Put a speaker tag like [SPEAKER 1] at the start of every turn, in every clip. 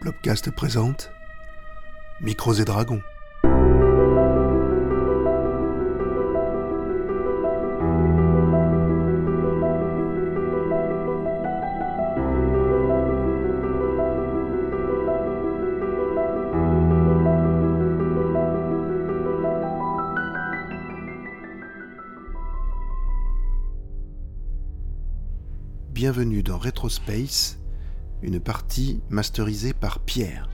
[SPEAKER 1] Blobcast présente Micros et Dragons. Bienvenue dans Retrospace, une partie masterisée par Pierre.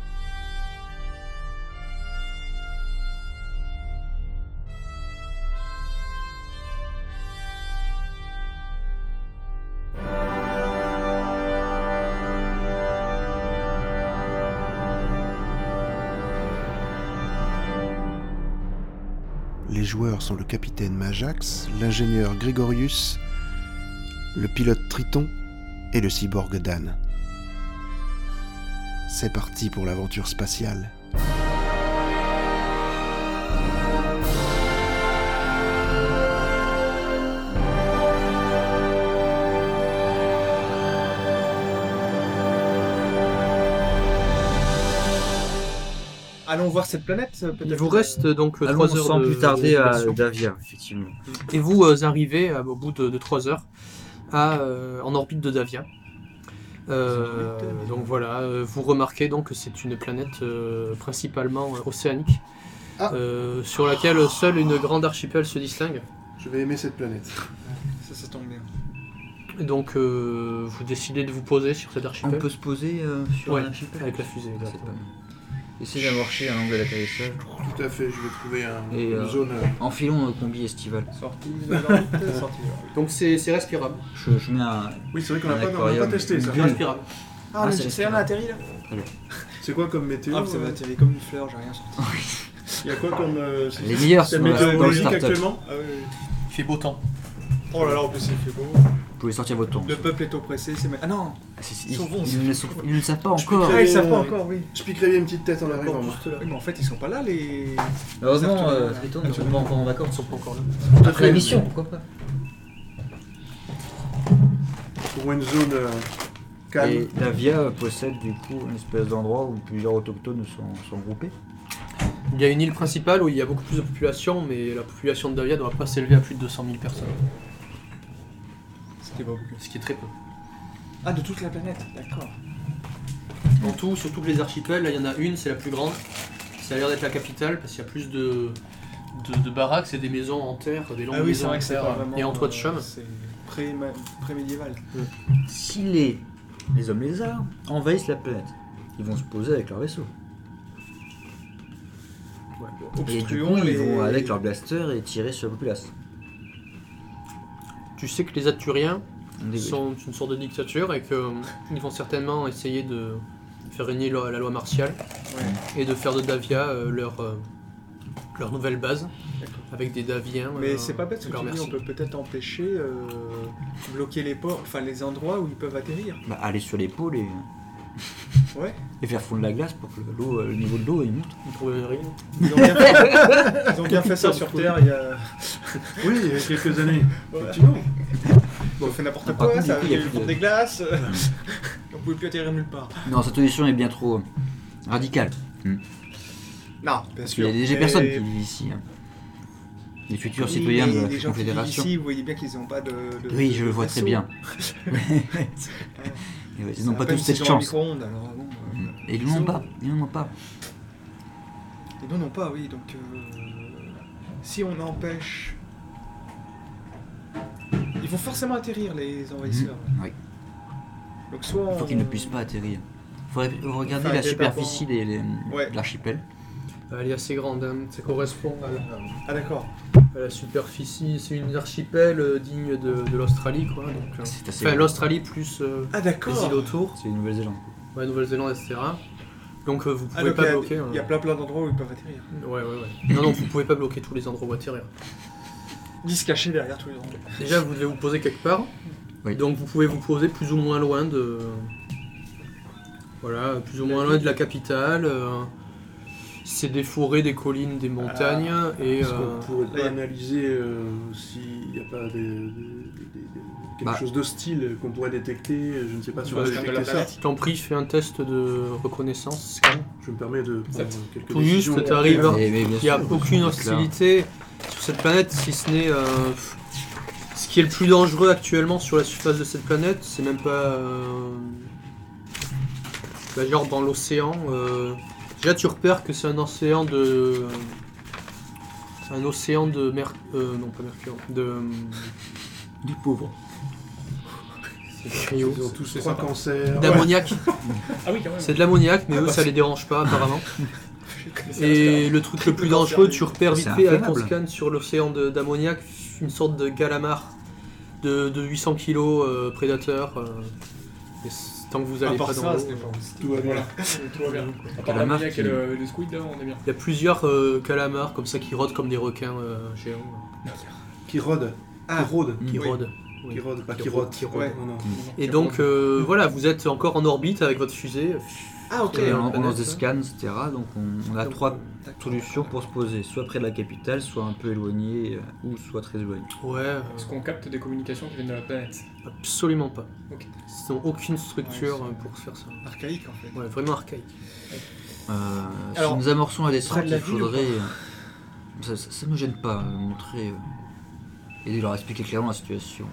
[SPEAKER 1] Les joueurs sont le capitaine Majax, l'ingénieur Grégorius, le pilote Triton et le cyborg Dan. C'est parti pour l'aventure spatiale.
[SPEAKER 2] Allons voir cette planète, euh,
[SPEAKER 3] Il
[SPEAKER 2] peut-être.
[SPEAKER 3] vous reste donc euh,
[SPEAKER 4] Allons
[SPEAKER 3] trois heures
[SPEAKER 4] sans
[SPEAKER 3] de,
[SPEAKER 4] plus tarder
[SPEAKER 3] de
[SPEAKER 4] à
[SPEAKER 3] navigation.
[SPEAKER 4] Davia, effectivement.
[SPEAKER 3] Et vous euh, arrivez euh, au bout de, de trois heures à, euh, en orbite de Davia. Euh, donc voilà, euh, vous remarquez donc que c'est une planète euh, principalement euh, océanique,
[SPEAKER 1] Ah.
[SPEAKER 3] euh, sur laquelle seule une grande archipel se distingue.
[SPEAKER 1] Je vais aimer cette planète.
[SPEAKER 2] Ça, ça tombe bien.
[SPEAKER 3] Et donc euh, vous décidez de vous poser sur cet
[SPEAKER 4] On
[SPEAKER 3] archipel
[SPEAKER 4] peut se poser euh, sur
[SPEAKER 3] Ouais,
[SPEAKER 4] un archipel
[SPEAKER 3] avec la fusée.
[SPEAKER 4] C'est
[SPEAKER 3] exactement.
[SPEAKER 4] pas mal. Essayez d'amorcher un angle d'atterrissage.
[SPEAKER 1] Tout à fait, je vais trouver un-
[SPEAKER 4] Et,
[SPEAKER 1] une
[SPEAKER 4] euh,
[SPEAKER 1] zone. euh,
[SPEAKER 4] Enfilons nos combi estivales.
[SPEAKER 2] Sortie de l'orbite, sortie de l'orbite.
[SPEAKER 3] Donc c'est c'est respirable.
[SPEAKER 4] Je, je mets un.
[SPEAKER 1] Oui, c'est vrai qu'on
[SPEAKER 4] un
[SPEAKER 1] n'a pas, on n'a pas
[SPEAKER 4] aquarium.
[SPEAKER 1] testé ça.
[SPEAKER 3] C'est respirable.
[SPEAKER 4] Ah,
[SPEAKER 2] Ah,
[SPEAKER 4] c'est
[SPEAKER 2] mais c'est rien
[SPEAKER 4] respirable.
[SPEAKER 2] atterri là
[SPEAKER 1] C'est quoi comme météo
[SPEAKER 2] Ah, ça m'a
[SPEAKER 1] euh,
[SPEAKER 2] atterri comme une fleur, j'ai rien sorti.
[SPEAKER 1] Il y a quoi comme. euh, c'est-
[SPEAKER 4] Les meilleurs
[SPEAKER 1] c'est
[SPEAKER 4] sont Ah, dans la- dans le
[SPEAKER 1] météorologique
[SPEAKER 4] startup.
[SPEAKER 1] actuellement
[SPEAKER 2] Ah oui, oui.
[SPEAKER 5] Il fait beau temps.
[SPEAKER 2] Oh là là, en plus il fait beau.
[SPEAKER 4] Vous pouvez sortir votre tombe.
[SPEAKER 2] Le peuple est oppressé, c'est ma... Ah non
[SPEAKER 4] Ils,
[SPEAKER 5] Ils sont bons,
[SPEAKER 4] ils ne le sont- ils ne le savent pas encore.
[SPEAKER 1] Ah,
[SPEAKER 2] Ah,
[SPEAKER 1] ils
[SPEAKER 2] ils
[SPEAKER 1] savent
[SPEAKER 2] savent
[SPEAKER 1] pas
[SPEAKER 2] encore, oui.
[SPEAKER 1] Je piquerais une petite tête en arrivant. moi.
[SPEAKER 2] Oui, mais en fait, ils sont pas là les.
[SPEAKER 4] Heureusement,
[SPEAKER 2] Exactement,
[SPEAKER 4] euh,
[SPEAKER 2] voilà.
[SPEAKER 4] Triton ne sont pas encore en
[SPEAKER 3] Ils
[SPEAKER 4] vacances.
[SPEAKER 3] sont pas encore là.
[SPEAKER 1] Tout à
[SPEAKER 4] Après
[SPEAKER 1] fait,
[SPEAKER 4] la mission, pourquoi pas
[SPEAKER 1] Pour une zone euh, calme.
[SPEAKER 4] Et Davia possède du coup une espèce d'endroit où plusieurs autochtones sont, sont groupés.
[SPEAKER 3] Il y a une île principale où il y a beaucoup plus de population, mais la population de Davia ne doit pas s'élever à plus de 200 000 personnes,
[SPEAKER 2] C'était pas beaucoup.
[SPEAKER 3] ce qui est très peu.
[SPEAKER 2] Ah, de toute la planète, d'accord.
[SPEAKER 3] En tout, sur toutes les archipels, là il y en a une, c'est la plus grande. Ça a l'air d'être la capitale parce qu'il y a plus de, de, de baraques et des maisons en terre, des
[SPEAKER 2] Ah
[SPEAKER 3] longues maisons en terre et en toit de chaume.
[SPEAKER 2] euh, C'est pré- ma- pré-médiéval.
[SPEAKER 4] Si les, les hommes lézards envahissent la planète, ils vont se poser avec leur vaisseau. Et du coup,
[SPEAKER 2] Obstruons
[SPEAKER 4] ils
[SPEAKER 2] les.
[SPEAKER 4] vont avec leur blaster et tirer sur la populace.
[SPEAKER 3] Tu sais que les Aturiens
[SPEAKER 4] On dégage.
[SPEAKER 3] sont une sorte de dictature et qu'ils vont certainement essayer de faire régner leur- la loi martiale
[SPEAKER 2] Ouais.
[SPEAKER 3] et de faire de Davia euh, leur, euh, leur nouvelle base avec des Daviens.
[SPEAKER 2] Mais
[SPEAKER 3] euh,
[SPEAKER 2] c'est pas bête ce que
[SPEAKER 3] leur
[SPEAKER 2] tu dis,
[SPEAKER 3] merci.
[SPEAKER 2] on peut peut-être empêcher, euh, bloquer les ports, enfin les endroits où ils peuvent atterrir.
[SPEAKER 4] Bah, aller sur l'épaule et,
[SPEAKER 2] Ouais.
[SPEAKER 4] et faire fondre la glace pour que l'eau, le niveau de l'eau il monte.
[SPEAKER 3] Ils trouvent une rive.
[SPEAKER 2] Ils ont bien fait, ils ont bien fait ça sur Terre il y a.
[SPEAKER 1] Oui, il y a quelques années.
[SPEAKER 2] Ouais.
[SPEAKER 1] Effectivement.
[SPEAKER 2] Bon, on fait n'importe
[SPEAKER 4] Par
[SPEAKER 2] quoi,
[SPEAKER 4] contre,
[SPEAKER 2] ça
[SPEAKER 4] du coup,
[SPEAKER 2] il
[SPEAKER 4] il y
[SPEAKER 2] y
[SPEAKER 4] a
[SPEAKER 2] a eu
[SPEAKER 4] plus
[SPEAKER 2] le
[SPEAKER 4] de-
[SPEAKER 2] des glaces. on pouvait plus atterrir nulle part.
[SPEAKER 4] Non, cette solution est bien trop radicale.
[SPEAKER 2] Non, bien
[SPEAKER 4] Parce qu'il y
[SPEAKER 2] sûr.
[SPEAKER 4] a déjà personne qui vivent ici. hein. Les futurs
[SPEAKER 2] Oui,
[SPEAKER 4] citoyens
[SPEAKER 2] mais
[SPEAKER 4] de
[SPEAKER 2] les
[SPEAKER 4] la
[SPEAKER 2] gens qui vivent
[SPEAKER 4] Confédération.
[SPEAKER 2] Ici, euh, vous voyez bien qu'ils n'ont pas de. de-
[SPEAKER 4] Oui,
[SPEAKER 2] de
[SPEAKER 4] je le vois très
[SPEAKER 2] vaisseau.
[SPEAKER 4] bien. Et ouais, ils n'ont
[SPEAKER 2] À
[SPEAKER 4] pas
[SPEAKER 2] peine
[SPEAKER 4] tous
[SPEAKER 2] s'ils
[SPEAKER 4] cette
[SPEAKER 2] ont un
[SPEAKER 4] chance. Mm.
[SPEAKER 2] micro-ondes, alors bon, euh,
[SPEAKER 4] Et ils n'en ont pas. Ils n'en ont pas.
[SPEAKER 2] Et nous non pas, oui. Donc, euh, si on empêche, ils vont forcément atterrir les envahisseurs.
[SPEAKER 4] Mhm. Oui.
[SPEAKER 2] Donc soit
[SPEAKER 4] Il faut
[SPEAKER 2] on-
[SPEAKER 4] qu'ils ne puissent pas atterrir. Faudrait regarder
[SPEAKER 2] Enfin,
[SPEAKER 4] la
[SPEAKER 2] des
[SPEAKER 4] superficie des- les-
[SPEAKER 2] Ouais.
[SPEAKER 4] de l'archipel.
[SPEAKER 3] Elle est assez grande, hein. ça correspond à la,
[SPEAKER 2] Ah d'accord.
[SPEAKER 3] à la superficie. C'est une archipel euh, digne de, de l'Australie, quoi. Donc, euh,
[SPEAKER 4] C'est assez.
[SPEAKER 3] enfin, l'Australie plus euh,
[SPEAKER 2] Ah
[SPEAKER 3] les
[SPEAKER 2] d'accord.
[SPEAKER 3] îles autour,
[SPEAKER 4] C'est une Nouvelle-Zélande.
[SPEAKER 3] la Nouvelle-Zélande, etc. Donc euh, vous
[SPEAKER 2] Ah,
[SPEAKER 3] pouvez
[SPEAKER 2] donc,
[SPEAKER 3] pas
[SPEAKER 2] il y
[SPEAKER 3] bloquer.
[SPEAKER 2] a-
[SPEAKER 3] hein.
[SPEAKER 2] il y a plein plein d'endroits où ils peuvent atterrir.
[SPEAKER 3] Ouais, ouais, ouais. non, non, vous pouvez pas bloquer tous les endroits où atterrir.
[SPEAKER 2] Ils se cachaient derrière tous les endroits.
[SPEAKER 3] Déjà, vous devez vous poser quelque part.
[SPEAKER 4] Oui.
[SPEAKER 3] Donc vous pouvez vous poser plus ou moins loin de. Voilà, plus ou moins loin de la capitale. euh, C'est des forêts, des collines,
[SPEAKER 2] Ah,
[SPEAKER 3] des montagnes. et.
[SPEAKER 1] Est-ce qu'on
[SPEAKER 3] euh,
[SPEAKER 1] pourrait pas
[SPEAKER 2] ouais.
[SPEAKER 1] analyser euh, s'il n'y a pas des, des- des- des-
[SPEAKER 5] quelque
[SPEAKER 3] Bah.
[SPEAKER 5] chose d'hostile qu'on pourrait détecter, je ne sais pas si on
[SPEAKER 3] Bah,
[SPEAKER 5] peut
[SPEAKER 3] je-
[SPEAKER 5] détecter ça.
[SPEAKER 3] Je t'en prie, fais un test de reconnaissance. scan.
[SPEAKER 5] Je me permets de prendre
[SPEAKER 6] Sept.
[SPEAKER 5] quelques
[SPEAKER 3] Tout
[SPEAKER 5] décisions.
[SPEAKER 3] juste, t'arrives.
[SPEAKER 4] Mais- mais bien
[SPEAKER 3] Il n'y a
[SPEAKER 4] sûr,
[SPEAKER 3] aucune
[SPEAKER 4] là.
[SPEAKER 3] hostilité sur cette planète, si ce n'est. euh, ce qui est le plus dangereux actuellement sur la surface de cette planète, c'est même pas. euh, bah, genre dans l'océan. euh, déjà, tu repères que c'est un océan de. Un océan de mer. euh, non, pas mercure. De.
[SPEAKER 4] Du pauvre.
[SPEAKER 3] cryo.
[SPEAKER 5] Ils ont tous
[SPEAKER 6] C'est
[SPEAKER 5] trois
[SPEAKER 6] sympa.
[SPEAKER 5] cancers.
[SPEAKER 3] D'ammoniac.
[SPEAKER 6] Ah oui, quand même.
[SPEAKER 3] C'est de l'ammoniac, mais eux, ça les dérange pas apparemment. Et le truc le plus dangereux, tu repères vite
[SPEAKER 4] C'est
[SPEAKER 3] fait à ton
[SPEAKER 4] inflammable.
[SPEAKER 3] scan sur l'océan de- d'ammoniac une sorte de calamar de, de 800 kg prédateur. euh, et c- tant que vous
[SPEAKER 2] À
[SPEAKER 3] allez
[SPEAKER 2] part
[SPEAKER 3] pas dans
[SPEAKER 2] ça,
[SPEAKER 3] l'eau,
[SPEAKER 2] c'était
[SPEAKER 3] euh,
[SPEAKER 2] pas
[SPEAKER 5] Tout va bien.
[SPEAKER 6] Voilà, Euh, tout va bien. À part
[SPEAKER 4] la
[SPEAKER 6] la
[SPEAKER 4] marque
[SPEAKER 6] maniaque
[SPEAKER 4] qui-
[SPEAKER 6] et le, le squid, là, on est bien.
[SPEAKER 3] il y a plusieurs euh, calamars comme ça qui rôdent comme des requins euh, géants euh,
[SPEAKER 5] Qui rôdent.
[SPEAKER 2] Ah.
[SPEAKER 5] Qui rôdent.
[SPEAKER 3] qui
[SPEAKER 2] Oui.
[SPEAKER 3] rôdent.
[SPEAKER 5] Qui rôdent, pas
[SPEAKER 3] Mm. Qui
[SPEAKER 5] qui
[SPEAKER 3] rôdent,
[SPEAKER 5] rôdent.
[SPEAKER 3] qui
[SPEAKER 2] rôdent.
[SPEAKER 5] Non, non.
[SPEAKER 3] Et donc euh, voilà, vous êtes encore en orbite avec votre fusée.
[SPEAKER 2] Ah, ok.
[SPEAKER 3] Et
[SPEAKER 4] Et
[SPEAKER 3] on
[SPEAKER 4] on, on lance
[SPEAKER 3] planète,
[SPEAKER 4] des
[SPEAKER 3] ouais.
[SPEAKER 4] scans, etc. Donc on, on a
[SPEAKER 3] Donc,
[SPEAKER 4] trois
[SPEAKER 6] euh,
[SPEAKER 2] D'accord.
[SPEAKER 4] solutions pour se poser, soit près de la capitale, soit un peu éloigné, euh, ou soit très éloigné.
[SPEAKER 3] Ouais, euh,
[SPEAKER 6] Est-ce qu'on capte des communications qui viennent de la planète
[SPEAKER 3] absolument pas.
[SPEAKER 6] Ok.
[SPEAKER 3] Ils n'ont aucune structure
[SPEAKER 2] Ouais,
[SPEAKER 3] euh, pour faire ça.
[SPEAKER 2] Archaïque en fait.
[SPEAKER 3] Ouais, vraiment archaïque.
[SPEAKER 4] Euh,
[SPEAKER 6] Alors,
[SPEAKER 4] si nous amorçons à descendre,
[SPEAKER 6] près de la
[SPEAKER 4] il
[SPEAKER 6] ville ou
[SPEAKER 4] faudrait. Ça, ça, ça me gêne pas, euh, montrer. euh, et de leur expliquer clairement la situation.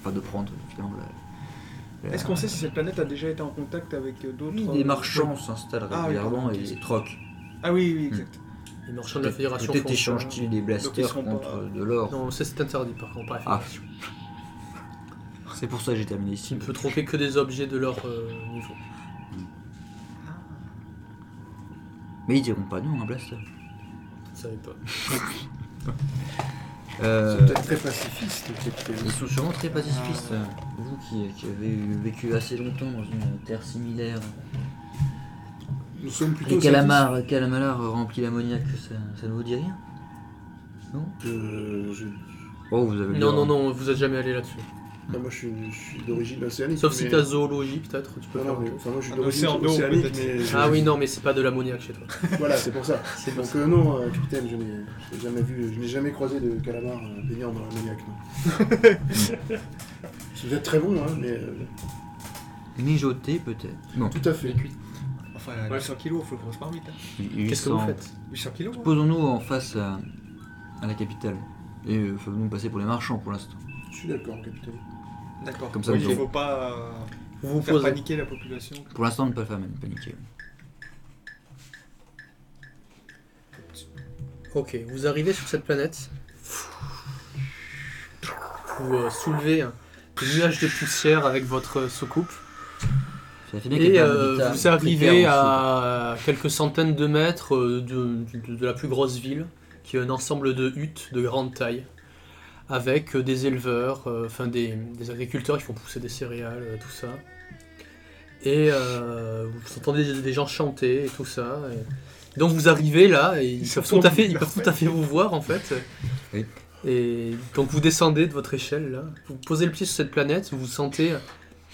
[SPEAKER 4] Enfin, de prendre finalement la. la-
[SPEAKER 2] Est-ce qu'on sait si cette planète a déjà été en contact avec euh, d'autres
[SPEAKER 6] Oh,
[SPEAKER 4] Oui,
[SPEAKER 2] euh,
[SPEAKER 4] Des marchands s'installent
[SPEAKER 2] Ah oui,
[SPEAKER 4] régulièrement
[SPEAKER 2] pardon,
[SPEAKER 4] et
[SPEAKER 2] ok.
[SPEAKER 4] troquent.
[SPEAKER 2] Ah oui, oui, exact.
[SPEAKER 3] Les marchands de la fédération hein. font
[SPEAKER 4] Peut-être
[SPEAKER 3] ça.
[SPEAKER 4] échangent-ils des
[SPEAKER 2] Donc ils
[SPEAKER 4] blasters
[SPEAKER 2] seront pas-
[SPEAKER 4] contre euh, de l'or.
[SPEAKER 3] Non, ça c'est interdit par contre. par la
[SPEAKER 4] Ah.
[SPEAKER 3] Fédération.
[SPEAKER 4] C'est pour ça que j'ai terminé ici.
[SPEAKER 3] Tu ne peux troquer que des objets de leur euh, niveau.
[SPEAKER 4] Mais ils diront pas non, un blaster.
[SPEAKER 3] Je ne savais pas.
[SPEAKER 4] Euh,
[SPEAKER 5] C'est peut-être très pacifiste, le euh, capitaine.
[SPEAKER 4] Ils sont sûrement très pacifistes. euh, Vous qui, qui avez eu- vécu assez longtemps dans une terre similaire.
[SPEAKER 5] Nous sommes plutôt.
[SPEAKER 4] Les calamars, calamars remplis d'ammoniac, ça, ça ne vous dit rien
[SPEAKER 5] satisfaits. Euh, je-
[SPEAKER 4] Oh, vous avez
[SPEAKER 3] Non, non, non, vous n'êtes jamais allé là-dessus.
[SPEAKER 5] enfin, Moi, je suis, je suis d'origine océanique.
[SPEAKER 3] Sauf si
[SPEAKER 5] mais-
[SPEAKER 3] t'as zoologie, peut-être, tu peux
[SPEAKER 5] Non,
[SPEAKER 3] faire
[SPEAKER 5] non, mais
[SPEAKER 3] un tour.
[SPEAKER 5] enfin, moi, je suis
[SPEAKER 6] Un
[SPEAKER 5] d'origine
[SPEAKER 6] océan d'eau,
[SPEAKER 5] océanique,
[SPEAKER 6] peut-être.
[SPEAKER 5] mais.
[SPEAKER 3] Ah oui, non, mais c'est pas de l'ammoniaque chez toi.
[SPEAKER 5] Voilà, c'est pour ça. Donc, euh, non, euh, capitaine, je n'ai je n'ai jamais vu, je n'ai jamais croisé de calamar euh, baignant dans l'ammoniac, non. Vous êtes très bon, hein, mais euh,
[SPEAKER 4] Mijoté peut-être. Non.
[SPEAKER 5] tout à fait.
[SPEAKER 2] Enfin, elle a
[SPEAKER 6] Ouais.
[SPEAKER 2] 800 kilos, faut le grosse par vite. hein.
[SPEAKER 3] Qu'est-ce que vous faites
[SPEAKER 2] 800 kilos hein.
[SPEAKER 4] Posons-nous en face à, à la capitale. Et euh, faisons-nous passer pour les marchands pour l'instant.
[SPEAKER 5] Je suis d'accord, capitaine.
[SPEAKER 2] hein. D'accord.
[SPEAKER 4] Comme ça,
[SPEAKER 2] Oui,
[SPEAKER 4] vous
[SPEAKER 2] il
[SPEAKER 4] aurez-
[SPEAKER 2] faut pas euh,
[SPEAKER 3] Vous vous
[SPEAKER 2] faire
[SPEAKER 3] posez.
[SPEAKER 2] paniquer la population.
[SPEAKER 4] Pour l'instant, ne pas le faire même paniquer.
[SPEAKER 3] Ok, vous arrivez sur cette planète. Vous euh, soulevez un nuage de poussière avec votre euh, soucoupe.
[SPEAKER 4] Ça fait bien qu'il y
[SPEAKER 3] Et
[SPEAKER 4] ait pas
[SPEAKER 3] euh,
[SPEAKER 4] d'habitat
[SPEAKER 3] vous arrivez
[SPEAKER 4] précaire en
[SPEAKER 3] à quelques centaines de mètres euh, de, de- de la plus grosse ville, qui est un ensemble de huttes de grande taille, avec euh, des éleveurs, euh, enfin des, des agriculteurs qui font pousser des céréales, euh, tout ça. Et euh, vous entendez des, des gens chanter et tout ça. et- Donc vous arrivez là, et ils, peuvent, tout à fait, ils peuvent tout à fait vous voir en fait.
[SPEAKER 4] Oui.
[SPEAKER 3] Et donc vous descendez de votre échelle là, vous posez le pied sur cette planète, vous sentez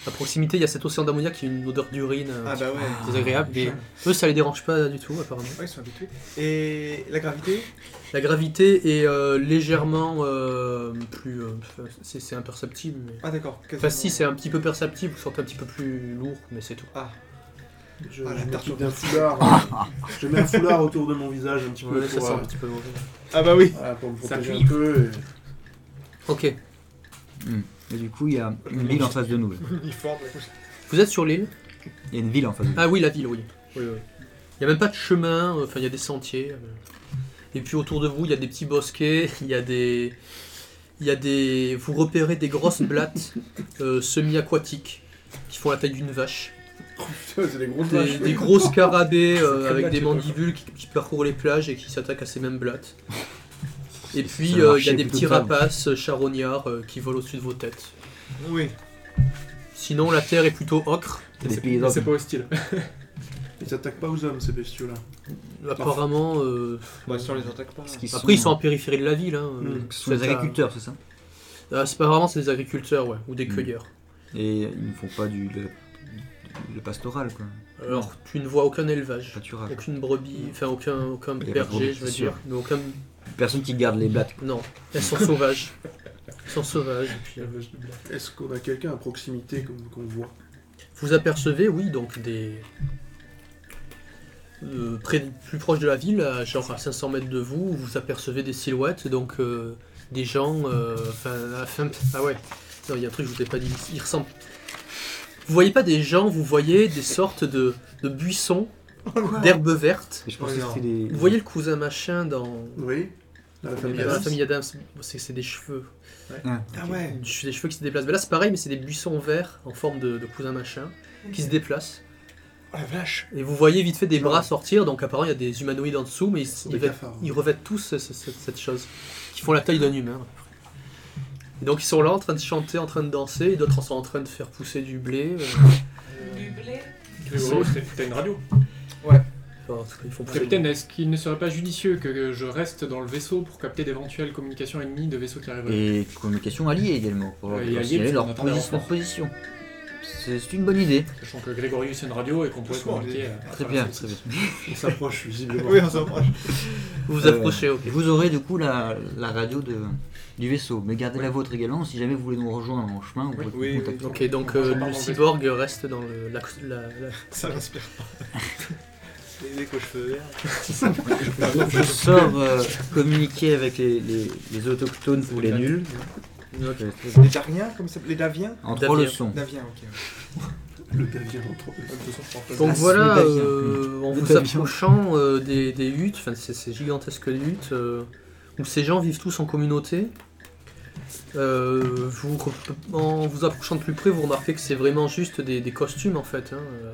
[SPEAKER 3] à proximité, il y a cet océan d'ammoniac qui a une odeur d'urine euh,
[SPEAKER 2] Ah bah ouais.
[SPEAKER 3] désagréable, mais eux ça les dérange pas du tout apparemment.
[SPEAKER 2] Ouais, ils sont habitués. Et la gravité
[SPEAKER 3] La gravité est euh, légèrement euh, plus. euh, enfin, c'est c'est imperceptible. Mais...
[SPEAKER 2] Ah d'accord.
[SPEAKER 3] Enfin,
[SPEAKER 2] quasiment.
[SPEAKER 3] si, c'est un petit peu perceptible, vous sentez un petit peu plus lourd, mais c'est tout.
[SPEAKER 2] Ah,
[SPEAKER 5] Je,
[SPEAKER 2] Ah, la
[SPEAKER 5] je m'équipe
[SPEAKER 2] tarte
[SPEAKER 5] d'un foulard. euh, je mets un foulard autour de mon visage un petit peu
[SPEAKER 3] Ouais, ça
[SPEAKER 5] pour,
[SPEAKER 3] sent
[SPEAKER 5] euh,
[SPEAKER 3] un petit peu mauvais.
[SPEAKER 2] ah bah oui.
[SPEAKER 5] voilà, pour me
[SPEAKER 6] Ça
[SPEAKER 5] protéger
[SPEAKER 6] cuit.
[SPEAKER 5] un peu. et-
[SPEAKER 3] Ok,
[SPEAKER 4] dessous. Et du coup, il y a une ville en face de nous. là.
[SPEAKER 2] Uniforme.
[SPEAKER 3] vous êtes sur l'île
[SPEAKER 4] Il y a une ville en face de nous.
[SPEAKER 3] Ah oui, la ville, oui. Oui, oui. Il n'y a même pas de chemin, euh, enfin il y a des sentiers. euh. Et puis autour de vous, il y a des petits bosquets, il y a des. Il y a des. Vous repérez des grosses blattes euh, semi-aquatiques qui font la taille d'une vache.
[SPEAKER 5] Putain, c'est des grosses
[SPEAKER 3] Des,
[SPEAKER 5] vaches.
[SPEAKER 3] des gros scarabées euh,
[SPEAKER 6] Comme
[SPEAKER 3] avec
[SPEAKER 6] là,
[SPEAKER 3] des
[SPEAKER 6] tu vois.
[SPEAKER 3] mandibules qui, qui parcourent les plages et qui s'attaquent à ces mêmes blattes. Et puis
[SPEAKER 4] ça
[SPEAKER 3] euh, il y
[SPEAKER 4] marchait
[SPEAKER 3] a des
[SPEAKER 4] plutôt
[SPEAKER 3] petits
[SPEAKER 4] bien.
[SPEAKER 3] rapaces euh, charognards euh, qui volent au-dessus de vos têtes.
[SPEAKER 2] Oui.
[SPEAKER 3] Sinon la terre est plutôt ocre.
[SPEAKER 4] Des
[SPEAKER 6] C'est-
[SPEAKER 4] paysans.
[SPEAKER 6] C'est pas hostile.
[SPEAKER 5] Ils s'attaquent pas aux hommes, ces bestiaux-là.
[SPEAKER 3] Apparemment, euh,
[SPEAKER 2] Bah si on les attaque pas.
[SPEAKER 4] Parce qu'ils
[SPEAKER 3] après ils sont en périphérie de la ville. hein, euh,
[SPEAKER 4] ce Hmm, sont des
[SPEAKER 3] c'est à-
[SPEAKER 4] agriculteurs, c'est ça
[SPEAKER 3] Ah, c'est pas vraiment, c'est des agriculteurs, ouais, ou des
[SPEAKER 4] Mm.
[SPEAKER 3] cueilleurs.
[SPEAKER 4] Et ils ne font pas du le, le pastoral, quoi.
[SPEAKER 3] Alors,
[SPEAKER 4] Hmm.
[SPEAKER 3] tu ne vois aucun élevage,
[SPEAKER 4] Pâturage.
[SPEAKER 3] aucune brebis, enfin aucun, aucun
[SPEAKER 4] Il y a pas de
[SPEAKER 3] berger,
[SPEAKER 4] brebis,
[SPEAKER 3] je veux
[SPEAKER 4] c'est sûr.
[SPEAKER 3] dire, mais aucun.
[SPEAKER 4] Personne qui garde les blattes.
[SPEAKER 3] Non, elles sont sauvages. Sans sauvage. et puis, euh,
[SPEAKER 6] Élevage de blanc.
[SPEAKER 5] Est-ce qu'on a quelqu'un à proximité qu'on qu'on voit
[SPEAKER 3] Vous apercevez, oui, donc des. euh, près, plus proche de la ville, à, genre à 500 mètres de vous, vous apercevez des silhouettes, donc euh, des gens. euh, Enfin, à fin- ah ouais, non, il y a un truc, que je vous ai pas dit, il ressemble. Vous voyez pas des gens, vous voyez des sortes de, de buissons, d'herbes vertes.
[SPEAKER 4] Mais je pense que c'était des.
[SPEAKER 3] Vous voyez le cousin machin dans.
[SPEAKER 5] Oui Dans la famille
[SPEAKER 3] dans la
[SPEAKER 5] Adams
[SPEAKER 3] famille Adams, c'est c'est des cheveux.
[SPEAKER 2] Ah ouais
[SPEAKER 3] Des che- des cheveux qui se déplacent. Mais là, c'est pareil, mais c'est des buissons verts en forme de, de cousin machin qui se déplacent.
[SPEAKER 2] Oh la vache
[SPEAKER 3] Et vous voyez vite fait des bras sortir, donc apparemment il y a des humanoïdes en dessous, mais ils,
[SPEAKER 5] Des
[SPEAKER 3] ils revêtent,
[SPEAKER 5] cafards.
[SPEAKER 3] ils revêtent tous ce- ce- cette, cette chose, qui font la taille d'un humain. à peu près. Et donc ils sont là en train de chanter, en train de danser, et d'autres sont en train de faire pousser du blé. euh,
[SPEAKER 7] Du blé
[SPEAKER 6] Grégory, t'as- t'as une radio.
[SPEAKER 3] enfin, ils font pousser du-
[SPEAKER 6] Capitaine, est-ce qu'il ne serait pas judicieux que je reste dans le vaisseau pour capter d'éventuelles communications ennemies de vaisseaux qui arriveraient
[SPEAKER 4] Et communication alliée également, pour leur
[SPEAKER 6] Et
[SPEAKER 4] pour
[SPEAKER 6] alliée,
[SPEAKER 4] signaler
[SPEAKER 6] parce
[SPEAKER 4] leur
[SPEAKER 6] qu'on attend leur
[SPEAKER 4] position.
[SPEAKER 6] rapport.
[SPEAKER 4] leur position. C'est c'est une bonne idée.
[SPEAKER 6] Sachant que Grégorius a une radio et qu'on pourrait
[SPEAKER 2] Doucement,
[SPEAKER 6] communiquer. à- à
[SPEAKER 4] Très
[SPEAKER 6] travers
[SPEAKER 4] bien,
[SPEAKER 3] Ah,
[SPEAKER 6] ça.
[SPEAKER 4] très bien.
[SPEAKER 5] On s'approche visiblement.
[SPEAKER 2] Oui, on s'approche.
[SPEAKER 3] Vous vous approchez, ok.
[SPEAKER 4] Et vous aurez du coup la, la radio de, du vaisseau, mais gardez la vôtre également. Si jamais vous voulez nous rejoindre en chemin, vous pouvez nous
[SPEAKER 6] oui,
[SPEAKER 4] contacter.
[SPEAKER 3] Ok, donc
[SPEAKER 6] On
[SPEAKER 3] euh,
[SPEAKER 6] part dans
[SPEAKER 3] le
[SPEAKER 6] le
[SPEAKER 3] cyborg reste dans le, la, la- la-
[SPEAKER 2] Ça m'inspire pas. Les éco-cheveux verts.
[SPEAKER 4] Donc, je sors euh, communiquer avec les, les- les autochtones pour les nuls. Euh,
[SPEAKER 2] Les Dariens, comme ça s'appelle Les Daviens
[SPEAKER 4] En
[SPEAKER 3] Damien.
[SPEAKER 4] trois leçons.
[SPEAKER 2] Daviens, ok. ouais.
[SPEAKER 5] Le Davien entre eux.
[SPEAKER 6] De toute façon, je pense pas.
[SPEAKER 3] Donc
[SPEAKER 4] Ah,
[SPEAKER 3] voilà,
[SPEAKER 4] c'est le Davien.
[SPEAKER 3] euh, en
[SPEAKER 4] Le
[SPEAKER 3] vous
[SPEAKER 4] Davien.
[SPEAKER 3] approchant euh, des, des huttes, enfin ces, ces gigantesques huttes, euh, où ces gens vivent tous en communauté, euh, vous, re- en vous approchant de plus près, vous remarquez que c'est vraiment juste des, des costumes en fait. hein, euh,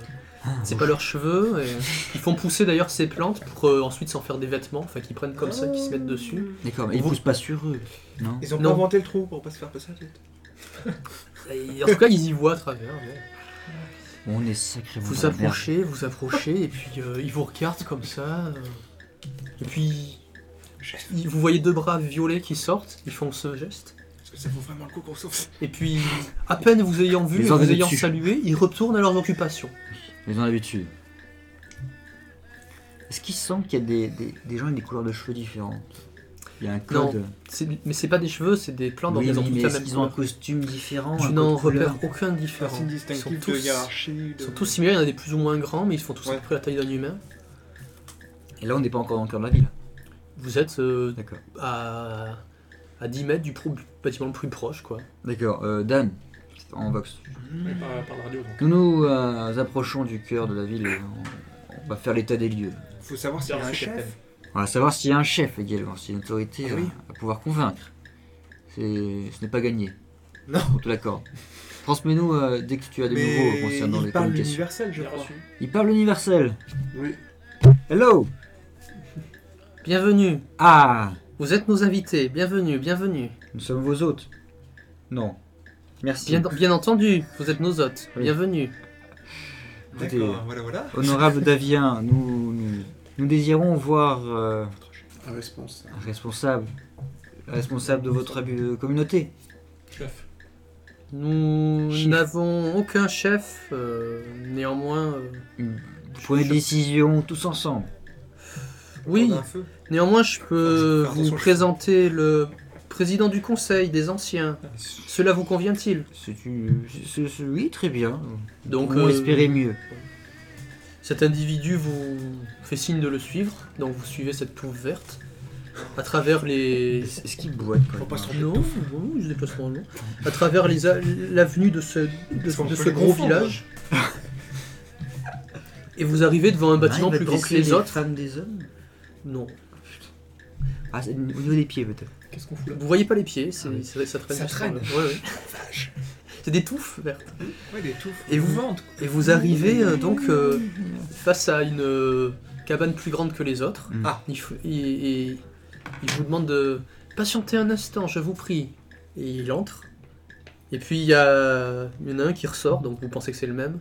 [SPEAKER 3] c'est pas leurs cheveux. et ils font pousser d'ailleurs ces plantes pour euh, ensuite s'en faire des vêtements, enfin qu'ils prennent comme ça, qu'ils se mettent dessus.
[SPEAKER 4] D'accord, mais ils
[SPEAKER 3] Vous-
[SPEAKER 4] poussent pas sur eux. Non
[SPEAKER 2] Ils ont
[SPEAKER 3] Non.
[SPEAKER 2] pas inventé le trou pour pas se faire passer la tête.
[SPEAKER 3] Et en tout cas, ils y voient à travers. ouais.
[SPEAKER 4] On est sacrément.
[SPEAKER 3] Vous
[SPEAKER 4] dans la Bah, merde.
[SPEAKER 3] approchez, vous approchez, et puis euh, ils vous regardent comme ça. euh, et puis ils- vous voyez deux bras violets qui sortent, ils font ce geste.
[SPEAKER 2] Parce que ça vaut vraiment le coup qu'on sauve ça.
[SPEAKER 3] Et puis, à peine vous ayant vu,
[SPEAKER 4] Les
[SPEAKER 3] et vous
[SPEAKER 4] ordres
[SPEAKER 3] ayant
[SPEAKER 4] dessus.
[SPEAKER 3] salué, ils retournent à leurs occupations.
[SPEAKER 4] Ils ont l'habitude. Est-ce qu'il semble qu'il y a des, des- des gens avec des couleurs de cheveux différentes Il y a un code.
[SPEAKER 3] C'est- Mais c'est pas des cheveux, c'est des plantes dans
[SPEAKER 4] Oui,
[SPEAKER 3] des
[SPEAKER 4] oui, mais
[SPEAKER 3] endroits
[SPEAKER 4] est-ce
[SPEAKER 3] même.
[SPEAKER 4] qu'ils ont un
[SPEAKER 3] couleur.
[SPEAKER 4] costume différent
[SPEAKER 3] Tu
[SPEAKER 4] un
[SPEAKER 3] n'en
[SPEAKER 4] code couleur
[SPEAKER 3] repères aucun
[SPEAKER 2] Un
[SPEAKER 3] différent.
[SPEAKER 2] signe
[SPEAKER 3] Ils sont
[SPEAKER 2] distinctif
[SPEAKER 3] tous,
[SPEAKER 2] de hiérarchie.
[SPEAKER 3] ils
[SPEAKER 2] De...
[SPEAKER 3] sont tous similaires, il y en a des plus ou moins grands, mais ils font tous à
[SPEAKER 2] Ouais.
[SPEAKER 3] peu près la taille d'un humain.
[SPEAKER 4] Et là, on n'est pas encore dans le cœur de la ville.
[SPEAKER 3] Vous êtes euh,
[SPEAKER 4] D'accord.
[SPEAKER 3] à, à 10 mètres du pro- bâtiment le plus proche, quoi.
[SPEAKER 4] D'accord. euh, Dan, en vox.
[SPEAKER 2] Mmh.
[SPEAKER 6] Mais pas par la radio. donc.
[SPEAKER 4] Nous nous euh, approchons du cœur de la ville. et on, on va faire l'état des lieux.
[SPEAKER 2] Faut savoir s'il y a un chef.
[SPEAKER 4] On va savoir s'il y a un chef également, s'il y a une autorité
[SPEAKER 2] Ah
[SPEAKER 4] euh,
[SPEAKER 2] oui.
[SPEAKER 4] à, à pouvoir convaincre. C'est- Ce n'est pas gagné.
[SPEAKER 2] Non.
[SPEAKER 4] On te l'accorde. Transmets-nous euh, dès que tu as des nouveaux
[SPEAKER 2] Mais
[SPEAKER 4] concernant les
[SPEAKER 2] il parle
[SPEAKER 4] communications.
[SPEAKER 2] l'universel, je
[SPEAKER 6] J'ai
[SPEAKER 2] crois.
[SPEAKER 6] reçu.
[SPEAKER 4] Il parle universel.
[SPEAKER 5] Oui.
[SPEAKER 4] Hello
[SPEAKER 3] Bienvenue,
[SPEAKER 4] Ah
[SPEAKER 3] vous êtes nos invités, bienvenue, bienvenue.
[SPEAKER 4] Nous sommes vos hôtes. Non. Merci.
[SPEAKER 3] Bien, bien entendu, vous êtes nos hôtes.
[SPEAKER 4] Oui.
[SPEAKER 3] Bienvenue.
[SPEAKER 4] Écoutez,
[SPEAKER 2] D'accord, voilà, voilà.
[SPEAKER 4] Honorable Davien, nous, nous, nous désirons voir euh,
[SPEAKER 5] Un réponse.
[SPEAKER 4] un responsable. un responsable de votre abu- de communauté.
[SPEAKER 6] Chef.
[SPEAKER 3] Nous
[SPEAKER 4] Chef.
[SPEAKER 3] n'avons aucun chef, euh, néanmoins. euh,
[SPEAKER 4] Vous prenez des décisions tous ensemble.
[SPEAKER 3] Oui,
[SPEAKER 2] On a un feu.
[SPEAKER 3] néanmoins, je peux
[SPEAKER 2] Pardon,
[SPEAKER 3] vous
[SPEAKER 2] sur le-
[SPEAKER 3] présenter le président du conseil des anciens. Cela vous convient-il
[SPEAKER 4] C'est une. c'est- c'est- oui, très bien.
[SPEAKER 3] Donc,
[SPEAKER 4] on
[SPEAKER 3] euh,
[SPEAKER 4] espérait mieux.
[SPEAKER 3] Cet individu vous fait signe de le suivre, donc vous suivez cette touffe verte à travers les.
[SPEAKER 4] Est-ce qu'il boite quand
[SPEAKER 2] Faut pas se tromper.
[SPEAKER 3] Non, non, je déplace mon nom. À travers les a- l'avenue de ce, de,
[SPEAKER 2] Parce qu'on
[SPEAKER 3] de
[SPEAKER 2] peut
[SPEAKER 3] ce
[SPEAKER 2] les
[SPEAKER 3] gros
[SPEAKER 2] confondre.
[SPEAKER 3] village. Et vous arrivez devant un bâtiment
[SPEAKER 4] Ah, il va
[SPEAKER 3] plus grand que
[SPEAKER 4] dresser
[SPEAKER 3] les autres.
[SPEAKER 4] femmes des hommes
[SPEAKER 3] Non.
[SPEAKER 4] Ah, c'est au niveau des pieds peut-être.
[SPEAKER 6] Qu'est-ce qu'on fout là
[SPEAKER 3] Vous voyez pas les pieds, c'est,
[SPEAKER 4] Ah oui.
[SPEAKER 3] ça, ça traîne.
[SPEAKER 2] Ça
[SPEAKER 3] juste-
[SPEAKER 2] traîne.
[SPEAKER 3] Ouais, ouais. C'est des touffes vertes.
[SPEAKER 2] Ouais, des touffes.
[SPEAKER 3] Et vous-
[SPEAKER 2] vendez
[SPEAKER 3] Et vous arrivez euh, donc euh, face à une euh, cabane plus grande que les autres.
[SPEAKER 4] Mm.
[SPEAKER 3] Ah, il, faut- et- et il vous demande de patienter un instant, je vous prie. Et il entre. Et puis il y, a, il y en a un qui ressort, donc vous pensez que c'est le même.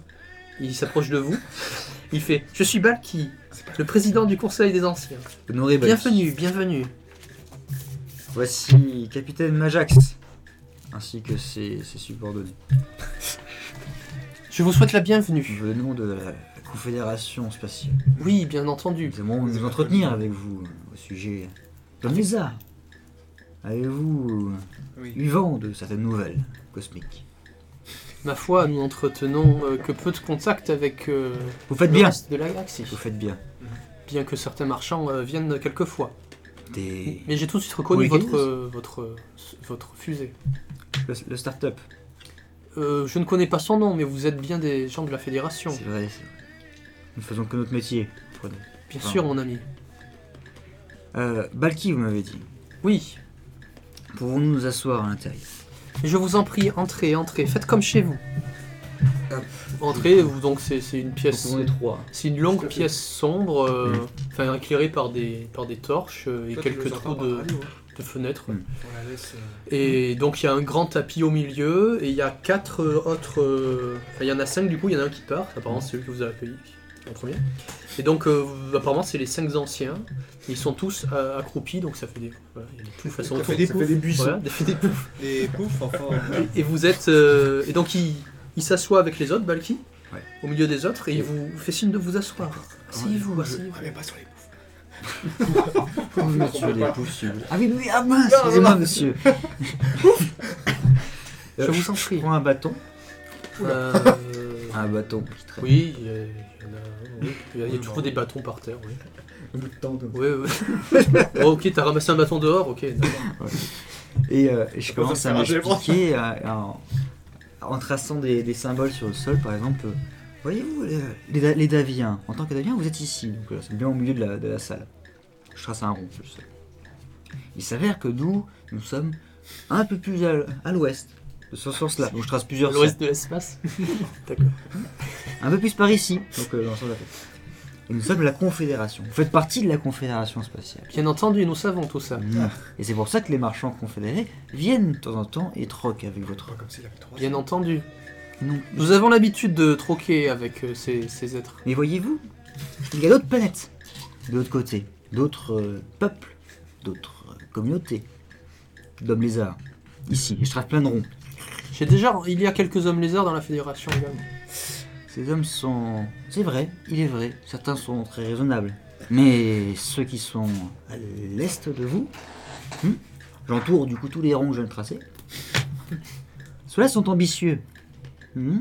[SPEAKER 3] Il s'approche de vous. Il fait Je suis Balki, le président du conseil des anciens.
[SPEAKER 4] Honoré Balki.
[SPEAKER 3] Bienvenue, bienvenue.
[SPEAKER 4] Voici Capitaine Majax, ainsi que ses, ses subordonnés.
[SPEAKER 3] Je vous souhaite la bienvenue.
[SPEAKER 4] Nous venons de la, la Confédération spatiale.
[SPEAKER 3] Oui, bien entendu.
[SPEAKER 4] Nous aimons nous entretenir avec vous euh, au sujet d'un lézard. Avez-vous
[SPEAKER 2] Oui.
[SPEAKER 4] eu vent de certaines nouvelles cosmiques
[SPEAKER 3] Ma foi, nous n'entretenons euh, que peu de contacts avec euh,
[SPEAKER 4] Vous faites
[SPEAKER 3] le
[SPEAKER 4] bien
[SPEAKER 3] reste de la galaxie,
[SPEAKER 4] Vous faites bien.
[SPEAKER 3] bien que certains marchands euh, viennent quelquefois.
[SPEAKER 4] Des...
[SPEAKER 3] Mais j'ai tout de suite reconnu
[SPEAKER 4] Oui,
[SPEAKER 3] votre,
[SPEAKER 4] Gaines.
[SPEAKER 3] euh, votre, euh, votre fusée.
[SPEAKER 4] Le, le start-up,
[SPEAKER 3] Euh, je ne connais pas son nom, mais vous êtes bien des gens de la Fédération.
[SPEAKER 4] c'est vrai. c'est- Nous ne faisons que notre métier. comprenez.
[SPEAKER 3] Bien
[SPEAKER 4] Ah.
[SPEAKER 3] sûr, mon ami.
[SPEAKER 4] Euh, Balki, vous m'avez dit.
[SPEAKER 3] Oui,
[SPEAKER 4] Pouvons-nous nous asseoir à l'intérieur
[SPEAKER 3] je vous en prie, entrez, entrez, faites comme chez vous.
[SPEAKER 4] Hop.
[SPEAKER 3] Entrez, vous, donc c'est c'est une pièce,
[SPEAKER 4] est trois.
[SPEAKER 3] c'est une longue pièce sombre, euh, enfin éclairée par des, par des torches euh, et
[SPEAKER 2] Toi, tu
[SPEAKER 3] quelques
[SPEAKER 2] nous entends
[SPEAKER 3] trous
[SPEAKER 2] par la
[SPEAKER 3] de,
[SPEAKER 2] radio,
[SPEAKER 3] de fenêtres.
[SPEAKER 2] hein. On la laisse. euh,
[SPEAKER 3] Et donc il y a un grand tapis au milieu et il y a quatre euh, autres. euh, Enfin, il y en a cinq du coup, il y en a un qui part. Apparemment, c'est lui qui vous a accueilli en premier. Et donc, euh, apparemment, c'est les cinq anciens. Ils sont tous euh, accroupis, donc ça fait des. Voilà, il y a de toute façon
[SPEAKER 2] Ça fait
[SPEAKER 3] autour.
[SPEAKER 2] des
[SPEAKER 5] Ça fait des buissons.
[SPEAKER 3] Voilà, des- des-
[SPEAKER 2] Des poufs, enfin.
[SPEAKER 3] et vous êtes. euh, et donc, il, il s'assoit avec les autres, Balki,
[SPEAKER 4] Ouais.
[SPEAKER 3] au milieu des autres, et il vous fait signe de vous asseoir. Asseyez-vous, asseyez-vous.
[SPEAKER 2] Ouais, mais pas sur les poufs.
[SPEAKER 4] Vous me tuez les pouces, s'il vous plaît. Ah oui, oui, ah mince, excusez-moi, monsieur. Euh,
[SPEAKER 3] Je vous en prie.
[SPEAKER 4] prends un bâton.
[SPEAKER 3] Euh,
[SPEAKER 4] Un bâton qui traîne.
[SPEAKER 3] oui, il y a- il y en a, oui, il y a- il y a
[SPEAKER 4] Ah, Oui,
[SPEAKER 3] toujours
[SPEAKER 4] bah,
[SPEAKER 3] des bâtons par terre, oui.
[SPEAKER 4] Un bout de tendon.
[SPEAKER 3] Ouais, ouais. Bon, Oh, ok, t'as ramassé un bâton dehors, ok. d'accord.
[SPEAKER 4] Et, euh, et je commence à
[SPEAKER 2] faire un jet, moi.
[SPEAKER 4] m'expliquer euh, en, en traçant des, des symboles sur le sol, par exemple. euh, Voyez-vous, euh, les, Da- les Daviens, en tant que Daviens, vous êtes ici, donc euh, c'est bien au milieu de la, de la salle. Je trace un rond sur le sol. Il s'avère que nous, nous sommes un peu plus à, l- à l'ouest, de ce sens-là. Donc je trace plusieurs
[SPEAKER 3] Le reste de l'espace. D'accord.
[SPEAKER 4] un peu plus par ici. Donc euh, dans le sens de la tête. Et nous sommes la Confédération. Vous faites partie de la Confédération spatiale.
[SPEAKER 3] Bien entendu, nous savons tout ça.
[SPEAKER 4] Mmh. Et c'est pour ça que les marchands confédérés viennent de temps en temps et troquent avec votre.
[SPEAKER 2] Pas comme s'il avait trois.
[SPEAKER 3] Bien entendu.
[SPEAKER 4] Non.
[SPEAKER 3] Nous avons l'habitude de troquer avec euh, ces, ces êtres.
[SPEAKER 4] Mais voyez-vous, il y a d'autres planètes de l'autre côté, d'autres euh, peuples, d'autres euh, communautés d'hommes lézards. Ici, et je trace plein de ronds.
[SPEAKER 3] J'ai déjà, il y a quelques hommes lézards dans la fédération également.
[SPEAKER 4] Ces hommes sont. C'est vrai, il est vrai, certains sont très raisonnables. Mais ceux qui sont à l'est de vous, hmm, j'entoure du coup tous les ronds que je viens de tracer, ceux-là sont ambitieux. hmm,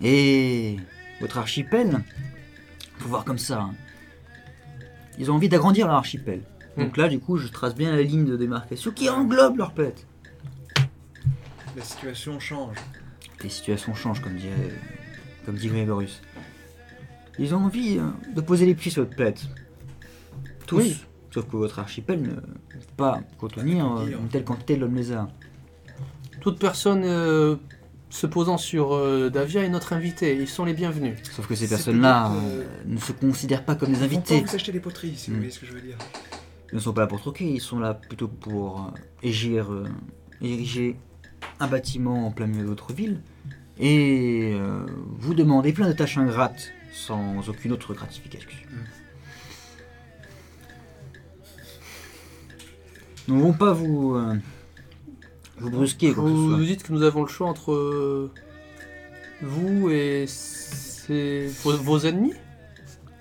[SPEAKER 4] Et votre archipel, faut voir comme ça, hein, ils ont envie d'agrandir leur archipel. Donc là, du coup, je trace bien la ligne de démarcation qui englobe leur planète.
[SPEAKER 2] La situation change.
[SPEAKER 4] Les situations changent, comme dit, comme dit Grégorus. Ils ont envie euh, de poser les pieds sur votre planète. Tous.
[SPEAKER 3] Oui.
[SPEAKER 4] Sauf que votre archipel ne peut pas contenir euh, une telle quantité de l'homme lézard.
[SPEAKER 3] Toute personne euh, se posant sur euh, Davia est notre invité. Ils sont les bienvenus.
[SPEAKER 4] Sauf que ces
[SPEAKER 2] C'est
[SPEAKER 4] personnes-là
[SPEAKER 2] peut-être, euh,
[SPEAKER 4] euh, ne se considèrent pas comme des
[SPEAKER 2] On peut
[SPEAKER 4] invités.
[SPEAKER 2] vous acheter des poteries, si vous
[SPEAKER 4] Mm.
[SPEAKER 2] voyez ce que je veux dire.
[SPEAKER 4] Ils ne sont pas là pour troquer, ils sont là plutôt pour euh, égir, euh, ériger un bâtiment en plein milieu de votre ville et euh, vous demander plein de tâches ingrates sans aucune autre gratification. Nous ne voulons pas vous, euh, vous brusquer, quoi que ce
[SPEAKER 3] Vous
[SPEAKER 4] soit.
[SPEAKER 3] nous dites que nous avons le choix entre euh, vous et ces- vos, vos ennemis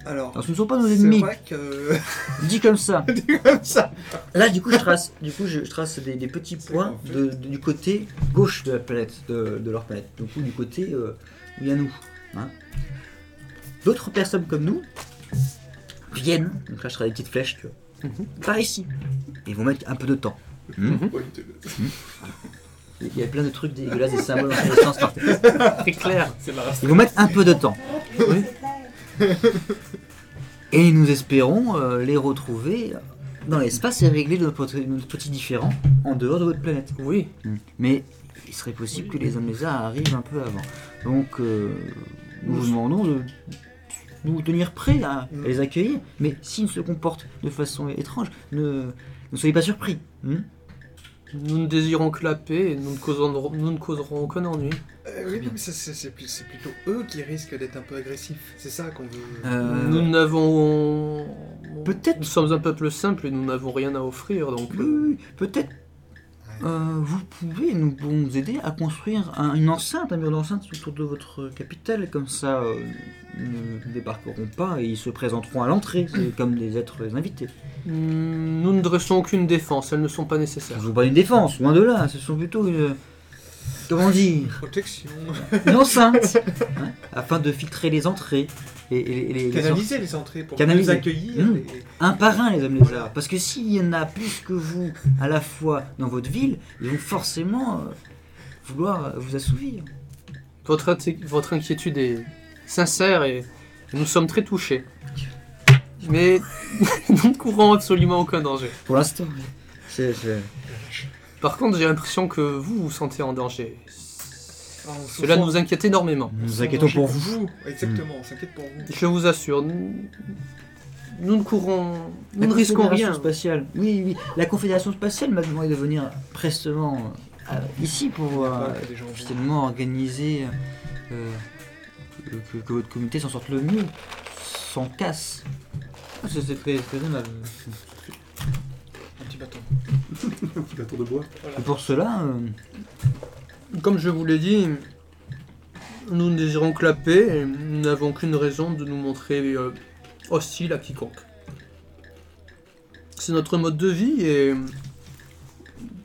[SPEAKER 2] Alors,
[SPEAKER 4] Alors, ce ne sont pas nos
[SPEAKER 2] c'est
[SPEAKER 4] ennemis,
[SPEAKER 2] vrai que.
[SPEAKER 4] dit comme ça.
[SPEAKER 2] Comme ça.
[SPEAKER 4] Là, du coup, je trace, du coup, je, je trace des, des petits
[SPEAKER 2] C'est
[SPEAKER 4] points
[SPEAKER 2] en fait-
[SPEAKER 4] de- de- du côté gauche de la planète, de, de leur planète. Du coup, du côté euh, où il y a nous. hein. D'autres personnes comme nous viennent, donc là, je trace des petites flèches, tu vois,
[SPEAKER 3] Mhm.
[SPEAKER 4] par ici. Et ils vont mettre un peu de temps.
[SPEAKER 3] Hum?
[SPEAKER 4] Il y a plein de trucs dégueulasses, des symboles dans tous les sens par terre.
[SPEAKER 3] Très clair.
[SPEAKER 6] C'est la race.
[SPEAKER 4] Ils vont mettre un peu de temps. Et nous espérons euh, les retrouver dans l'espace et régler notre, petit- notre petit différend en dehors de votre planète.
[SPEAKER 3] Oui.
[SPEAKER 4] Mm. Mais il serait possible que les hommes lézards arrivent un peu avant. Donc, euh, nous vous demandons de nous tenir prêts à
[SPEAKER 2] Mm.
[SPEAKER 4] les accueillir. Mais s'ils se comportent de façon étrange, ne, ne soyez pas surpris. hein.
[SPEAKER 3] Nous ne désirons que la paix et nous ne causerons, nous ne causerons aucun ennui.
[SPEAKER 2] Euh, oui, non, mais ça, c'est c'est plus- c'est plutôt eux qui risquent d'être un peu agressifs. C'est ça qu'on veut.
[SPEAKER 4] Euh,
[SPEAKER 3] Nous n'avons.
[SPEAKER 4] Peut-être-
[SPEAKER 3] Nous sommes un peuple simple et nous n'avons rien à offrir, donc. euh,
[SPEAKER 4] oui, oui, oui. euh, peut-être
[SPEAKER 2] Ah,
[SPEAKER 4] Euh, vous pouvez nous, nous aider à construire un- une enceinte, un mur d'enceinte autour de votre capitale, comme ça euh, ils ne débarqueront pas et ils se présenteront à l'entrée, c'est comme des êtres invités.
[SPEAKER 3] Hmm, Nous ne dressons aucune défense, elles ne sont pas
[SPEAKER 4] Ce ne
[SPEAKER 3] nécessaires.
[SPEAKER 4] sont pas une défense, loin de là, hein, ce sont plutôt une... Comment dire
[SPEAKER 2] Protection.
[SPEAKER 4] Une enceinte hein, Afin de filtrer les entrées et, et- et les- les sorties.
[SPEAKER 2] Canaliser les entrées pour
[SPEAKER 4] Canaliser.
[SPEAKER 2] les accueillir.
[SPEAKER 4] Mmh.
[SPEAKER 2] et-
[SPEAKER 4] un par un les hommes lézards. Parce que s'il y en a plus que vous à la fois dans votre ville, ils vont forcément euh, vouloir euh, vous assouvir.
[SPEAKER 3] Votre, inti- votre inquiétude est sincère et nous sommes très touchés. Mais nous ne courons absolument aucun danger.
[SPEAKER 4] Pour l'instant. C'est c'est-
[SPEAKER 3] Par contre, j'ai l'impression que vous vous sentez en danger.
[SPEAKER 2] Ah, on se
[SPEAKER 3] Cela
[SPEAKER 2] sent-
[SPEAKER 3] nous inquiète énormément.
[SPEAKER 4] Nous nous
[SPEAKER 2] on
[SPEAKER 4] inquiétons
[SPEAKER 2] s'en
[SPEAKER 4] pour
[SPEAKER 2] inquiète
[SPEAKER 4] vous. Mmh.
[SPEAKER 2] Exactement, on s'inquiète pour vous.
[SPEAKER 3] Je vous assure, nous, nous ne courons, nous ne
[SPEAKER 4] La
[SPEAKER 3] risquons
[SPEAKER 4] Confédération
[SPEAKER 3] rien.
[SPEAKER 4] Spatiale. Oui, oui. La Confédération spatiale m'a demandé de venir prestement euh, ici pour euh,
[SPEAKER 2] Pas que des gens vont-
[SPEAKER 4] finalement organiser euh, que, que votre comité s'en sorte le mieux, sans casse. Ah, c'est- C'est très, très aimable.
[SPEAKER 2] Un petit bâton.
[SPEAKER 5] Un petit bâton de bois.
[SPEAKER 4] Et pour cela, euh,
[SPEAKER 3] Comme je vous l'ai dit, nous ne désirons que la paix et nous n'avons qu'une raison de nous montrer euh, hostiles à quiconque. C'est notre mode de vie et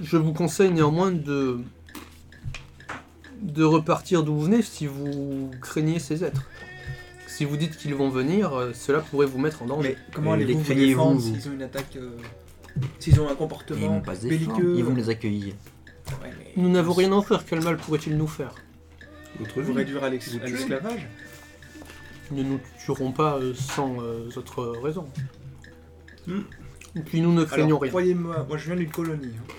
[SPEAKER 3] je vous conseille néanmoins de, de repartir d'où vous venez si vous craignez ces êtres. Si vous dites qu'ils vont venir, euh, cela pourrait vous mettre en danger.
[SPEAKER 2] Mais comment
[SPEAKER 4] les
[SPEAKER 2] allez-vous vous
[SPEAKER 4] craignez-vous,
[SPEAKER 2] défendre
[SPEAKER 4] vous
[SPEAKER 2] s'ils ont une attaque. euh, S'ils ont un
[SPEAKER 4] ils vont
[SPEAKER 2] comportement
[SPEAKER 4] pas se défendre,
[SPEAKER 2] belliqueux
[SPEAKER 4] ils vont les accueillir.
[SPEAKER 2] Ouais, mais
[SPEAKER 3] Nous n'avons rien à offrir, quel mal pourrait-il nous faire
[SPEAKER 5] Votre
[SPEAKER 2] Vous
[SPEAKER 5] vie.
[SPEAKER 2] réduire à l'ex-
[SPEAKER 5] Vous
[SPEAKER 2] à
[SPEAKER 5] tuez.
[SPEAKER 2] l'esclavage
[SPEAKER 3] Ils ne nous tueront pas euh, sans euh, autre raison.
[SPEAKER 5] Hmm.
[SPEAKER 3] Et puis nous ne craignons
[SPEAKER 2] Alors,
[SPEAKER 3] rien.
[SPEAKER 2] croyez-moi, moi je viens d'une colonie. hein.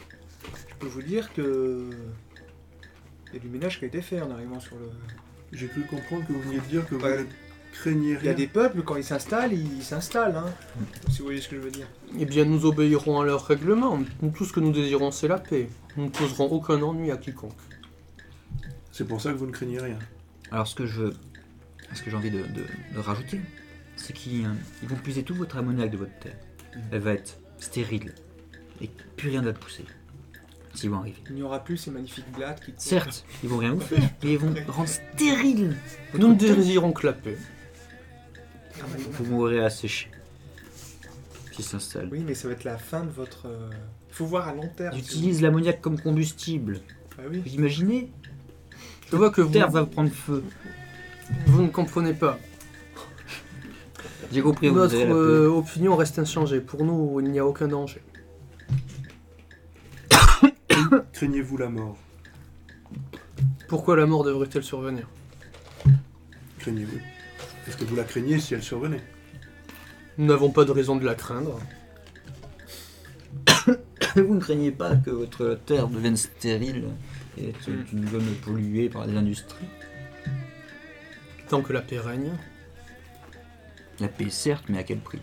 [SPEAKER 2] Je peux vous dire que. Il y a du ménage qui a été fait en arrivant sur le.
[SPEAKER 5] J'ai cru comprendre que vous veniez de dire que vous
[SPEAKER 2] Ouais.
[SPEAKER 5] ne craignez
[SPEAKER 2] Il y a
[SPEAKER 5] rien.
[SPEAKER 2] des peuples, quand ils s'installent, ils s'installent. Hein. Si vous voyez ce que je veux dire.
[SPEAKER 3] Eh bien, nous obéirons à leurs règlements. Nous, tout ce que nous désirons, c'est la paix. Nous ne causerons aucun ennui à quiconque.
[SPEAKER 5] C'est pour ça que vous ne craignez rien.
[SPEAKER 4] Alors ce que je ce que j'ai envie de, de- de rajouter, c'est qu'ils euh, ils vont puiser tout votre ammoniaque de votre terre.
[SPEAKER 2] Mm.
[SPEAKER 4] Elle va être stérile et plus rien ne va pousser. S'ils vont arriver.
[SPEAKER 2] Il n'y aura plus ces magnifiques blattes qui.
[SPEAKER 4] Certes, ils vont rien vous faire, mais ils vont rendre stérile.
[SPEAKER 3] Nous ne
[SPEAKER 4] votre terre.
[SPEAKER 3] désirons que la paix.
[SPEAKER 2] Ah, mais non.
[SPEAKER 4] Vous mourrez asséché. Qui s'installe.
[SPEAKER 2] Oui, mais ça va être la fin de votre. euh, Il faut voir à long terme.
[SPEAKER 4] Ils utilisent l'ammoniaque comme combustible.
[SPEAKER 2] Ah oui.
[SPEAKER 4] Vous imaginez
[SPEAKER 3] Je vois que
[SPEAKER 4] La
[SPEAKER 3] vous,
[SPEAKER 4] terre va prendre feu.
[SPEAKER 3] vous ne comprenez pas.
[SPEAKER 4] J'ai compris, vous
[SPEAKER 3] Notre
[SPEAKER 4] avez la peur.
[SPEAKER 3] euh, opinion reste inchangée. Pour nous, il n'y a aucun danger.
[SPEAKER 5] Craignez-vous la mort
[SPEAKER 3] Pourquoi la mort devrait-elle survenir
[SPEAKER 5] Craignez-vous Est-ce que vous la craignez si elle survenait
[SPEAKER 3] Nous n'avons pas de raison de la craindre.
[SPEAKER 4] Vous ne craignez pas que votre terre devienne stérile et est une zone polluée par les industries
[SPEAKER 3] Tant que la paix règne.
[SPEAKER 4] La paix, certes, mais à quel prix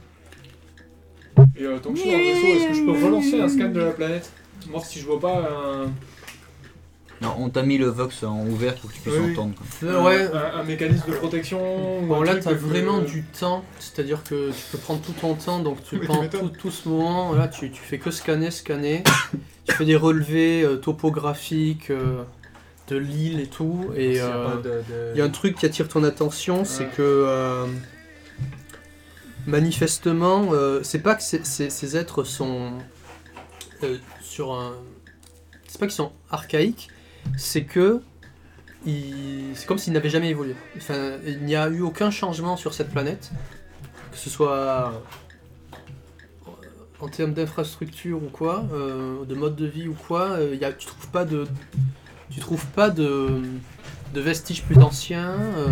[SPEAKER 6] Et euh, tant que je suis dans le vaisseau, est-ce que je peux relancer un scan de la planète Voir si je vois pas un,
[SPEAKER 4] Non, on t'a mis le Vox en ouvert pour que tu puisses
[SPEAKER 6] Oui, oui.
[SPEAKER 4] entendre. quoi.
[SPEAKER 6] un-
[SPEAKER 3] Euh, ouais.
[SPEAKER 6] un, un mécanisme de protection. ou
[SPEAKER 3] Bon
[SPEAKER 6] un
[SPEAKER 3] là
[SPEAKER 6] truc
[SPEAKER 3] t'as
[SPEAKER 6] que-
[SPEAKER 3] vraiment du temps, c'est-à-dire que tu peux prendre tout ton temps, donc tu
[SPEAKER 2] Mais
[SPEAKER 3] prends
[SPEAKER 2] tu
[SPEAKER 3] tout,
[SPEAKER 2] m'étonnes.
[SPEAKER 3] tout ce moment, là tu, tu fais que scanner, scanner, tu fais des relevés euh, topographiques euh, de l'île et tout,
[SPEAKER 2] S'il y
[SPEAKER 3] et euh, il
[SPEAKER 2] a Ah, pas de- de-
[SPEAKER 3] y a un truc qui attire ton attention, c'est
[SPEAKER 6] Ouais.
[SPEAKER 3] que euh, manifestement, euh, c'est pas que ces- ces- ces êtres sont euh, sur un... C'est pas qu'ils sont archaïques, c'est que ils- c'est comme s'ils n'avaient jamais évolué. Enfin, il n'y a eu aucun changement sur cette planète, que ce soit euh, en termes d'infrastructure ou quoi, euh, de mode de vie ou quoi. euh, il y a- tu trouves pas de, tu trouves pas de, de vestiges plus anciens. euh,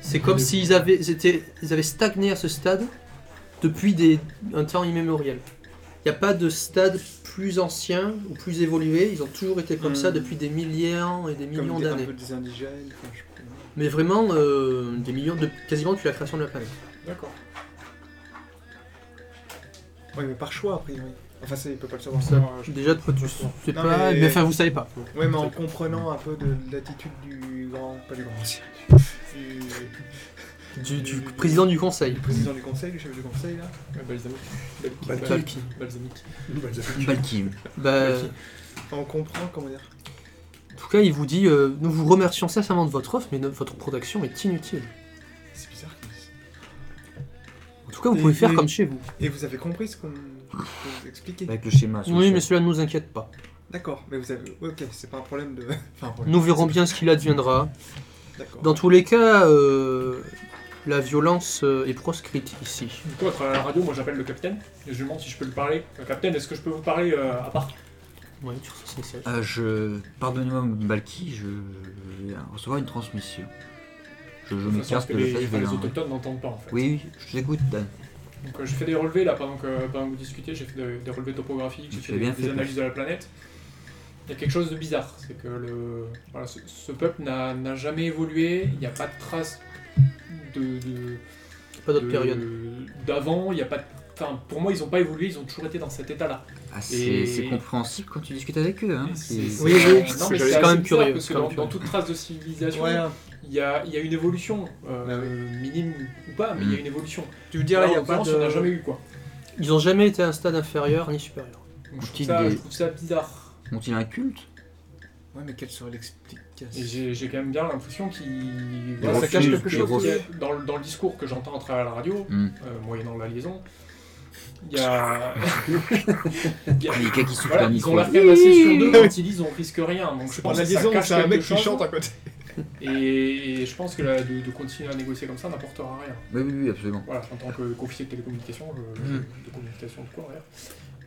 [SPEAKER 3] c'est comme s'ils avaient, ils étaient- ils avaient stagné à ce stade depuis des, un temps immémorial. Il n'y a pas de stade plus ancien ou plus évolué. Ils ont toujours été comme ça
[SPEAKER 2] Hmm.
[SPEAKER 3] depuis des milliers et des
[SPEAKER 2] Comme
[SPEAKER 3] millions
[SPEAKER 2] des- un
[SPEAKER 3] d'années.
[SPEAKER 2] peu des indigènes. enfin, je sais pas.
[SPEAKER 3] Mais vraiment, euh, des millions de quasiment depuis la création de la planète.
[SPEAKER 6] D'accord.
[SPEAKER 2] Oui, mais par choix, a priori. Enfin, ça, il peut pas le savoir.
[SPEAKER 3] Ça-
[SPEAKER 2] Euh, je-
[SPEAKER 3] Déjà, toi, tu sais
[SPEAKER 2] Non,
[SPEAKER 3] pas,
[SPEAKER 2] mais-
[SPEAKER 3] mais enfin, vous savez pas.
[SPEAKER 2] Ouais, mais en comprenant un peu de l'attitude du grand. Pas du grand ancien. Du,
[SPEAKER 3] Du, du président du conseil.
[SPEAKER 2] du président du conseil, du chef du conseil, là.
[SPEAKER 6] euh, Ouais, Ah, balsamique.
[SPEAKER 5] Balsamique.
[SPEAKER 6] Balsamique. Balsamique.
[SPEAKER 5] Bah, ça fait-
[SPEAKER 4] Balkim.
[SPEAKER 3] Bah,
[SPEAKER 6] Ok.
[SPEAKER 2] Enfin, on comprend, comment dire.
[SPEAKER 3] En tout cas, il vous dit euh, Nous vous remercions sincèrement de votre offre, mais no- votre production est inutile.
[SPEAKER 2] C'est bizarre. comme ça.
[SPEAKER 3] En tout cas, vous
[SPEAKER 2] Et-
[SPEAKER 3] pouvez faire
[SPEAKER 2] et-
[SPEAKER 3] comme chez vous.
[SPEAKER 2] Et vous avez compris ce qu'on vous expliquait
[SPEAKER 4] Avec le schéma. sous
[SPEAKER 3] Oui,
[SPEAKER 4] le
[SPEAKER 3] mais
[SPEAKER 4] chef.
[SPEAKER 3] cela ne nous inquiète pas.
[SPEAKER 2] D'accord, mais vous avez. Ok, c'est pas un problème de. Enfin, un problème.
[SPEAKER 3] Nous verrons bien ce qu'il adviendra.
[SPEAKER 2] D'accord.
[SPEAKER 3] Dans tous les cas, euh, la violence euh, est proscrite ici.
[SPEAKER 6] Du coup, à travers la radio, moi j'appelle le capitaine et je lui demande si je peux lui parler. Euh, capitaine, est-ce que je peux vous parler euh, à part
[SPEAKER 3] Ouais, tu reçois ce message.
[SPEAKER 4] Euh, je. Pardonnez-moi, Balki, je vais recevoir une transmission. Je, je
[SPEAKER 6] De toute façon,
[SPEAKER 4] m'écarte
[SPEAKER 6] parce que
[SPEAKER 4] de la
[SPEAKER 6] les,
[SPEAKER 4] fête
[SPEAKER 6] enfin, les
[SPEAKER 3] hein.
[SPEAKER 4] violente.
[SPEAKER 6] autochtones n'entendent pas en fait.
[SPEAKER 4] Oui, oui, je t'écoute, Dan.
[SPEAKER 6] Donc euh, j'ai fait des relevés là pendant que, pendant que vous discutiez, j'ai fait des, des relevés topographiques, j'ai
[SPEAKER 4] Tu
[SPEAKER 6] fait
[SPEAKER 4] as
[SPEAKER 6] des,
[SPEAKER 4] bien
[SPEAKER 6] des
[SPEAKER 4] fait,
[SPEAKER 6] analyses de la planète. Il y a quelque chose de bizarre, c'est que le, voilà, ce, ce peuple n'a n'a jamais évolué, il n'y a pas de traces de, de-
[SPEAKER 3] Pas d'autre
[SPEAKER 2] Euh,
[SPEAKER 6] de-
[SPEAKER 3] période.
[SPEAKER 6] d'avant, il n'y a pas de- Enfin, pour moi, ils n'ont pas évolué, ils ont toujours été dans cet état-là.
[SPEAKER 4] Ah, c'est
[SPEAKER 6] Et-
[SPEAKER 4] c'est compréhensible quand tu discutes avec eux. Hein.
[SPEAKER 6] Et c'est-
[SPEAKER 4] c'est-
[SPEAKER 6] c'est-
[SPEAKER 3] Oui, oui,
[SPEAKER 6] non, mais
[SPEAKER 3] c'est-
[SPEAKER 6] c'est
[SPEAKER 3] j'allais-
[SPEAKER 6] assez
[SPEAKER 3] quand même
[SPEAKER 6] bizarre,
[SPEAKER 3] curieux,
[SPEAKER 6] Parce que
[SPEAKER 3] quand
[SPEAKER 6] dans,
[SPEAKER 3] même
[SPEAKER 6] dans
[SPEAKER 3] curieux.
[SPEAKER 6] toute trace de civilisation,
[SPEAKER 2] Ouais,
[SPEAKER 6] il y, a, il y a une évolution, euh,
[SPEAKER 2] Bah
[SPEAKER 6] minime ou pas, mais
[SPEAKER 4] Mm.
[SPEAKER 6] il y a une évolution.
[SPEAKER 2] tu veux dire là, il n'y a
[SPEAKER 6] en
[SPEAKER 2] pas
[SPEAKER 6] France, on n'a jamais
[SPEAKER 2] de.
[SPEAKER 6] eu quoi.
[SPEAKER 3] Ils ont jamais été à un stade inférieur ni supérieur.
[SPEAKER 6] Donc, je, trouve
[SPEAKER 4] Ont-ils
[SPEAKER 6] ça,
[SPEAKER 4] des-
[SPEAKER 6] je trouve ça bizarre.
[SPEAKER 4] Ont-ils un culte
[SPEAKER 2] Ouais, mais quelle serait
[SPEAKER 6] Et
[SPEAKER 2] l'explication
[SPEAKER 6] j'ai j'ai quand même bien l'impression qu'il.
[SPEAKER 4] refuse,
[SPEAKER 6] ça cache quelque
[SPEAKER 4] il
[SPEAKER 6] chose.
[SPEAKER 4] refuse.
[SPEAKER 6] qu'il y a Dans, le- dans le discours que j'entends à travers la radio,
[SPEAKER 4] Hmm.
[SPEAKER 6] euh, moyennant la liaison, il y a. il y a-
[SPEAKER 4] Ah, Il y a quelqu'un qui souffle
[SPEAKER 6] voilà,
[SPEAKER 4] un
[SPEAKER 6] ils
[SPEAKER 4] micro.
[SPEAKER 6] ont la ferme assez sur deux, quand ils disent on risque rien. Donc je pense
[SPEAKER 2] la
[SPEAKER 6] que ça
[SPEAKER 2] liaison,
[SPEAKER 6] cache
[SPEAKER 2] c'est un
[SPEAKER 6] quelque
[SPEAKER 2] mec qui
[SPEAKER 6] chose,
[SPEAKER 2] chante à côté.
[SPEAKER 6] Et, et je pense que là, de, de continuer à négocier comme ça n'apportera rien.
[SPEAKER 4] Oui, oui, oui, absolument.
[SPEAKER 6] Voilà, en tant que qu'officier de télécommunication, je- je-
[SPEAKER 4] Mm.
[SPEAKER 3] Mhm.
[SPEAKER 6] de communication de quoi, d'ailleurs,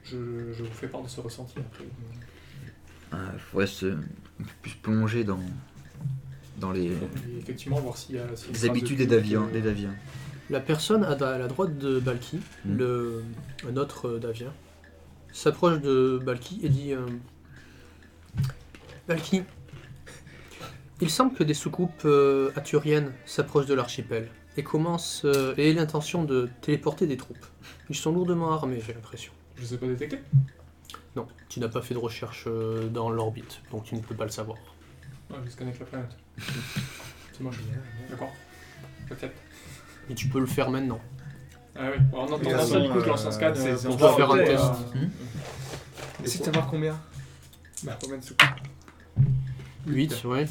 [SPEAKER 6] je, je vous fais part de ce ressenti après.
[SPEAKER 4] Il faudrait se un peu euh, plus plonger dans, dans les,
[SPEAKER 6] Et effectivement, voir s'il y a. s'il y a
[SPEAKER 4] les
[SPEAKER 6] une trace de
[SPEAKER 4] habitudes des
[SPEAKER 6] culte,
[SPEAKER 4] Daviens.
[SPEAKER 6] euh,
[SPEAKER 4] Des Daviens.
[SPEAKER 3] La personne à, da- à la droite de Balki,
[SPEAKER 4] Mm.
[SPEAKER 3] le, un autre euh, Davien, s'approche de Balki et dit euh, Balki, il semble que des soucoupes euh, aturiennes s'approchent de l'archipel et commencent euh, et aient l'intention de téléporter des troupes. Ils sont lourdement armés, j'ai l'impression.
[SPEAKER 6] Je sais pas détecter.
[SPEAKER 3] Non, tu n'as pas fait de recherche euh, dans l'orbite, donc tu ne peux pas le savoir.
[SPEAKER 6] Ouais, je disconnecte la planète. C'est
[SPEAKER 2] Ah,
[SPEAKER 6] moche. D'accord. Peut-être.
[SPEAKER 3] Mais tu peux le faire maintenant.
[SPEAKER 6] Ah oui, en
[SPEAKER 5] Et
[SPEAKER 6] entendant
[SPEAKER 5] elles
[SPEAKER 6] ça, du
[SPEAKER 5] sont,
[SPEAKER 6] coup, je lance un
[SPEAKER 5] euh,
[SPEAKER 6] scan
[SPEAKER 5] c'est-
[SPEAKER 6] euh,
[SPEAKER 5] c'est-
[SPEAKER 6] pour
[SPEAKER 3] on va
[SPEAKER 6] voir,
[SPEAKER 3] faire un
[SPEAKER 6] euh,
[SPEAKER 3] test.
[SPEAKER 2] Essaye Hmm. de savoir combien
[SPEAKER 6] Bah.
[SPEAKER 2] Combien de sous
[SPEAKER 3] 8, ouais.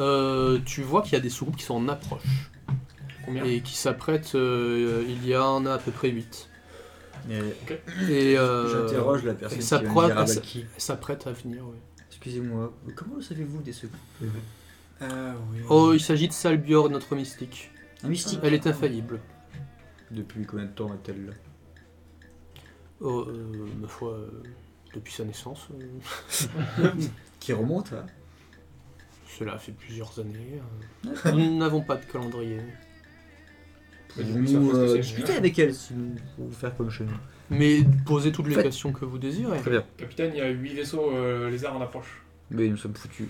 [SPEAKER 3] Euh, tu vois qu'il y a des soucoupes qui sont en approche.
[SPEAKER 6] Combien
[SPEAKER 3] et qui s'apprête, euh, il y en a à peu près 8.
[SPEAKER 6] Ok.
[SPEAKER 3] Et euh,
[SPEAKER 4] J'interroge la personne
[SPEAKER 3] et
[SPEAKER 4] qui
[SPEAKER 3] ça
[SPEAKER 4] vient de
[SPEAKER 3] croit-
[SPEAKER 4] dire à
[SPEAKER 3] ça-
[SPEAKER 4] Balki.
[SPEAKER 3] elle s'apprête à venir. oui.
[SPEAKER 4] Excusez-moi, comment le savez-vous des secours
[SPEAKER 2] Ah oui.
[SPEAKER 3] Oh, il s'agit de Salbior, notre mystique.
[SPEAKER 4] Un mystique.
[SPEAKER 3] Elle est infaillible.
[SPEAKER 4] Depuis combien de temps est-elle là
[SPEAKER 3] Oh, euh, ma foi, euh, depuis sa naissance, euh,
[SPEAKER 4] Qui remonte à
[SPEAKER 3] cela fait plusieurs années. euh. nous n'avons pas de calendrier.
[SPEAKER 6] Mais du coup, ça pose
[SPEAKER 4] Pouvons-nous
[SPEAKER 6] que
[SPEAKER 4] euh,
[SPEAKER 6] c'est-
[SPEAKER 4] discuter avec elle si nous pouvons faire comme chez nous
[SPEAKER 3] Mais posez toutes les
[SPEAKER 4] Faites.
[SPEAKER 3] questions que vous désirez.
[SPEAKER 4] Très bien.
[SPEAKER 6] Capitaine, il y a 8 vaisseaux euh, lézards en approche.
[SPEAKER 4] Mais nous sommes foutus.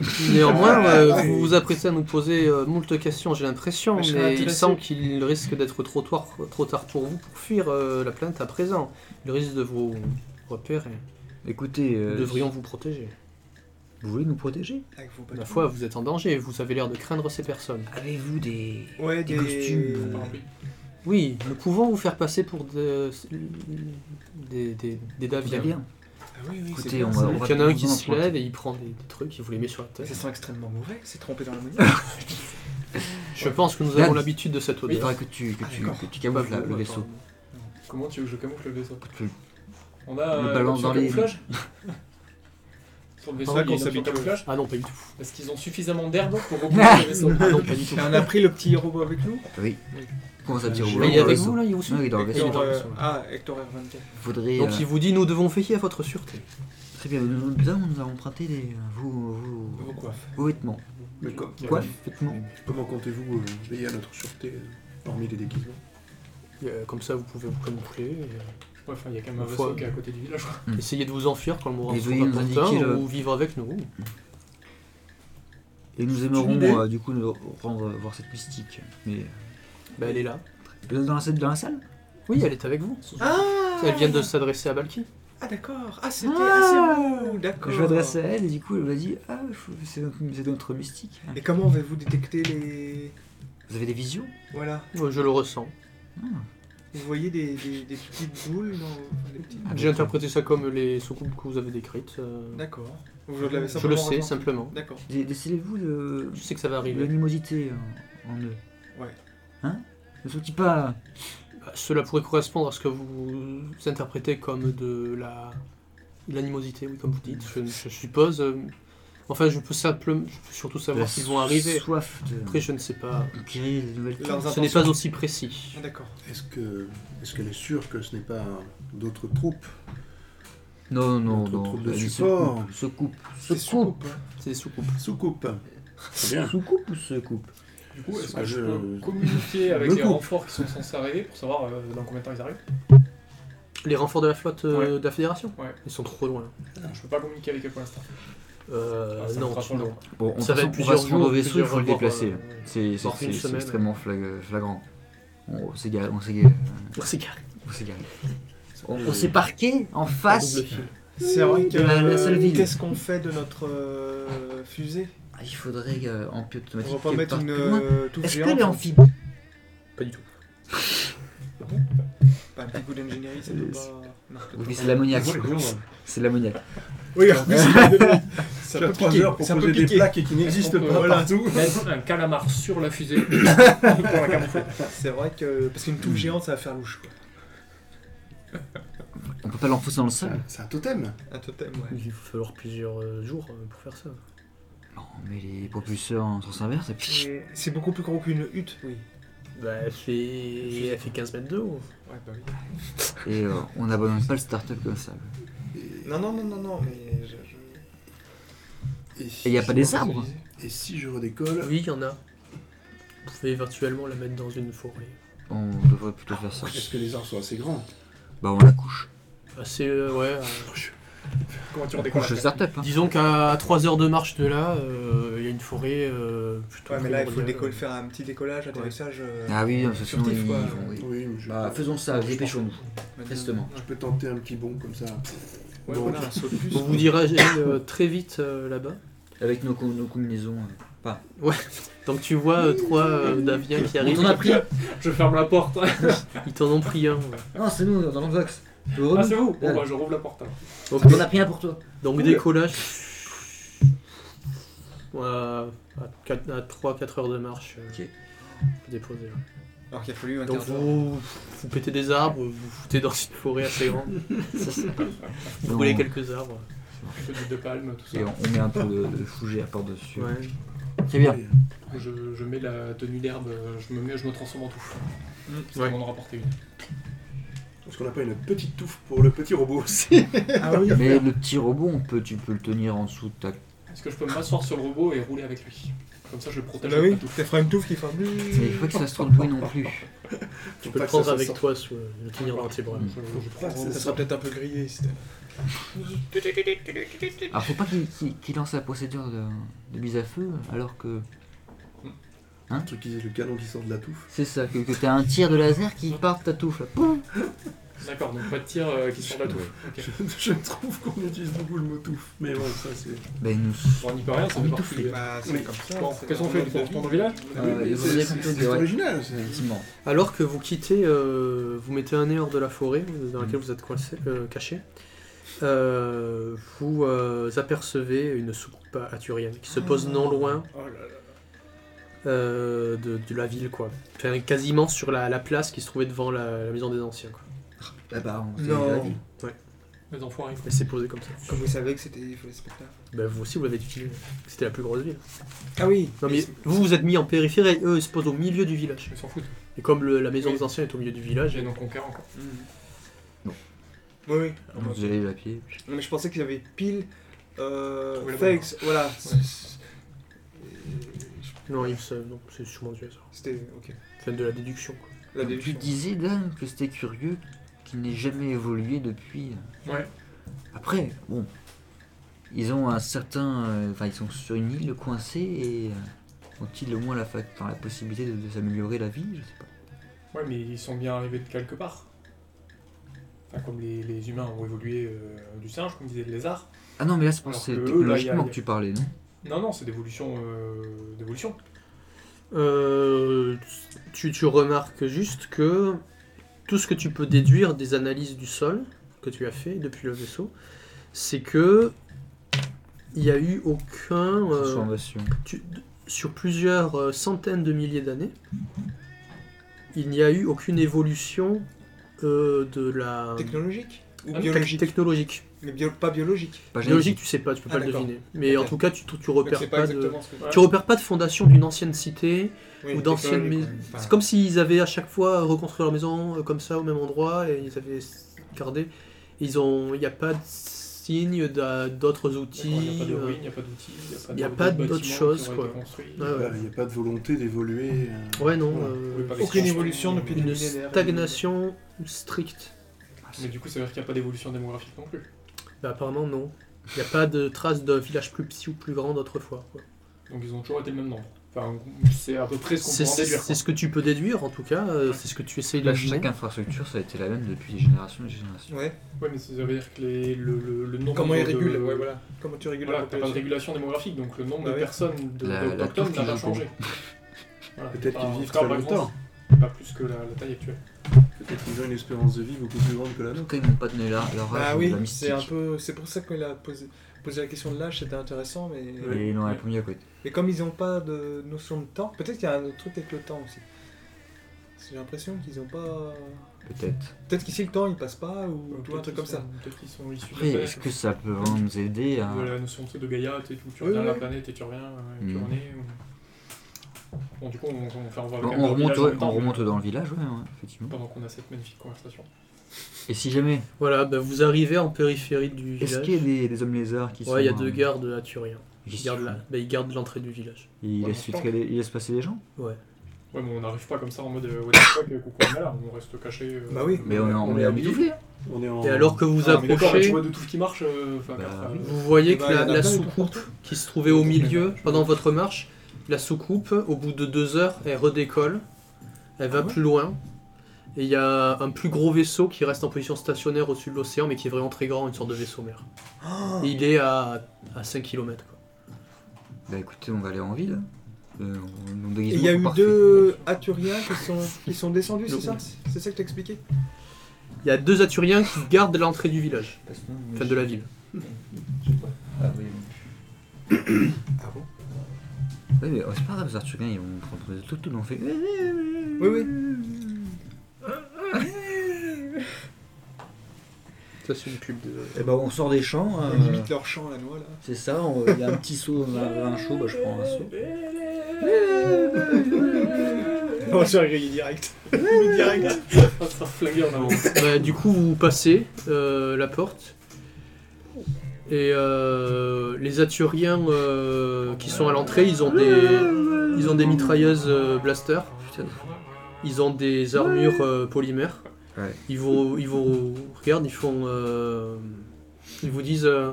[SPEAKER 3] Néanmoins, euh,
[SPEAKER 5] Ah,
[SPEAKER 3] vous
[SPEAKER 5] oui.
[SPEAKER 3] vous apprêtez à nous poser euh, moult questions, j'ai l'impression,
[SPEAKER 2] Mais je serais
[SPEAKER 3] mais il
[SPEAKER 2] intéressé.
[SPEAKER 3] semble qu'il risque d'être trop, tard- trop tard pour vous pour fuir euh, la planète à présent. Il risque de vous repérer.
[SPEAKER 4] Écoutez,
[SPEAKER 3] Nous
[SPEAKER 4] euh,
[SPEAKER 3] devrions vous protéger.
[SPEAKER 4] vous voulez nous protéger
[SPEAKER 2] Avec vos
[SPEAKER 3] La
[SPEAKER 2] bâtons.
[SPEAKER 3] foi, vous êtes en danger, vous avez l'air de craindre ces personnes.
[SPEAKER 4] Avez-vous des...
[SPEAKER 2] Ouais,
[SPEAKER 4] Des
[SPEAKER 2] des, Ah,
[SPEAKER 4] costumes.
[SPEAKER 6] Par exemple.
[SPEAKER 3] Oui, nous pouvons vous faire passer pour de- des, des, des Daviens.
[SPEAKER 4] Bien.
[SPEAKER 2] Ah oui, oui, c'est
[SPEAKER 4] Écoutez,
[SPEAKER 2] bien,
[SPEAKER 4] on
[SPEAKER 2] ça.
[SPEAKER 4] va... on va-
[SPEAKER 3] Donc, il y en a un qui
[SPEAKER 4] on va-
[SPEAKER 3] se lève et il prend des, des trucs, il vous les met sur la
[SPEAKER 2] Ça
[SPEAKER 3] tête.
[SPEAKER 2] sent extrêmement mauvais, c'est trempé dans la monnaie.
[SPEAKER 3] Je pense que nous
[SPEAKER 4] Là,
[SPEAKER 3] avons
[SPEAKER 4] dis-
[SPEAKER 3] l'habitude de cette
[SPEAKER 4] Il
[SPEAKER 3] odeur.
[SPEAKER 4] faudra que tu, que
[SPEAKER 2] Ah,
[SPEAKER 4] tu,
[SPEAKER 2] d'accord.
[SPEAKER 4] que tu
[SPEAKER 3] Pas
[SPEAKER 4] camoufles la-
[SPEAKER 3] vous,
[SPEAKER 4] le vaisseau.
[SPEAKER 3] apparemment.
[SPEAKER 6] Comment tu veux que je camoufle le vaisseau
[SPEAKER 4] Que tu-
[SPEAKER 6] On a
[SPEAKER 4] Le
[SPEAKER 6] euh,
[SPEAKER 4] balance
[SPEAKER 6] l'option
[SPEAKER 4] dans les-
[SPEAKER 6] camouflage Sur le vaisseau,
[SPEAKER 3] Ah oui,
[SPEAKER 6] il y a
[SPEAKER 2] qu'on
[SPEAKER 6] une option
[SPEAKER 2] s'habitue.
[SPEAKER 6] camouflage.
[SPEAKER 3] Ah non, pas du tout.
[SPEAKER 6] Est-ce qu'ils ont suffisamment d'herbe pour recouvrir le vaisseau
[SPEAKER 3] Ah non, pas du tout.
[SPEAKER 2] Et on a pris le petit robot avec nous.
[SPEAKER 4] Comment ça tire au
[SPEAKER 3] Mais Ah, il est
[SPEAKER 4] dans le
[SPEAKER 3] avec
[SPEAKER 4] vaisseau
[SPEAKER 3] vous là, il est où
[SPEAKER 4] Non, il est dans le vaisseau.
[SPEAKER 3] Il est dans le
[SPEAKER 2] euh,
[SPEAKER 3] vaisseau, là.
[SPEAKER 2] ah, Hector R24.
[SPEAKER 4] Faudrait...
[SPEAKER 3] Donc
[SPEAKER 4] euh,
[SPEAKER 3] il vous dit nous devons veiller à votre sûreté.
[SPEAKER 4] Très bien, nous, nous avons- nous avons emprunté des, euh, vos, vos,
[SPEAKER 2] Vos coiffes.
[SPEAKER 4] vos vêtements.
[SPEAKER 5] Mais com-
[SPEAKER 4] Quoi Vêtements
[SPEAKER 5] comment comptez-vous euh, veiller à notre sûreté, euh, hormis les déguisements
[SPEAKER 3] Euh, Comme ça vous pouvez vous camoufler. et
[SPEAKER 6] Ouais, enfin, il y a quand même un
[SPEAKER 3] Faut-
[SPEAKER 6] vaisseau qui est à côté du village. quoi.
[SPEAKER 4] Mm.
[SPEAKER 3] Essayez de vous enfuir quand le moment
[SPEAKER 4] Et veuillez
[SPEAKER 3] sera
[SPEAKER 4] nous
[SPEAKER 3] opportun
[SPEAKER 4] indiquer le-
[SPEAKER 3] ou vivre avec nous.
[SPEAKER 4] Et nous
[SPEAKER 2] idée.
[SPEAKER 4] aimerons euh, du coup nous rendre euh, voir cette mystique. Mais euh,
[SPEAKER 3] Bah, elle est là.
[SPEAKER 4] peut-être dans la salle, dans la salle
[SPEAKER 3] Oui, elle est avec vous.
[SPEAKER 2] Ah
[SPEAKER 3] Elle vient de s'adresser à Balki.
[SPEAKER 2] Ah d'accord. Ah c'était
[SPEAKER 4] Ah
[SPEAKER 2] assez beau, d'accord.
[SPEAKER 4] Je m'adresse à elle et du coup elle m'a dit ah faut- c'est notre, c'est notre mystique.
[SPEAKER 2] Et comment avez-vous détecté les
[SPEAKER 4] Vous avez des visions
[SPEAKER 2] voilà
[SPEAKER 3] Euh, Je le ressens.
[SPEAKER 2] Vous voyez des, des- des petites boules dans enfin, des petites-
[SPEAKER 4] Ah,
[SPEAKER 3] J'ai interprété ça comme les soucoupes que vous avez décrites. euh,
[SPEAKER 2] D'accord. Vous l'avez
[SPEAKER 3] je le
[SPEAKER 2] simplement
[SPEAKER 3] sais,
[SPEAKER 2] ressenti.
[SPEAKER 3] simplement.
[SPEAKER 2] D'accord.
[SPEAKER 4] Dé- Décidez-vous de
[SPEAKER 3] Je sais que ça va arriver.
[SPEAKER 4] l'animosité euh, en, en eux.
[SPEAKER 2] Ouais.
[SPEAKER 4] Hein Ne sortis pas.
[SPEAKER 3] Bah, Cela pourrait correspondre à ce que vous interprétez comme de la l'animosité, oui, comme vous dites. Je, je suppose. euh, Enfin, je peux simplement, je peux surtout
[SPEAKER 4] de la
[SPEAKER 3] savoir s'ils vont arriver.
[SPEAKER 4] Soif de
[SPEAKER 3] Après, je ne sais pas.
[SPEAKER 4] conquérir des nouvelles
[SPEAKER 2] Leurs
[SPEAKER 4] terres.
[SPEAKER 3] Ce n'est pas aussi précis.
[SPEAKER 2] Ah, D'accord.
[SPEAKER 5] Est-ce que est-ce qu'elle est sûre que ce n'est pas d'autres troupes
[SPEAKER 4] Non, non,
[SPEAKER 5] Notre
[SPEAKER 4] non.
[SPEAKER 5] troupe de
[SPEAKER 4] Elle se
[SPEAKER 5] support.
[SPEAKER 4] coupe, Se coupe. Se
[SPEAKER 2] C'est
[SPEAKER 4] coupe.
[SPEAKER 2] soucoupe, hein.
[SPEAKER 3] C'est des soucoupes.
[SPEAKER 5] Soucoupe. Très bien.
[SPEAKER 4] Sous coupe ou se coupe
[SPEAKER 6] Du coup, est-ce
[SPEAKER 5] Bah,
[SPEAKER 6] que je
[SPEAKER 5] je-
[SPEAKER 6] peux communiquer avec
[SPEAKER 5] Le
[SPEAKER 6] les
[SPEAKER 5] coup.
[SPEAKER 6] renforts qui sont censés arriver pour savoir euh, dans combien de temps ils arrivent
[SPEAKER 3] Les renforts de la flotte euh, de la Fédération
[SPEAKER 6] Ouais.
[SPEAKER 3] Ils sont trop loin.
[SPEAKER 6] Je peux pas communiquer avec eux pour l'instant.
[SPEAKER 3] Euh,
[SPEAKER 6] Ah, ça me
[SPEAKER 3] non,
[SPEAKER 6] fera
[SPEAKER 3] tu-
[SPEAKER 6] pas le
[SPEAKER 3] non.
[SPEAKER 6] temps.
[SPEAKER 4] Bon, on
[SPEAKER 3] Ça va
[SPEAKER 4] va
[SPEAKER 3] être plusieurs
[SPEAKER 4] se rendre
[SPEAKER 3] jours,
[SPEAKER 4] au vaisseau, il
[SPEAKER 3] plusieurs,
[SPEAKER 4] faut le
[SPEAKER 3] voire,
[SPEAKER 4] déplacer.
[SPEAKER 3] euh,
[SPEAKER 4] C'est c'est-
[SPEAKER 3] voire une
[SPEAKER 4] c'est- c'est
[SPEAKER 3] semaine.
[SPEAKER 4] extrêmement flag- euh, flagrant. On s'est garé. On s'est garé.
[SPEAKER 3] C'est carré.
[SPEAKER 4] On s'est garé. On, on s'est parqué en face.
[SPEAKER 3] Double fil.
[SPEAKER 2] C'est vrai que.
[SPEAKER 4] De la- la seule
[SPEAKER 2] euh,
[SPEAKER 4] ville.
[SPEAKER 2] Qu'est-ce qu'on fait de notre euh, fusée
[SPEAKER 3] Bah,
[SPEAKER 4] Ah, Il faudrait euh, en pied
[SPEAKER 2] On
[SPEAKER 4] automatique.
[SPEAKER 2] va pas
[SPEAKER 4] qu'elle
[SPEAKER 2] mettre
[SPEAKER 4] parte
[SPEAKER 2] une
[SPEAKER 4] plus loin.
[SPEAKER 2] euh, touffe
[SPEAKER 4] Est-ce que
[SPEAKER 2] géante
[SPEAKER 4] les
[SPEAKER 2] hein.
[SPEAKER 4] amphibes
[SPEAKER 3] Pas du tout.
[SPEAKER 2] Pas un petit coup d'ingénierie, ça peut pas. Non, peut-être
[SPEAKER 4] Oui,
[SPEAKER 2] pas.
[SPEAKER 4] c'est de l'ammoniac.
[SPEAKER 5] Tu
[SPEAKER 4] C'est de l'ammoniac.
[SPEAKER 2] Oui, en plus, c'est dégueulasse. ça
[SPEAKER 5] as
[SPEAKER 2] peut
[SPEAKER 5] 3
[SPEAKER 2] piquer.
[SPEAKER 5] heures pour
[SPEAKER 2] Ça peut
[SPEAKER 5] poser des
[SPEAKER 2] piquer.
[SPEAKER 5] plaques qui n'existent
[SPEAKER 6] Est-ce qu'on
[SPEAKER 5] pas
[SPEAKER 6] peut-
[SPEAKER 5] partout.
[SPEAKER 6] Mettre un calamar sur la fusée pour la camoufler.
[SPEAKER 2] C'est vrai que. Parce qu'une
[SPEAKER 3] Hmm.
[SPEAKER 2] touffe géante, ça va faire louche. quoi.
[SPEAKER 4] On peut pas l'enfoncer dans le sol.
[SPEAKER 5] C'est un totem.
[SPEAKER 2] Un totem, ouais.
[SPEAKER 3] Il va falloir plusieurs euh, jours euh, pour faire ça.
[SPEAKER 4] Non, mais les propulseurs en sens inverse, ça piche.
[SPEAKER 2] Et C'est beaucoup plus gros qu'une hutte, oui.
[SPEAKER 3] Bah, elle fait, elle fait 15 mètres de haut.
[SPEAKER 2] Ouais, bah oui.
[SPEAKER 4] Et euh, on n'abandonne pas le start-up comme ça.
[SPEAKER 2] Non, non, non, non, non, mais. je- je-
[SPEAKER 4] Et il n'y a pas des arbres
[SPEAKER 5] Et si je redécolle
[SPEAKER 3] Oui, il y en a. Vous pouvez éventuellement la mettre dans une forêt.
[SPEAKER 4] On devrait plutôt faire ça.
[SPEAKER 5] Est-ce que les arbres sont assez grands
[SPEAKER 4] Bah, on la couche.
[SPEAKER 3] Assez, euh, ouais. euh,
[SPEAKER 6] Comment tu
[SPEAKER 4] On
[SPEAKER 6] redécolles
[SPEAKER 4] couche le
[SPEAKER 6] après
[SPEAKER 4] start-up. hein.
[SPEAKER 3] Disons qu'à 3 heures de marche de là, euh, il y a une forêt euh, plutôt.
[SPEAKER 2] Ouais, mais là, il faut
[SPEAKER 3] primordiale.
[SPEAKER 2] décoller, faire un petit décollage, atterrissage. euh,
[SPEAKER 4] Ah oui, non, parce que sinon
[SPEAKER 2] furtif,
[SPEAKER 4] ils
[SPEAKER 2] quoi.
[SPEAKER 4] vont- Ah oui.
[SPEAKER 5] Oui, mais je,
[SPEAKER 4] Bah, faisons ça, dépêchons-nous.
[SPEAKER 2] Maintenant,
[SPEAKER 4] Prestement.
[SPEAKER 5] je peux tenter un petit bond comme ça.
[SPEAKER 2] Ouais,
[SPEAKER 5] Bon,
[SPEAKER 2] voilà, un saut de plus.
[SPEAKER 3] On vous dira euh, très vite euh, là-bas.
[SPEAKER 4] Avec nos, co- nos combinaisons. euh.
[SPEAKER 3] Donc tu vois euh, trois euh, Daviens qui
[SPEAKER 4] On
[SPEAKER 3] arrivent.
[SPEAKER 4] t'en a pris
[SPEAKER 6] Je ferme la porte.
[SPEAKER 3] Ils t'en ont pris un. ouais.
[SPEAKER 4] Non, c'est nous, dans l'Anvox.
[SPEAKER 6] Ah, c'est vous Bon,
[SPEAKER 4] Voilà.
[SPEAKER 6] bah, je rouvre la porte alors.
[SPEAKER 3] Ok.
[SPEAKER 4] On en a pris un pour toi.
[SPEAKER 3] Donc décollage. Ouais, à 3-4 heures de marche. euh,
[SPEAKER 4] Ok.
[SPEAKER 3] vous déposez. là.
[SPEAKER 2] Alors qu'il a fallu un
[SPEAKER 3] Donc
[SPEAKER 2] quart d'heure.
[SPEAKER 3] vous, vous pétez des arbres, vous vous foutez dans une forêt assez grande, vous brûlez quelques arbres.
[SPEAKER 6] Un peu d'huile de palme, tout ça.
[SPEAKER 4] Et on, on met un peu de, de fougère par-dessus.
[SPEAKER 3] Ouais.
[SPEAKER 2] Ah
[SPEAKER 4] Très bien.
[SPEAKER 6] Je, je mets la tenue d'herbe, euh, je me mets, je me transforme en touffe.
[SPEAKER 5] Mm.
[SPEAKER 6] Parce
[SPEAKER 3] ouais.
[SPEAKER 6] qu'on en rapportait une.
[SPEAKER 5] Parce qu'on n'a pas une petite touffe pour le petit robot aussi.
[SPEAKER 2] Ah oui,
[SPEAKER 4] Mais le petit robot, on peut, tu peux le tenir en dessous de ta.
[SPEAKER 6] Est-ce que je peux m'asseoir sur le robot et rouler avec lui Comme ça, je le protège
[SPEAKER 2] Bah
[SPEAKER 6] avec
[SPEAKER 2] oui,
[SPEAKER 6] la touffe.
[SPEAKER 2] ça fera une touffe qui fera.
[SPEAKER 4] Mais il faut que ça se trouve bruit non plus.
[SPEAKER 3] Tu peux le prendre avec toi, sous, le tenir dans tes bras.
[SPEAKER 6] Je, je prends
[SPEAKER 5] Ah, c'est
[SPEAKER 2] Ça sera peut-être un peu grillé, c'était.
[SPEAKER 4] Alors faut pas qu'il qu'il- qu'il lance la procédure de, de mise à feu alors que
[SPEAKER 5] Un truc qui- le canon qui sort de la touffe.
[SPEAKER 4] c'est ça, que, que t'as un tir de laser qui part de ta touffe là. Poum
[SPEAKER 6] D'accord, donc pas de tir euh, qui sort de la touffe. Ok.
[SPEAKER 5] Je, je trouve qu'on utilise beaucoup le mot touffe. Mais bon, ça c'est.
[SPEAKER 4] Ben nous.
[SPEAKER 6] Bon, on n'y peut
[SPEAKER 3] Ah,
[SPEAKER 6] rien, ça fait partie. de-
[SPEAKER 2] Bah,
[SPEAKER 5] Mais-
[SPEAKER 2] c'est comme ça.
[SPEAKER 6] Bon,
[SPEAKER 2] c'est
[SPEAKER 6] qu'est-ce qu'on
[SPEAKER 2] vraiment
[SPEAKER 6] fait
[SPEAKER 2] la
[SPEAKER 6] On
[SPEAKER 2] vie.
[SPEAKER 6] retourne au village
[SPEAKER 5] Ah
[SPEAKER 4] Euh,
[SPEAKER 5] oui,
[SPEAKER 4] il
[SPEAKER 5] mais
[SPEAKER 4] faudrait
[SPEAKER 5] c'est
[SPEAKER 4] plutôt
[SPEAKER 5] c'est-
[SPEAKER 4] dire,
[SPEAKER 5] c'est
[SPEAKER 4] ouais.
[SPEAKER 5] original. c'est-
[SPEAKER 4] Effectivement.
[SPEAKER 3] Alors que vous quittez, euh, vous mettez un nez hors de la forêt euh, dans laquelle
[SPEAKER 6] Mm.
[SPEAKER 3] vous êtes coincé- euh, caché, euh, vous euh, apercevez une soucoupe aturienne qui se pose non loin
[SPEAKER 6] Oh là là.
[SPEAKER 3] euh, de, de la ville, quoi. Enfin, quasiment sur la, la place qui se trouvait devant la, la maison des anciens, quoi.
[SPEAKER 4] Ah bah on s'est déjà dit.
[SPEAKER 2] Non,
[SPEAKER 6] Les enfoirés.
[SPEAKER 3] Elle s'est posée comme ça.
[SPEAKER 2] comme vous savez que c'était. il fallait se mettre là.
[SPEAKER 3] Ben, vous aussi, vous l'avez deviné. C'était la plus grosse ville.
[SPEAKER 2] Ah oui
[SPEAKER 3] Non, mais vous vous êtes mis en périphérie, eux ils se posent au milieu du village.
[SPEAKER 6] Je s'en foutent.
[SPEAKER 3] Et comme le- la maison
[SPEAKER 6] Oui.
[SPEAKER 3] des anciens est au milieu du village,
[SPEAKER 6] J'ai non conquérant quoi.
[SPEAKER 2] Mhm.
[SPEAKER 4] Bon.
[SPEAKER 2] Oui, oui.
[SPEAKER 4] On s'est déjà la pied.
[SPEAKER 2] Non, mais je pensais qu'il y avait pile. Euh,
[SPEAKER 6] Trouver la bonne
[SPEAKER 2] Fex, voilà.
[SPEAKER 3] non, ils se- non, c'est sûrement du hasard.
[SPEAKER 2] C'était. Ok.
[SPEAKER 3] Enfin, de la déduction, quoi.
[SPEAKER 2] La
[SPEAKER 4] Donc, Tu
[SPEAKER 2] déduction.
[SPEAKER 4] disais Dan que c'était curieux qu'il n'ait jamais évolué depuis.
[SPEAKER 6] Ouais.
[SPEAKER 4] Après, bon. Ils ont un certain. euh, Enfin, ils sont sur une île coincée et euh, ont-ils au moins la, fac- enfin, la possibilité de, de s'améliorer la vie Je sais pas.
[SPEAKER 6] Ouais, mais ils sont bien arrivés de quelque part. Enfin, comme les, les humains ont évolué euh, du singe, comme disait le lézard.
[SPEAKER 4] Ah non, mais là, je pense
[SPEAKER 6] Alors
[SPEAKER 4] que c'est
[SPEAKER 6] que eux, là, y a-
[SPEAKER 4] technologiquement
[SPEAKER 6] y a-
[SPEAKER 4] que tu parlais, non
[SPEAKER 6] Non, non, c'est d'évolution. euh, d'évolution.
[SPEAKER 3] Euh, tu, tu remarques juste que tout ce que tu peux déduire des analyses du sol que tu as fait depuis le vaisseau, c'est que il n'y a eu aucun euh,
[SPEAKER 4] Transformation.
[SPEAKER 3] tu- sur plusieurs euh, centaines de milliers d'années, il n'y a eu aucune évolution euh, de la
[SPEAKER 2] Technologique Ou
[SPEAKER 6] Ah,
[SPEAKER 2] biologique
[SPEAKER 3] technologique.
[SPEAKER 2] Mais bio- pas biologique.
[SPEAKER 4] Pas
[SPEAKER 3] Biologique, tu sais pas, tu peux
[SPEAKER 2] Ah,
[SPEAKER 3] pas le
[SPEAKER 2] d'accord.
[SPEAKER 3] deviner. Mais
[SPEAKER 2] Ok.
[SPEAKER 3] en tout cas, tu, tu
[SPEAKER 6] Donc,
[SPEAKER 3] repères
[SPEAKER 6] c'est
[SPEAKER 3] pas,
[SPEAKER 6] pas
[SPEAKER 3] de.
[SPEAKER 6] exactement ce que
[SPEAKER 3] Tu repères pas de fondation d'une ancienne cité
[SPEAKER 2] Oui,
[SPEAKER 3] ou d'anciennes
[SPEAKER 2] technologique,
[SPEAKER 3] mais-
[SPEAKER 2] ouais. Enfin,
[SPEAKER 3] C'est comme s'ils avaient à chaque fois reconstruit leur maison euh, comme ça au même endroit et ils avaient gardé. Ils ont, il n'y a pas de signe d'a- d'autres
[SPEAKER 6] Il n'y a
[SPEAKER 3] outils.
[SPEAKER 6] pas de
[SPEAKER 3] euh,
[SPEAKER 6] ruines, il n'y a pas d'outils, il
[SPEAKER 3] y
[SPEAKER 6] n'y
[SPEAKER 3] a
[SPEAKER 6] a
[SPEAKER 3] pas
[SPEAKER 6] pas
[SPEAKER 3] d'autres
[SPEAKER 6] d'autres
[SPEAKER 3] choses,
[SPEAKER 6] choses.
[SPEAKER 3] quoi. ouais,
[SPEAKER 5] Il
[SPEAKER 3] ouais.
[SPEAKER 5] n'y a pas de volonté d'évoluer. euh,
[SPEAKER 3] Ouais, non.
[SPEAKER 5] voilà.
[SPEAKER 3] euh,
[SPEAKER 6] Oui, pas avec
[SPEAKER 2] Aucune évolution depuis des
[SPEAKER 3] une
[SPEAKER 2] millénaires.
[SPEAKER 3] stagnation stricte.
[SPEAKER 6] Mais du coup, ça veut dire qu'il n'y a pas d'évolution démographique non plus.
[SPEAKER 3] Bah, apparemment, non. Il n'y a pas de trace d'un village plus petit ou plus grand d'autrefois. quoi.
[SPEAKER 6] Donc ils ont toujours été le même nombre. Enfin, c'est à peu près ce qu'on
[SPEAKER 3] C'est
[SPEAKER 6] peut en
[SPEAKER 3] c'est-
[SPEAKER 6] déduire.
[SPEAKER 3] c'est ce que tu peux déduire, en tout cas. euh, C'est ce que tu essayes de
[SPEAKER 4] Là,
[SPEAKER 3] deviner.
[SPEAKER 4] bah, chaque infrastructure, ça a été la même depuis des générations et des générations.
[SPEAKER 2] Ouais.
[SPEAKER 6] Oui, mais ça veut dire que les- le, le, le nombre.
[SPEAKER 2] Comment ils
[SPEAKER 6] de-
[SPEAKER 2] régulent Ouais, voilà. Comment tu régules
[SPEAKER 6] Voilà,
[SPEAKER 2] la
[SPEAKER 6] t'as pas de
[SPEAKER 2] population
[SPEAKER 6] régulation démographique, donc le nombre
[SPEAKER 2] Bah
[SPEAKER 6] de
[SPEAKER 2] ouais.
[SPEAKER 6] personnes de-
[SPEAKER 4] La- la
[SPEAKER 6] d'autochtones
[SPEAKER 4] touffe
[SPEAKER 6] n'a
[SPEAKER 4] qui
[SPEAKER 6] pas
[SPEAKER 4] joue
[SPEAKER 6] changé. Voilà,
[SPEAKER 5] Peut-être
[SPEAKER 6] pas-
[SPEAKER 5] qu'ils
[SPEAKER 6] en
[SPEAKER 5] vivent
[SPEAKER 6] tout cas,
[SPEAKER 5] très
[SPEAKER 6] pas grand-
[SPEAKER 5] longtemps.
[SPEAKER 6] Pas plus que la, la taille actuelle.
[SPEAKER 5] Peut-être qu'ils ont une espérance de vie beaucoup plus grande que la nôtre.
[SPEAKER 4] Quand ils m'ont pas donné la, leur âge
[SPEAKER 2] Ah
[SPEAKER 4] ou
[SPEAKER 2] oui,
[SPEAKER 4] la
[SPEAKER 2] c'est
[SPEAKER 4] mystique.
[SPEAKER 2] un peu. C'est pour ça qu'il a posé, posé la question de l'âge, c'était intéressant, mais.
[SPEAKER 4] Et ils ont
[SPEAKER 6] Ouais.
[SPEAKER 4] répondu à côté.
[SPEAKER 2] Et comme ils n'ont pas de notion de temps, peut-être qu'il y a un autre truc avec le temps aussi. Parce que J'ai l'impression qu'ils n'ont pas.
[SPEAKER 4] Peut-être.
[SPEAKER 2] Peut-être qu'ici le temps il passe pas ou, ou
[SPEAKER 6] Donc,
[SPEAKER 2] un
[SPEAKER 6] peut-être
[SPEAKER 2] truc comme
[SPEAKER 6] qu'ils
[SPEAKER 2] ça.
[SPEAKER 6] sont- Peut-être qu'ils sont issus de
[SPEAKER 4] Après,
[SPEAKER 6] la
[SPEAKER 4] est-ce
[SPEAKER 6] planète.
[SPEAKER 4] que ça peut vraiment nous aider à...
[SPEAKER 6] De la notion tu sais, de Gaïa, tu sais, où tu
[SPEAKER 2] Oui,
[SPEAKER 6] reviens à la
[SPEAKER 2] oui.
[SPEAKER 6] planète et tu reviens, euh, et tu
[SPEAKER 4] euh, Mm.
[SPEAKER 6] renais. ou- Bon, du coup, on, on, enfin, on va
[SPEAKER 4] On,
[SPEAKER 6] quand
[SPEAKER 4] on
[SPEAKER 6] même au
[SPEAKER 4] remonte,
[SPEAKER 6] village en
[SPEAKER 4] ouais,
[SPEAKER 6] même
[SPEAKER 4] on
[SPEAKER 6] temps,
[SPEAKER 4] remonte dans le village, ouais, ouais, effectivement.
[SPEAKER 6] Pendant qu'on a cette magnifique conversation.
[SPEAKER 4] Et si jamais,
[SPEAKER 3] Voilà, bah, vous arrivez en périphérie du
[SPEAKER 4] est-ce
[SPEAKER 3] village.
[SPEAKER 4] qu'il y a des, des hommes lézards qui sont...
[SPEAKER 3] Ouais, il y a deux
[SPEAKER 4] euh,
[SPEAKER 3] gardes à Turien.
[SPEAKER 4] qui
[SPEAKER 3] Ils
[SPEAKER 4] sont-
[SPEAKER 3] gardent, la- bah, ils gardent l'entrée du village.
[SPEAKER 4] Ils
[SPEAKER 6] Ouais,
[SPEAKER 4] laissent
[SPEAKER 6] on se
[SPEAKER 4] filtrer les- ils laissent passer les gens
[SPEAKER 6] Ouais, mais on n'arrive pas comme ça en mode euh, what the fuck, euh, coucou, on est là, on reste caché. euh,
[SPEAKER 2] Bah oui.
[SPEAKER 4] Mais on est en- on est en
[SPEAKER 6] habillé.
[SPEAKER 4] mitouflé.
[SPEAKER 5] On est en...
[SPEAKER 3] Et alors que vous
[SPEAKER 6] Ah, mais d'accord, mais
[SPEAKER 3] approchez,
[SPEAKER 6] tu vois de tout ce qui marche, euh, enfin,
[SPEAKER 4] Bah,
[SPEAKER 6] quatre, euh,
[SPEAKER 3] vous voyez que
[SPEAKER 2] Bah,
[SPEAKER 3] la,
[SPEAKER 2] il y en a
[SPEAKER 3] la
[SPEAKER 2] plein, ils sont
[SPEAKER 3] soucoupe qui se trouvait au milieu pendant votre marche, la soucoupe, au bout de deux heures, elle redécolle, elle
[SPEAKER 2] Ah
[SPEAKER 3] va plus loin. Et il y a un plus gros vaisseau qui reste en position stationnaire au-dessus de l'océan, mais qui est vraiment très grand, une sorte de vaisseau mère.
[SPEAKER 2] Oh
[SPEAKER 3] Et il est à, à 5 km.
[SPEAKER 4] Bah écoutez, on va aller en ville. Euh, on- on
[SPEAKER 2] Et
[SPEAKER 4] déguise
[SPEAKER 2] Il y a
[SPEAKER 4] mon
[SPEAKER 2] eu
[SPEAKER 4] parfait.
[SPEAKER 2] deux Aturiens qui sont, qui sont descendus,
[SPEAKER 3] Non.
[SPEAKER 2] c'est ça C'est ça que t'as expliqué
[SPEAKER 3] Il y a deux Aturiens qui gardent l'entrée du village, enfin de la ville.
[SPEAKER 4] Ah oui.
[SPEAKER 2] Ah bon
[SPEAKER 4] Ouais, mais oh, c'est pas grave, les Arthuriens, ils vont prendre des tout, tout, on fait.
[SPEAKER 2] Oui, oui.
[SPEAKER 3] Ça, c'est une pub de.
[SPEAKER 4] Et bah, on sort des champs. euh,
[SPEAKER 2] Limite leur chant la noix là.
[SPEAKER 4] c'est ça, on- il y a un petit saut, un, un chaud, bah, je prends un saut.
[SPEAKER 2] On va se faire griller direct. direct.
[SPEAKER 6] on va se faire flinguer en avant.
[SPEAKER 3] Bah, du coup, vous passez euh, la porte. Et euh, les Aturiens euh, qui sont à l'entrée, ils ont des, ils ont des mitrailleuses euh, blaster,
[SPEAKER 4] Putain.
[SPEAKER 3] ils ont des armures euh, polymères.
[SPEAKER 4] Ouais.
[SPEAKER 3] Ils vous, ils vous regardent, ils font, euh, ils vous disent, euh,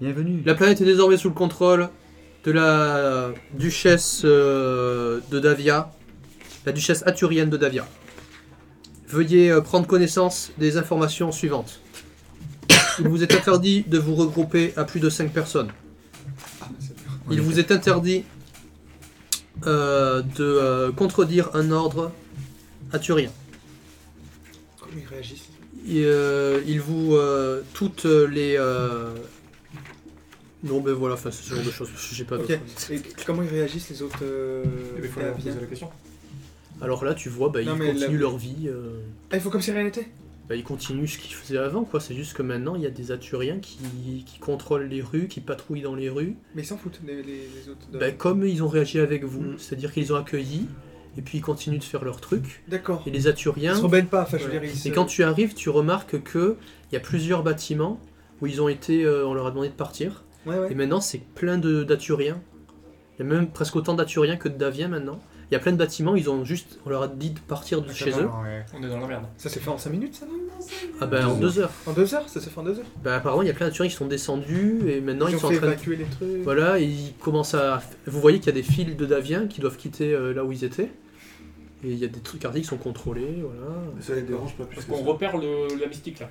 [SPEAKER 4] Bienvenue.
[SPEAKER 3] la planète est désormais sous le contrôle de la duchesse euh, de Davia, la duchesse aturienne de Davia. Veuillez euh, prendre connaissance des informations suivantes. Il vous est interdit de vous regrouper à plus de 5 personnes.
[SPEAKER 4] On
[SPEAKER 3] Il
[SPEAKER 4] est-
[SPEAKER 3] vous est interdit euh, de euh, contredire un ordre aturien.
[SPEAKER 2] Comment ils réagissent
[SPEAKER 3] Et, euh, il vous euh, toutes les euh, non ben voilà enfin c'est ce genre de choses j'ai pas
[SPEAKER 2] Ok.
[SPEAKER 3] d'autres.
[SPEAKER 2] Et comment ils réagissent les autres euh,
[SPEAKER 3] Eh ben,
[SPEAKER 6] Mais il faut leur
[SPEAKER 2] Daviens
[SPEAKER 6] poser la question.
[SPEAKER 3] Alors là, tu vois, bah,
[SPEAKER 2] Non,
[SPEAKER 3] ils
[SPEAKER 2] mais
[SPEAKER 3] continuent
[SPEAKER 2] la-
[SPEAKER 3] leur vie. euh,
[SPEAKER 2] Ah, il faut comme si rien n'était
[SPEAKER 3] bah, ils continuent ce qu'ils faisaient avant, quoi. C'est juste que maintenant, il y a des Aturiens qui, qui contrôlent les rues, qui patrouillent dans les rues.
[SPEAKER 2] Mais ils s'en foutent les, les, les autres. de-
[SPEAKER 3] Bah, comme ils ont réagi avec vous,
[SPEAKER 2] Mhm.
[SPEAKER 3] c'est-à-dire qu'ils ont accueilli, et puis ils continuent de faire leur truc.
[SPEAKER 2] D'accord.
[SPEAKER 3] Et les
[SPEAKER 2] Ils
[SPEAKER 3] Aturiens.
[SPEAKER 2] se rebellent pas, enfin je veux
[SPEAKER 3] Ouais.
[SPEAKER 2] dire, ils se-
[SPEAKER 3] Et quand tu arrives, tu remarques que il y a plusieurs bâtiments où ils ont été, euh, on leur a demandé de partir.
[SPEAKER 2] Ouais,
[SPEAKER 3] Et
[SPEAKER 2] ouais.
[SPEAKER 3] maintenant, c'est plein de d'Aturiens. Il y a même presque autant d'Aturiens que de Daviens maintenant. Il y a plein de bâtiments, ils ont juste, on leur a dit de partir
[SPEAKER 2] Ah,
[SPEAKER 3] de chez eux. euh,
[SPEAKER 6] On est dans la merde.
[SPEAKER 2] Ça s'est fait en 5 minutes ça non
[SPEAKER 3] Ah ben en
[SPEAKER 4] Deux
[SPEAKER 3] deux heures.
[SPEAKER 2] En 2 heures Ça s'est fait en 2 heures
[SPEAKER 3] Bah apparemment il y a plein d'Aturiens qui sont descendus et maintenant ils,
[SPEAKER 2] ont
[SPEAKER 3] sont en
[SPEAKER 2] fait
[SPEAKER 3] train de...
[SPEAKER 2] évacuer les trucs.
[SPEAKER 3] Voilà, et ils commencent à... Vous voyez qu'il y a des fils de Daviens qui doivent quitter euh, là où ils étaient. Et il y a des trucs quartiers qui sont contrôlés, voilà.
[SPEAKER 5] Ça les dérange pas plus
[SPEAKER 6] Parce
[SPEAKER 5] que
[SPEAKER 6] qu'on
[SPEAKER 5] ça.
[SPEAKER 6] repère le, la mystique là.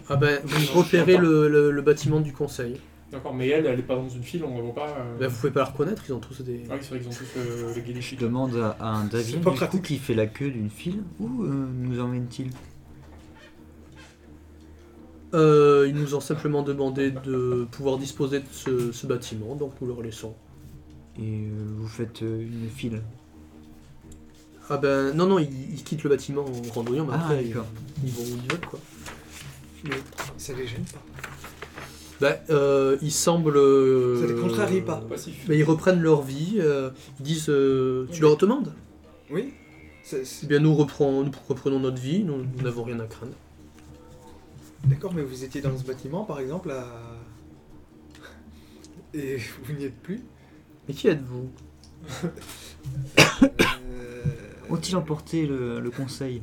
[SPEAKER 3] bah, Ah ben vous repérez le, le- le bâtiment du conseil.
[SPEAKER 6] D'accord, mais elle, elle est pas dans une file, on la voit pas. euh,
[SPEAKER 3] Bah, vous pouvez pas la reconnaître, ils ont tous des.
[SPEAKER 6] Ah oui, c'est vrai qu'ils ont tous euh, les
[SPEAKER 4] Je
[SPEAKER 6] guélichiques.
[SPEAKER 4] demande à, à un David
[SPEAKER 2] pas
[SPEAKER 4] du coup,
[SPEAKER 2] pratique.
[SPEAKER 4] qui fait la queue d'une file. Où euh, nous emmène-t-il
[SPEAKER 3] Euh, ils nous ont simplement demandé de pouvoir disposer de ce, ce bâtiment, donc nous leur laissons.
[SPEAKER 4] Et euh, vous faites euh, une file.
[SPEAKER 3] Ah ben non, non, ils, ils quittent le bâtiment en randonnant, mais
[SPEAKER 4] Ah,
[SPEAKER 3] après ils,
[SPEAKER 4] d'accord.
[SPEAKER 3] ils vont où ils veulent quoi.
[SPEAKER 2] Ça les gêne pas.
[SPEAKER 3] Bah, euh, ils semblent.
[SPEAKER 2] Ça les
[SPEAKER 3] euh,
[SPEAKER 2] contrarie pas.
[SPEAKER 6] Passif.
[SPEAKER 3] Mais ils reprennent leur vie, euh, ils disent euh, Tu leur demandes
[SPEAKER 2] Oui ça-
[SPEAKER 3] Eh
[SPEAKER 2] c'est-
[SPEAKER 3] bien, nous, reprenons, nous reprenons notre vie, nous nous n'avons rien à craindre.
[SPEAKER 2] D'accord, mais vous étiez dans ce bâtiment par exemple à. Et vous n'y êtes plus
[SPEAKER 3] Mais qui êtes-vous
[SPEAKER 2] Euh,
[SPEAKER 4] Ont-ils emporté le, le conseil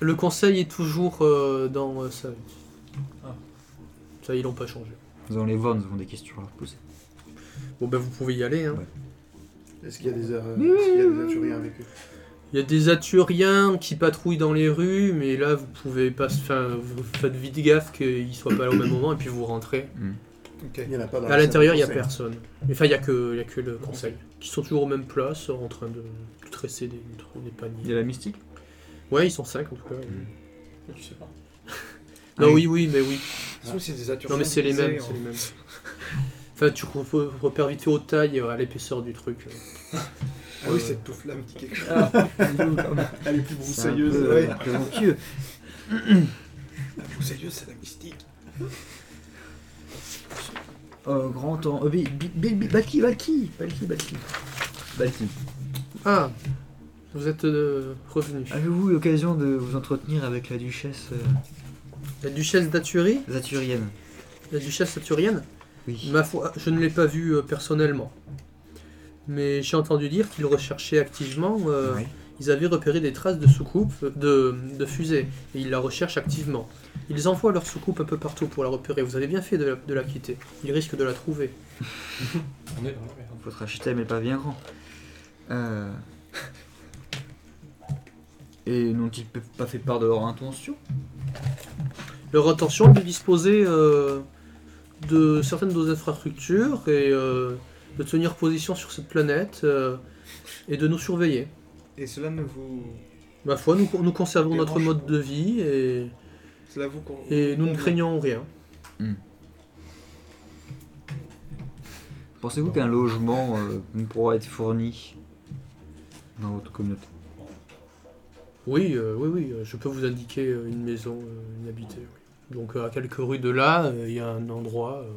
[SPEAKER 3] Le conseil est toujours euh, dans euh, sa vie.
[SPEAKER 6] Ah.
[SPEAKER 3] Ça, ils l'ont pas changé.
[SPEAKER 4] Nous allons les voir, nous avons des questions à leur poser.
[SPEAKER 3] Bon, ben, vous pouvez y aller. Hein.
[SPEAKER 5] Est-ce qu'il y a des, euh,
[SPEAKER 3] Mmh.
[SPEAKER 5] est-ce qu'il y a des Arthuriens avec eux
[SPEAKER 3] Il y a des Aturiens qui patrouillent dans les rues, mais là, vous pouvez pas. Enfin, vous faites vite gaffe qu'ils soient pas là au même moment, et puis vous rentrez.
[SPEAKER 2] Ok.
[SPEAKER 5] Il y en a pas dans
[SPEAKER 3] à l'intérieur, il y a
[SPEAKER 5] salle de conseil.
[SPEAKER 3] personne. Enfin, il y a que, il y a que le conseil. Qui sont toujours aux mêmes places, en train de tresser des, des
[SPEAKER 4] Il y
[SPEAKER 3] paniers.
[SPEAKER 4] a la mystique
[SPEAKER 3] Ouais, ils sont cinq en tout cas.
[SPEAKER 6] Tu sais pas.
[SPEAKER 3] Non,
[SPEAKER 4] Ah
[SPEAKER 3] oui, oui, mais oui.
[SPEAKER 2] Sauf si des Aturiens
[SPEAKER 3] Non, mais c'est les
[SPEAKER 2] disaient
[SPEAKER 3] mêmes,
[SPEAKER 2] en- Ah
[SPEAKER 3] c'est les mêmes. Enfin, tu re- repères vite fait aux tailles, euh, à l'épaisseur du truc. euh.
[SPEAKER 2] Ah oui, cette touffe là me dit quelque chose.
[SPEAKER 5] Elle est plus
[SPEAKER 4] C'est un
[SPEAKER 5] broussailleuse.
[SPEAKER 4] peu,
[SPEAKER 5] ouais.
[SPEAKER 4] euh, présomptueux.
[SPEAKER 2] La broussailleuse, c'est la mystique.
[SPEAKER 4] Euh, grand temps. Euh, bi- bi- bi- bi- Balki, Balki, Balki, Balki. Balki.
[SPEAKER 3] Ah, vous êtes euh, revenu.
[SPEAKER 4] Avez-vous eu l'occasion de vous entretenir avec la duchesse euh,
[SPEAKER 3] La duchesse d'Aturie
[SPEAKER 4] Zaturienne
[SPEAKER 3] La duchesse aturienne
[SPEAKER 4] Oui.
[SPEAKER 3] Ma foi, je ne l'ai pas vue euh, personnellement. Mais j'ai entendu dire qu'ils recherchaient activement. euh,
[SPEAKER 4] Ouais.
[SPEAKER 3] Ils avaient repéré des traces de soucoupes, euh, de, de fusées, et ils la recherchent activement. Ils envoient leur soucoupe un peu partout pour la repérer. Vous avez bien fait de la, de la quitter. Ils risquent de la trouver.
[SPEAKER 6] On est dans la merde.
[SPEAKER 4] Votre acheter mais pas bien grand. Euh, Et n'ont-ils pe- pas fait part de leur intention
[SPEAKER 3] Leur intention est de disposer euh, de certaines de nos infrastructures et euh, de tenir position sur cette planète euh, et de nous surveiller.
[SPEAKER 2] Et cela ne vous.
[SPEAKER 3] Ma foi, nous, nous conservons
[SPEAKER 2] Des
[SPEAKER 3] notre
[SPEAKER 2] branches.
[SPEAKER 3] mode de vie et,
[SPEAKER 2] Cela vous. con-
[SPEAKER 3] et nous ne
[SPEAKER 2] convient
[SPEAKER 3] craignons rien.
[SPEAKER 4] Pensez-vous qu'un logement euh, pourra être fourni dans votre communauté
[SPEAKER 3] Oui, euh, oui, oui, euh, je peux vous indiquer euh, une maison euh, inhabitée. oui. Donc euh, à quelques rues de là, euh, il y a un endroit. euh,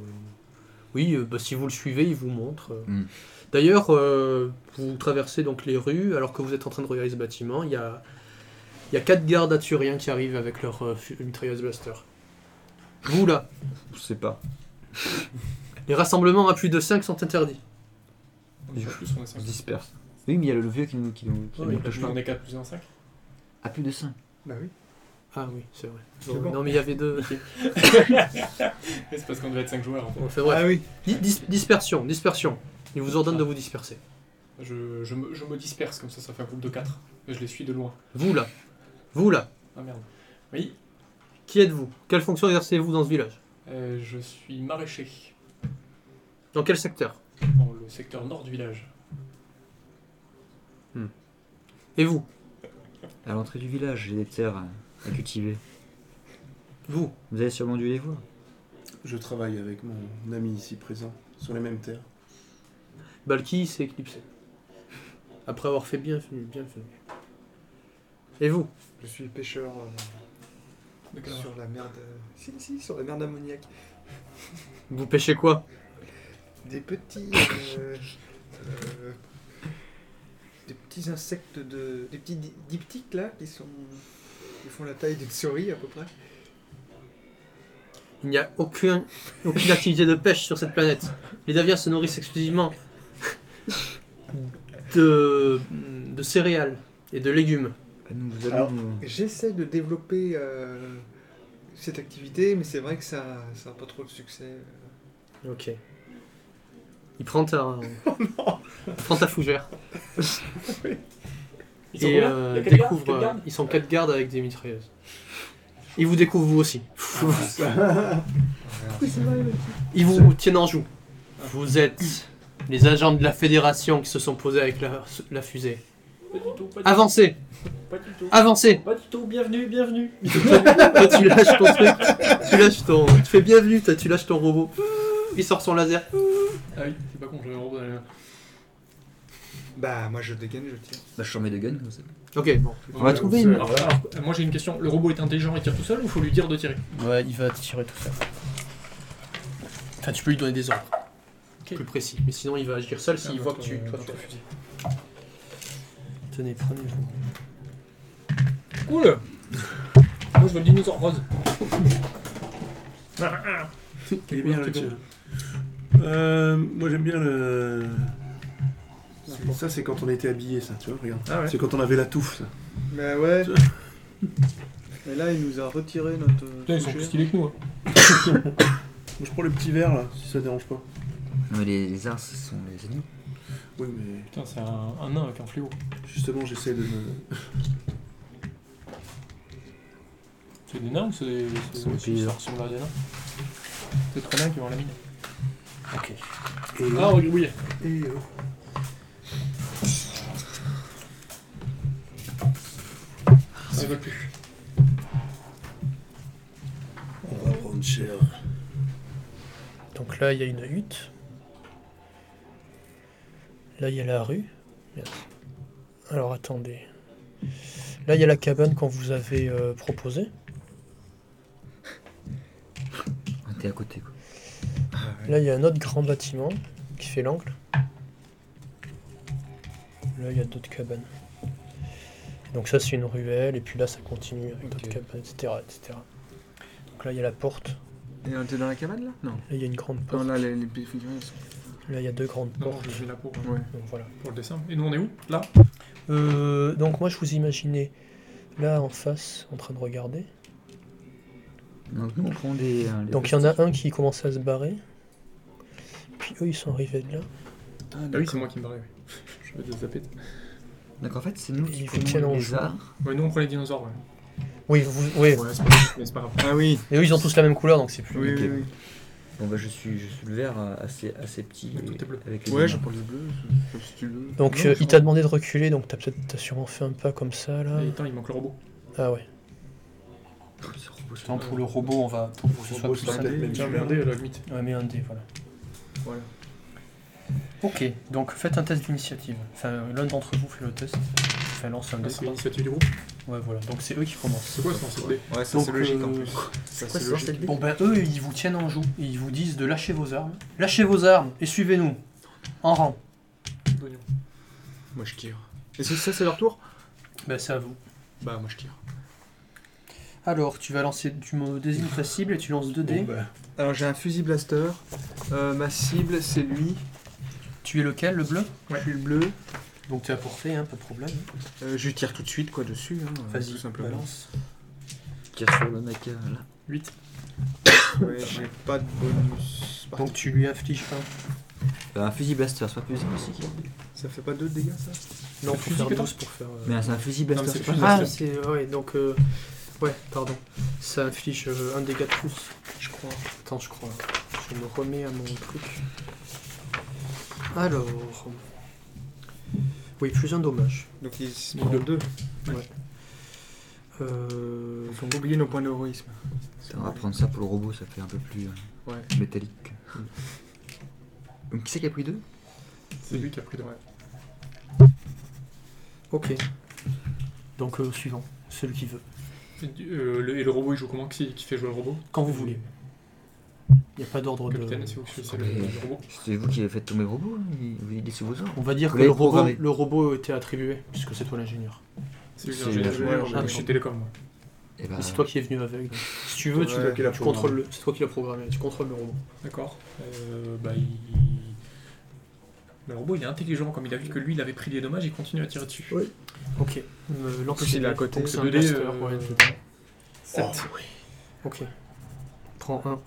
[SPEAKER 3] oui, euh, bah, si vous le suivez, il vous montre. euh.
[SPEAKER 4] Mm.
[SPEAKER 3] D'ailleurs, euh, vous traversez donc les rues alors que vous êtes en train de regarder ce bâtiment. Il y a, il y a quatre gardes aturiens qui arrivent avec leur euh, fu- mitrailleuse blaster. Vous là,
[SPEAKER 4] Je sais pas.
[SPEAKER 3] les rassemblements à plus de 5 sont interdits.
[SPEAKER 6] On est pas plus, on est
[SPEAKER 4] On
[SPEAKER 6] 5.
[SPEAKER 4] se disperse. Oui, mais il y a le le vieux qui nous, qui nous, qui nous touche pas.
[SPEAKER 6] On est 4 plus 1, 5.
[SPEAKER 4] À plus de 5.
[SPEAKER 2] Bah oui.
[SPEAKER 3] Ah oui, c'est vrai.
[SPEAKER 2] C'est bon.
[SPEAKER 3] Non mais il y avait deux.
[SPEAKER 6] C'est parce qu'on devait être 5 joueurs en fait.
[SPEAKER 3] Enfin, bref.
[SPEAKER 2] Ah oui. Ah.
[SPEAKER 3] Dis- dis- dispersion, dispersion. Ils vous ordonnent de vous disperser.
[SPEAKER 6] Je, je, me, je me disperse comme ça, ça fait un groupe de 4. Et je les suis de loin.
[SPEAKER 3] Vous là, vous là.
[SPEAKER 6] Ah merde. Oui,
[SPEAKER 3] Qui êtes-vous Quelle fonction exercez-vous dans ce village
[SPEAKER 6] euh, je suis maraîcher
[SPEAKER 3] Dans quel secteur
[SPEAKER 6] dans le secteur nord du village.
[SPEAKER 3] Et vous
[SPEAKER 4] À l'entrée du village, j'ai des terres à- à cultiver.
[SPEAKER 3] Vous
[SPEAKER 4] Vous avez sûrement dû les voir.
[SPEAKER 5] Je travaille avec mon ami ici présent, sur les mêmes terres.
[SPEAKER 3] Balki s'est éclipsé. Après avoir fait bien, bien le film. Et vous
[SPEAKER 2] Je suis pêcheur euh,
[SPEAKER 6] De quelle heure
[SPEAKER 2] sur la mer de. Si, si, sur la mer d'ammoniac.
[SPEAKER 3] Vous pêchez quoi
[SPEAKER 2] Des petits. euh, euh, des petits insectes de. Des petits di- diptyques là qui sont. qui font la taille d'une souris à peu près.
[SPEAKER 3] Il n'y a aucun, aucune activité de pêche sur cette planète. Les Daviens se nourrissent exclusivement de, de céréales et de légumes.
[SPEAKER 4] Ah, Nous vous allons
[SPEAKER 5] Alors,
[SPEAKER 4] nous-
[SPEAKER 2] J'essaie de développer euh, cette activité, mais c'est vrai que ça ça a pas trop de succès.
[SPEAKER 3] Ok. Il prend
[SPEAKER 6] Oh
[SPEAKER 3] ta, il prend ta fougère. et
[SPEAKER 6] Ils sont combien
[SPEAKER 3] euh,
[SPEAKER 6] Il y a quatre gardes
[SPEAKER 3] découvre.
[SPEAKER 6] Quatre gardes
[SPEAKER 3] euh, ils sont quatre gardes avec des mitrailleuses. Ils vous découvrent vous aussi.
[SPEAKER 6] Ah,
[SPEAKER 3] Ils vous tiennent en joue. Vous êtes les agents de la fédération qui se sont posés avec la, la fusée.
[SPEAKER 6] Pas du tout, pas du
[SPEAKER 3] Avancez
[SPEAKER 6] tout, pas du tout.
[SPEAKER 3] Avancez
[SPEAKER 6] Pas du tout, bienvenue, bienvenue.
[SPEAKER 3] Toi, tu lâches ton truc. Tu lâches ton. Tu fais bienvenue, toi, tu lâches ton robot. Il sort son laser.
[SPEAKER 6] Ah oui, c'est pas con, j'avais un robot dans les mains.
[SPEAKER 2] Bah, moi je dégaine, je tire.
[SPEAKER 4] Bah, je t'en mets de gun. comme ça.
[SPEAKER 3] Ok, bon.
[SPEAKER 4] On
[SPEAKER 6] Euh,
[SPEAKER 4] va trouver une-
[SPEAKER 6] Alors, alors, Euh, moi j'ai une question, le robot est intelligent et tire tout seul ou faut lui dire de tirer
[SPEAKER 7] Ouais, il va tirer tout ça.
[SPEAKER 3] Enfin, tu peux lui donner des ordres. Plus précis. Mais sinon, il va agir seul s'il
[SPEAKER 6] Ah,
[SPEAKER 3] voit
[SPEAKER 6] dans
[SPEAKER 3] que tu.
[SPEAKER 6] ton-
[SPEAKER 3] Toi,
[SPEAKER 6] dans
[SPEAKER 3] tu
[SPEAKER 6] ton fusil.
[SPEAKER 3] Tenez, prenez-vous.
[SPEAKER 6] Cool Moi je veux le dinosaure rose.
[SPEAKER 7] Il est bien le tir. Euh, moi j'aime bien le.
[SPEAKER 5] Ça, c'est quand on était habillé, ça, tu vois, regarde.
[SPEAKER 6] Ah ouais.
[SPEAKER 5] C'est quand on avait la touffe, ça.
[SPEAKER 2] Mais ouais. Mais là, il nous a retiré notre.
[SPEAKER 6] Putain, ils sont
[SPEAKER 2] toucher.
[SPEAKER 6] plus stylés que nous. hein.
[SPEAKER 5] Moi, je prends le petit verre, là, si ça dérange pas.
[SPEAKER 4] Non, mais les lézards, ce sont les animaux.
[SPEAKER 5] Oui, mais
[SPEAKER 6] Putain, c'est un, un nain avec un fléau.
[SPEAKER 5] justement, j'essaie de me.
[SPEAKER 6] C'est des nains ou c'est des.
[SPEAKER 7] Ce sont des paysans.
[SPEAKER 6] C'est des nains C'est trois nains qui vont à la mine.
[SPEAKER 7] Ok.
[SPEAKER 6] Ah, oui.
[SPEAKER 5] Et, euh,
[SPEAKER 6] Ils veulent plus.
[SPEAKER 7] On va prendre cher.
[SPEAKER 3] Donc là, il y a une hutte. Là, il y a la rue. Merde. Alors attendez. Là, il y a la cabane qu'on vous avait euh, proposée.
[SPEAKER 4] Ah, T'es à côté, quoi.
[SPEAKER 3] Là, il y a un autre grand bâtiment qui fait l'angle. Là, il y a d'autres cabanes. Donc ça, c'est une ruelle. Et puis là, ça continue avec d'autres
[SPEAKER 4] Ok.
[SPEAKER 3] cabanes, etc., etc. Donc là, il y a la porte.
[SPEAKER 8] Et on était dans la cabane là Non.
[SPEAKER 3] Là, il y a une grande
[SPEAKER 8] Non,
[SPEAKER 3] porte.
[SPEAKER 8] là, les, les petits figurines sont.
[SPEAKER 3] Là, il y a deux grandes
[SPEAKER 6] Non,
[SPEAKER 3] portes.
[SPEAKER 6] je fais la peau
[SPEAKER 8] Ouais.
[SPEAKER 3] Donc voilà.
[SPEAKER 6] euh, pour le dessin. Et nous on est où Là Ah
[SPEAKER 3] Euh, donc moi je vous imaginais là en face en train de regarder.
[SPEAKER 4] Donc, nous on prend des. euh, les
[SPEAKER 3] Donc il y en a un qui commençait à se barrer. Puis eux ils sont arrivés de là.
[SPEAKER 8] Ah,
[SPEAKER 6] Ah oui, c'est
[SPEAKER 8] d'accord.
[SPEAKER 6] moi qui me barrais. oui. Je vais te zapper.
[SPEAKER 4] Donc en fait, c'est nous qui
[SPEAKER 3] Il faut qu'il y en ait
[SPEAKER 4] prenons
[SPEAKER 3] en
[SPEAKER 4] les
[SPEAKER 3] jouant.
[SPEAKER 4] lézards.
[SPEAKER 6] Ouais, nous on prend les dinosaures, ouais.
[SPEAKER 3] Oui, vous, oui.
[SPEAKER 6] Ouais, c'est pas grave. Mais c'est pas grave.
[SPEAKER 8] Ah oui,
[SPEAKER 3] Et eux ils ont tous la même couleur donc c'est plus.
[SPEAKER 8] oui,
[SPEAKER 4] Ok.
[SPEAKER 8] oui,
[SPEAKER 4] Bon bah je suis, je suis le vert euh, assez, assez petit.
[SPEAKER 6] Mais
[SPEAKER 4] et-
[SPEAKER 6] tout est bleu.
[SPEAKER 4] Avec
[SPEAKER 8] oui.
[SPEAKER 4] les
[SPEAKER 8] Ouais,
[SPEAKER 4] mains.
[SPEAKER 8] j'en parle du bleu, comme si tu veux.
[SPEAKER 3] Donc
[SPEAKER 6] Non,
[SPEAKER 3] euh,
[SPEAKER 6] je
[SPEAKER 3] il t'a demandé de reculer donc t'as peut-être t'as sûrement fait un pas comme ça là.
[SPEAKER 6] Et attends, il manque le robot.
[SPEAKER 3] Ah ouais.
[SPEAKER 7] Attends, pour le robot, on va. Pour que ce soit
[SPEAKER 5] robot,
[SPEAKER 7] plus
[SPEAKER 5] c'est un
[SPEAKER 7] simple.
[SPEAKER 5] dé. Même
[SPEAKER 6] Tiens,
[SPEAKER 5] si-
[SPEAKER 6] mais un dé, à la limite.
[SPEAKER 7] Ouais, mais un dé, voilà.
[SPEAKER 6] Voilà.
[SPEAKER 7] Ok, donc faites un test d'initiative. Enfin, l'un d'entre vous fait le test. Enfin, lance un
[SPEAKER 6] Ah,
[SPEAKER 7] dé.
[SPEAKER 6] c'est
[SPEAKER 7] pardon.
[SPEAKER 6] l'initiative du groupe.
[SPEAKER 7] Ouais, voilà. Donc c'est eux qui commencent.
[SPEAKER 6] C'est quoi ce lancer de dé
[SPEAKER 8] Ouais, ça c'est logique en plus. Ça
[SPEAKER 4] Quoi,
[SPEAKER 8] c'est
[SPEAKER 4] c'est dans
[SPEAKER 8] logique.
[SPEAKER 4] cette
[SPEAKER 7] Bon ben eux ils vous tiennent en joue, ils vous disent de lâcher vos armes. Lâchez vos armes et suivez-nous. En rang.
[SPEAKER 6] D'oignon.
[SPEAKER 8] Moi je tire. Et c'est ça, c'est leur tour
[SPEAKER 7] Ben c'est à vous.
[SPEAKER 8] Bah, moi je tire.
[SPEAKER 7] Alors tu vas lancer, tu me désignes ta cible et tu lances 2 dés.
[SPEAKER 5] ben,
[SPEAKER 8] Alors j'ai un fusil blaster. Euh, ma cible c'est lui,
[SPEAKER 7] Tu es lequel, le bleu
[SPEAKER 8] puis le bleu.
[SPEAKER 7] Donc tu as porté, hein, pas de problème.
[SPEAKER 8] Euh, je lui tire tout de suite quoi dessus. Hein,
[SPEAKER 7] Vas-y,
[SPEAKER 8] tout simplement.
[SPEAKER 7] balance.
[SPEAKER 4] Tire sur le mec euh, là.
[SPEAKER 6] 8.
[SPEAKER 8] Ouais, j'ai pas de bonus. Par
[SPEAKER 7] Donc tu lui infliges un.
[SPEAKER 4] Euh, un fusil blaster, c'est pas plus classique.
[SPEAKER 8] Ça fait pas deux dégâts ça
[SPEAKER 3] Non,
[SPEAKER 6] Le
[SPEAKER 3] faut
[SPEAKER 6] fusil
[SPEAKER 3] faire
[SPEAKER 6] pétant
[SPEAKER 3] 12 pour faire. euh,
[SPEAKER 4] Mais c'est un fusil
[SPEAKER 6] Non, mais
[SPEAKER 4] blaster,
[SPEAKER 6] c'est
[SPEAKER 4] c'est pas
[SPEAKER 6] plus
[SPEAKER 4] grave.
[SPEAKER 3] Ah c'est ouais donc euh, ouais pardon. Ça inflige euh, un dégât de plus.
[SPEAKER 6] Je crois.
[SPEAKER 3] Attends, je crois. Je me remets à mon truc. Alors. Oui, plus un dommage.
[SPEAKER 8] Donc ils se
[SPEAKER 6] Donc,
[SPEAKER 8] prend
[SPEAKER 6] deux.
[SPEAKER 8] deux.
[SPEAKER 3] Euh,
[SPEAKER 8] Faut pas oublier nos points d'héroïsme.
[SPEAKER 4] On va prendre ça pour le robot, ça fait un peu plus euh,
[SPEAKER 8] Ouais.
[SPEAKER 4] métallique.
[SPEAKER 6] Mm.
[SPEAKER 4] Donc qui c'est qui a pris deux
[SPEAKER 6] C'est lui qui a pris le. Ouais.
[SPEAKER 3] ok. Donc euh, suivant, celui qui veut.
[SPEAKER 6] Et, du- euh, le, et le robot il joue comment qui, qui fait jouer le robot
[SPEAKER 3] Quand vous voulez. Il n'y a pas d'ordre de.
[SPEAKER 6] Capitaine, c'est vous qui choisissez le, le robot.
[SPEAKER 4] C'est vous qui avez fait tomber le robot, hein il, il est sous vos ordres.
[SPEAKER 3] On va dire
[SPEAKER 4] Vous
[SPEAKER 3] que le
[SPEAKER 4] l'avez
[SPEAKER 3] robot,
[SPEAKER 4] programmé.
[SPEAKER 3] le robot était attribué, puisque c'est toi l'ingénieur.
[SPEAKER 6] C'est lui qui
[SPEAKER 4] C'est
[SPEAKER 6] a joué
[SPEAKER 4] l'ingénieur,
[SPEAKER 6] le
[SPEAKER 3] j'ai
[SPEAKER 6] robot.
[SPEAKER 3] raison.
[SPEAKER 6] chez Télécom. moi.
[SPEAKER 4] Et bah,
[SPEAKER 3] Mais C'est toi qui es venu avec. donc, si tu veux, tu,
[SPEAKER 8] Ouais,
[SPEAKER 3] le-
[SPEAKER 8] qu'il
[SPEAKER 5] a
[SPEAKER 3] tu
[SPEAKER 5] programmé.
[SPEAKER 3] contrôles le. C'est toi qui l'as programmé, tu contrôles le robot.
[SPEAKER 6] D'accord. Euh, bah, il... Le robot il est intelligent, comme il a vu que lui il avait pris des dommages, il continue à tirer dessus.
[SPEAKER 8] Ouais.
[SPEAKER 3] Ok. Euh, lance
[SPEAKER 8] Plus il est à
[SPEAKER 3] dés.
[SPEAKER 8] côté,
[SPEAKER 3] Donc, c'est
[SPEAKER 6] c'est
[SPEAKER 3] un
[SPEAKER 6] deux dés,
[SPEAKER 3] blaster,
[SPEAKER 6] euh,
[SPEAKER 3] ouais,
[SPEAKER 6] euh,
[SPEAKER 3] dedans.
[SPEAKER 6] Sept.
[SPEAKER 3] Ok. Prends un.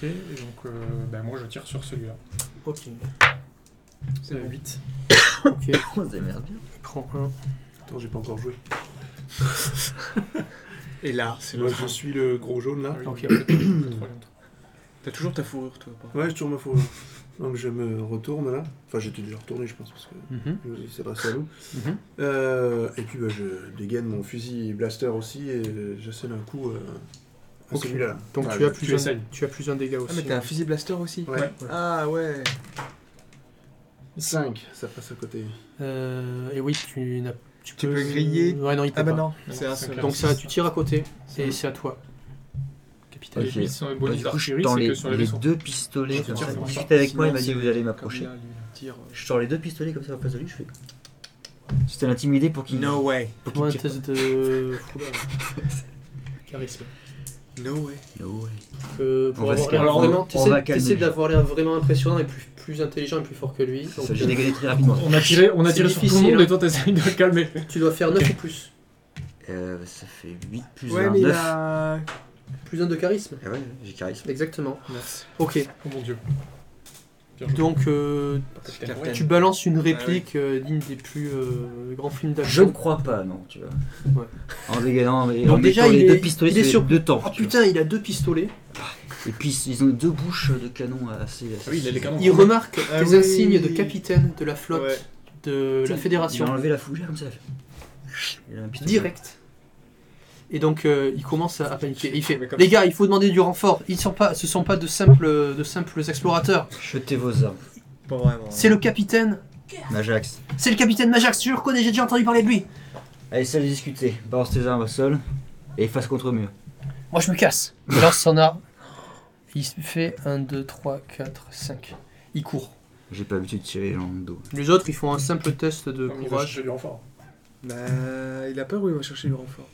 [SPEAKER 6] Ok, et donc euh, bah, moi je tire sur celui-là.
[SPEAKER 3] Ok.
[SPEAKER 6] C'est
[SPEAKER 8] Euh,
[SPEAKER 6] 8.
[SPEAKER 3] Ok.
[SPEAKER 4] on se démerde bien.
[SPEAKER 3] Prends un.
[SPEAKER 5] Attends, j'ai pas encore joué.
[SPEAKER 8] Et là, c'est
[SPEAKER 5] Moi, je suis le gros jaune, là.
[SPEAKER 3] Ok.
[SPEAKER 6] Ah Troisième tour.
[SPEAKER 2] T'as toujours ta fourrure, toi. par contre.
[SPEAKER 5] Ouais, j'ai toujours ma fourrure. Donc je me retourne là. Enfin, j'étais déjà retourné, je pense, parce que
[SPEAKER 7] Mhm.
[SPEAKER 5] il s'est adressé à nous.
[SPEAKER 7] Mhm.
[SPEAKER 5] Euh, et puis bah, je dégaine mon fusil blaster aussi et j'assène un coup euh, à
[SPEAKER 3] Ok.
[SPEAKER 5] celui-là.
[SPEAKER 3] Donc
[SPEAKER 5] Enfin,
[SPEAKER 3] tu, as
[SPEAKER 5] je-
[SPEAKER 3] plus un,
[SPEAKER 5] Ah, bah, essayes.
[SPEAKER 3] tu as plus un dégât
[SPEAKER 2] Ah,
[SPEAKER 3] aussi.
[SPEAKER 2] mais t'as un fusil blaster aussi
[SPEAKER 5] Ouais.
[SPEAKER 2] Ah, ouais.
[SPEAKER 5] 5, ça passe à côté.
[SPEAKER 3] Euh, et oui, tu, n'as-
[SPEAKER 2] Tu peux griller.
[SPEAKER 3] Ouais, non, il peut
[SPEAKER 2] Ah, bah
[SPEAKER 3] pas.
[SPEAKER 2] non, c'est un seul.
[SPEAKER 3] Donc ça, tu tires à côté et
[SPEAKER 2] Ouais.
[SPEAKER 3] c'est à toi.
[SPEAKER 6] Les
[SPEAKER 3] Capitaine.
[SPEAKER 4] Ok.
[SPEAKER 6] missions et
[SPEAKER 4] Bah,
[SPEAKER 6] bonus
[SPEAKER 4] du coup, je
[SPEAKER 6] d'artillerie,
[SPEAKER 4] tends
[SPEAKER 6] c'est
[SPEAKER 4] les,
[SPEAKER 6] que sur les
[SPEAKER 4] les
[SPEAKER 6] vaisseaux.
[SPEAKER 4] deux pistolets.
[SPEAKER 6] Je
[SPEAKER 4] Comme
[SPEAKER 6] tire,
[SPEAKER 4] ça.
[SPEAKER 6] c'est
[SPEAKER 4] Il
[SPEAKER 6] bon.
[SPEAKER 4] discutait avec moi, il
[SPEAKER 2] Sinon,
[SPEAKER 4] m'a dit
[SPEAKER 2] c'est
[SPEAKER 4] vous allez
[SPEAKER 2] Comme
[SPEAKER 4] m'approcher.
[SPEAKER 2] là, lui, euh. il tire.
[SPEAKER 4] Je sors les deux pistolets comme ça en face de lui, je fais. C'était l'intimidé pour qu'il.
[SPEAKER 2] No way.
[SPEAKER 4] pour qu'il
[SPEAKER 3] Moi, un
[SPEAKER 4] tire.
[SPEAKER 3] test de euh, Oula. charisme.
[SPEAKER 2] No way.
[SPEAKER 4] No way.
[SPEAKER 3] Euh, pour
[SPEAKER 4] On va
[SPEAKER 3] avoir
[SPEAKER 4] se
[SPEAKER 3] l'air
[SPEAKER 4] calmer.
[SPEAKER 3] vraiment,
[SPEAKER 4] On va
[SPEAKER 3] t'essaies,
[SPEAKER 4] calmer
[SPEAKER 3] t'essaies
[SPEAKER 4] les
[SPEAKER 3] d'avoir l'air vraiment impressionnant et plus, plus intelligent et plus fort que lui. Donc, euh,
[SPEAKER 4] J'ai dégainé très rapidement.
[SPEAKER 6] On a tiré, on a
[SPEAKER 3] C'est
[SPEAKER 6] tiré sur tout le
[SPEAKER 3] difficile,
[SPEAKER 6] monde
[SPEAKER 3] hein.
[SPEAKER 6] et toi t'essayes de le calmer.
[SPEAKER 3] tu dois faire 9
[SPEAKER 6] Ok.
[SPEAKER 3] ou plus.
[SPEAKER 4] Euh, ça fait 8 plus
[SPEAKER 2] Ouais,
[SPEAKER 4] 1,
[SPEAKER 2] mais il
[SPEAKER 4] 9.
[SPEAKER 2] a.
[SPEAKER 3] Plus un de charisme.
[SPEAKER 4] Ah ouais, j'ai charisme.
[SPEAKER 3] Exactement. Ok.
[SPEAKER 6] Oh mon dieu.
[SPEAKER 3] Donc euh,
[SPEAKER 2] Captain.
[SPEAKER 3] tu balances une
[SPEAKER 2] oui.
[SPEAKER 3] réplique euh, d'une des plus euh, grands films
[SPEAKER 4] Je ne
[SPEAKER 3] d'action.
[SPEAKER 4] crois pas, non, tu vois.
[SPEAKER 3] Ouais.
[SPEAKER 4] En dégainant, mais
[SPEAKER 3] Donc
[SPEAKER 4] en
[SPEAKER 3] déjà,
[SPEAKER 4] mettant
[SPEAKER 3] il
[SPEAKER 4] les
[SPEAKER 3] est-
[SPEAKER 4] deux pistolets,
[SPEAKER 3] il est
[SPEAKER 4] c'est
[SPEAKER 3] sur-
[SPEAKER 4] deux temps.
[SPEAKER 3] Oh
[SPEAKER 4] Ah, tu vois.
[SPEAKER 3] putain, il a deux pistolets.
[SPEAKER 4] Et puis ils ont deux bouches de canon assez. assez-
[SPEAKER 6] Oui, il a des canons.
[SPEAKER 3] Il remarque
[SPEAKER 2] Ah
[SPEAKER 3] tes
[SPEAKER 2] oui.
[SPEAKER 3] insignes de capitaine de la flotte
[SPEAKER 2] Ouais.
[SPEAKER 3] de la
[SPEAKER 4] Il
[SPEAKER 3] fédération.
[SPEAKER 4] a enlevé la fougère comme ça. il a fait- Il a un pistolet.
[SPEAKER 3] direct. Et donc euh, il commence à, à paniquer. Et il fait
[SPEAKER 2] Mais comme
[SPEAKER 3] les gars, il faut demander du renfort. Ils sont pas, ce sont pas de simples, de simples explorateurs.
[SPEAKER 4] Jetez vos armes.
[SPEAKER 2] Pas vraiment. hein.
[SPEAKER 3] C'est le capitaine.
[SPEAKER 4] Majax.
[SPEAKER 3] C'est le capitaine Majax. Je le reconnais. J'ai déjà entendu parler de lui.
[SPEAKER 4] Allez, salut discuter. Balance tes armes au sol et face contre mur.
[SPEAKER 3] Moi, je me casse. Il lance son arme. Il fait 1, 2, 3, 4, 5. Il court.
[SPEAKER 4] J'ai pas l'habitude de tirer les gens dans le dos.
[SPEAKER 3] Les autres, ils font un simple test de
[SPEAKER 6] Comme il va
[SPEAKER 3] courage.
[SPEAKER 6] chercher du renfort.
[SPEAKER 2] Bah, il a peur ou il va chercher du renfort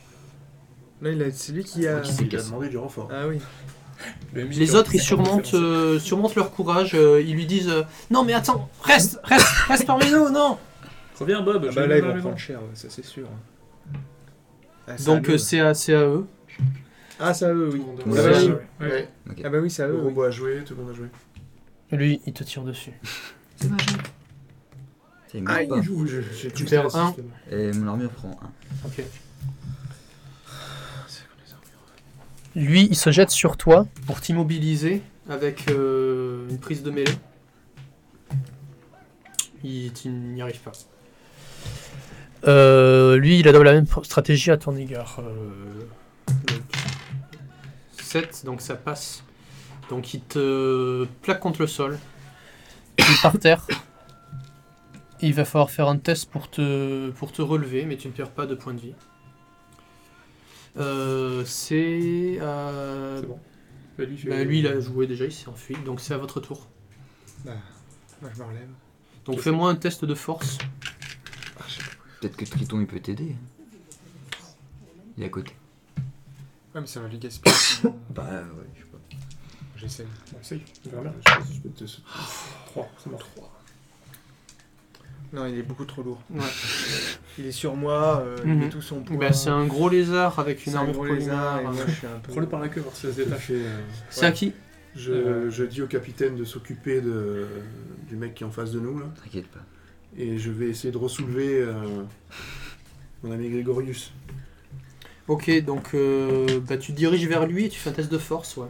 [SPEAKER 2] Là, il a... c'est lui qui a.
[SPEAKER 4] Qui s'est
[SPEAKER 5] Il a
[SPEAKER 4] cassé.
[SPEAKER 5] demandé du renfort.
[SPEAKER 2] Ah oui.
[SPEAKER 3] Les autres, ils surmontent, euh, surmontent leur courage. euh, ils lui disent euh, Non, mais attends, reste, reste, reste parmi nous, non
[SPEAKER 6] Reviens Bob,
[SPEAKER 2] Ah
[SPEAKER 6] je
[SPEAKER 2] bah
[SPEAKER 6] vais
[SPEAKER 2] là,
[SPEAKER 6] aller
[SPEAKER 2] ils
[SPEAKER 6] à la
[SPEAKER 2] vont
[SPEAKER 6] maison.
[SPEAKER 2] prendre cher, ouais, ça c'est sûr. Ah, c'est
[SPEAKER 3] Donc,
[SPEAKER 2] à
[SPEAKER 3] euh,
[SPEAKER 2] eux.
[SPEAKER 3] c'est à, c'est à eux.
[SPEAKER 2] Ah, c'est à eux, oui.
[SPEAKER 4] Ouais.
[SPEAKER 2] Ah, bah, oui.
[SPEAKER 6] Ouais.
[SPEAKER 5] Ouais.
[SPEAKER 2] Ah bah oui, c'est à
[SPEAKER 5] Le
[SPEAKER 2] eux. oui.
[SPEAKER 5] robot a joué, tout le monde a joué.
[SPEAKER 3] Et lui, il te tire dessus.
[SPEAKER 4] C'est même pas.
[SPEAKER 5] Ah, joue, je, je-
[SPEAKER 3] Ah, Tu
[SPEAKER 5] je-
[SPEAKER 3] perds
[SPEAKER 5] je-
[SPEAKER 3] un. Ah,
[SPEAKER 5] je-
[SPEAKER 4] Et mon armure prend un.
[SPEAKER 3] Lui, il se jette sur toi pour t'immobiliser avec euh, une prise de mêlée. Il, il n'y arrive pas. Euh, lui, il adopte la même stratégie à ton égard. euh, 7, donc ça passe. Donc il te plaque contre le sol. Il est par terre. Il va falloir faire un test pour te, pour te relever, mais tu ne perds pas de points de vie. Euh, c'est. euh,
[SPEAKER 6] C'est bon. Bah, lui, je-
[SPEAKER 3] bah, lui, il a joué déjà, il s'est enfui. Donc c'est à votre tour.
[SPEAKER 2] Moi, je me relève.
[SPEAKER 3] Donc fais-moi un test de force.
[SPEAKER 4] Peut-être que Triton il peut t'aider. Il est à côté.
[SPEAKER 2] Ouais, Ah, mais ça va lui gaspiller.
[SPEAKER 4] Bah ouais, je sais pas.
[SPEAKER 2] J'essaie.
[SPEAKER 6] On sait, on verra bien.
[SPEAKER 5] je- je peux te-
[SPEAKER 3] Ah,
[SPEAKER 6] 3, c'est mort.
[SPEAKER 2] Non, il est beaucoup trop lourd.
[SPEAKER 3] Ouais.
[SPEAKER 2] Il est sur moi, euh, il
[SPEAKER 3] Mhm.
[SPEAKER 2] met tout son poids.
[SPEAKER 3] Bah, c'est un gros lézard avec une
[SPEAKER 2] C'est un
[SPEAKER 3] armure
[SPEAKER 2] gros
[SPEAKER 3] euh,
[SPEAKER 2] lézard, et
[SPEAKER 3] collinard.
[SPEAKER 2] moi, je suis un peu.
[SPEAKER 6] Prends-le par la queue, voir si ça se détache.
[SPEAKER 5] Fait, euh,
[SPEAKER 3] C'est Ah à qui
[SPEAKER 5] je,
[SPEAKER 6] Euh.
[SPEAKER 5] je dis au capitaine de s'occuper de, du mec qui est en face de nous là,
[SPEAKER 4] T'inquiète pas.
[SPEAKER 5] et je vais essayer de ressoulever euh, mon ami Grégorius.
[SPEAKER 3] Ok, donc euh, bah, tu te diriges vers lui et tu fais un test de force, ouais.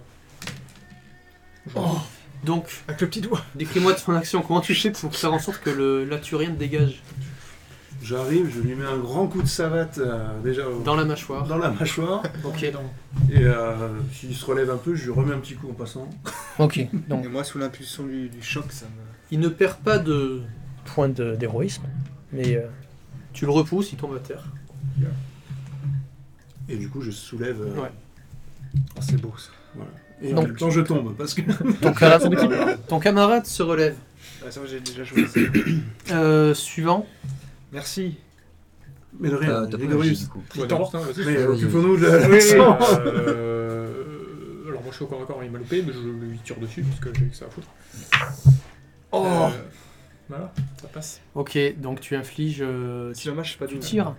[SPEAKER 2] Oh.
[SPEAKER 3] Donc,
[SPEAKER 2] Avec le petit doigt.
[SPEAKER 3] décris-moi ton action. Comment tu fais pour faire en sorte que le l'aturien te dégage
[SPEAKER 5] J'arrive, je lui mets un grand coup de savate euh, déjà au-
[SPEAKER 3] dans la mâchoire
[SPEAKER 5] dans la mâchoire,
[SPEAKER 3] Ok.
[SPEAKER 5] et euh, s'il se relève un peu, je lui remets un petit coup en passant.
[SPEAKER 3] Ok. Donc,
[SPEAKER 2] Et moi, sous l'impulsion du, du choc, ça me.
[SPEAKER 3] il ne perd pas de point de- d'héroïsme, mais euh, tu le repousses, il tombe à terre.
[SPEAKER 5] Et du coup, je soulève. euh, Ah,
[SPEAKER 3] Ouais.
[SPEAKER 2] Oh, c'est beau ça.
[SPEAKER 5] Et en
[SPEAKER 3] Donc-
[SPEAKER 5] même temps, je tombe parce que.
[SPEAKER 3] Ton cam- ton camarade, se relève.
[SPEAKER 2] Ah, ça, j'ai déjà joué ça.
[SPEAKER 3] Euh, suivant.
[SPEAKER 2] Merci.
[SPEAKER 5] Mais de rien,
[SPEAKER 4] Ah, t'as pas magie,
[SPEAKER 5] Grégorius.
[SPEAKER 4] du coup.
[SPEAKER 6] Il t'emporte, hein, vas-y.
[SPEAKER 5] Mais
[SPEAKER 4] Oui, oui.
[SPEAKER 5] occupons-nous de la.
[SPEAKER 6] Euh, euh, Alors, moi, je suis au corps à corps, il m'a loupé, mais je lui tire dessus, parce que j'ai que ça à foutre.
[SPEAKER 2] Oh
[SPEAKER 6] Euh, Voilà, ça passe.
[SPEAKER 3] Ok, donc tu infliges. euh,
[SPEAKER 2] C'est dommage, je suis pas
[SPEAKER 3] tu
[SPEAKER 2] du
[SPEAKER 3] tires.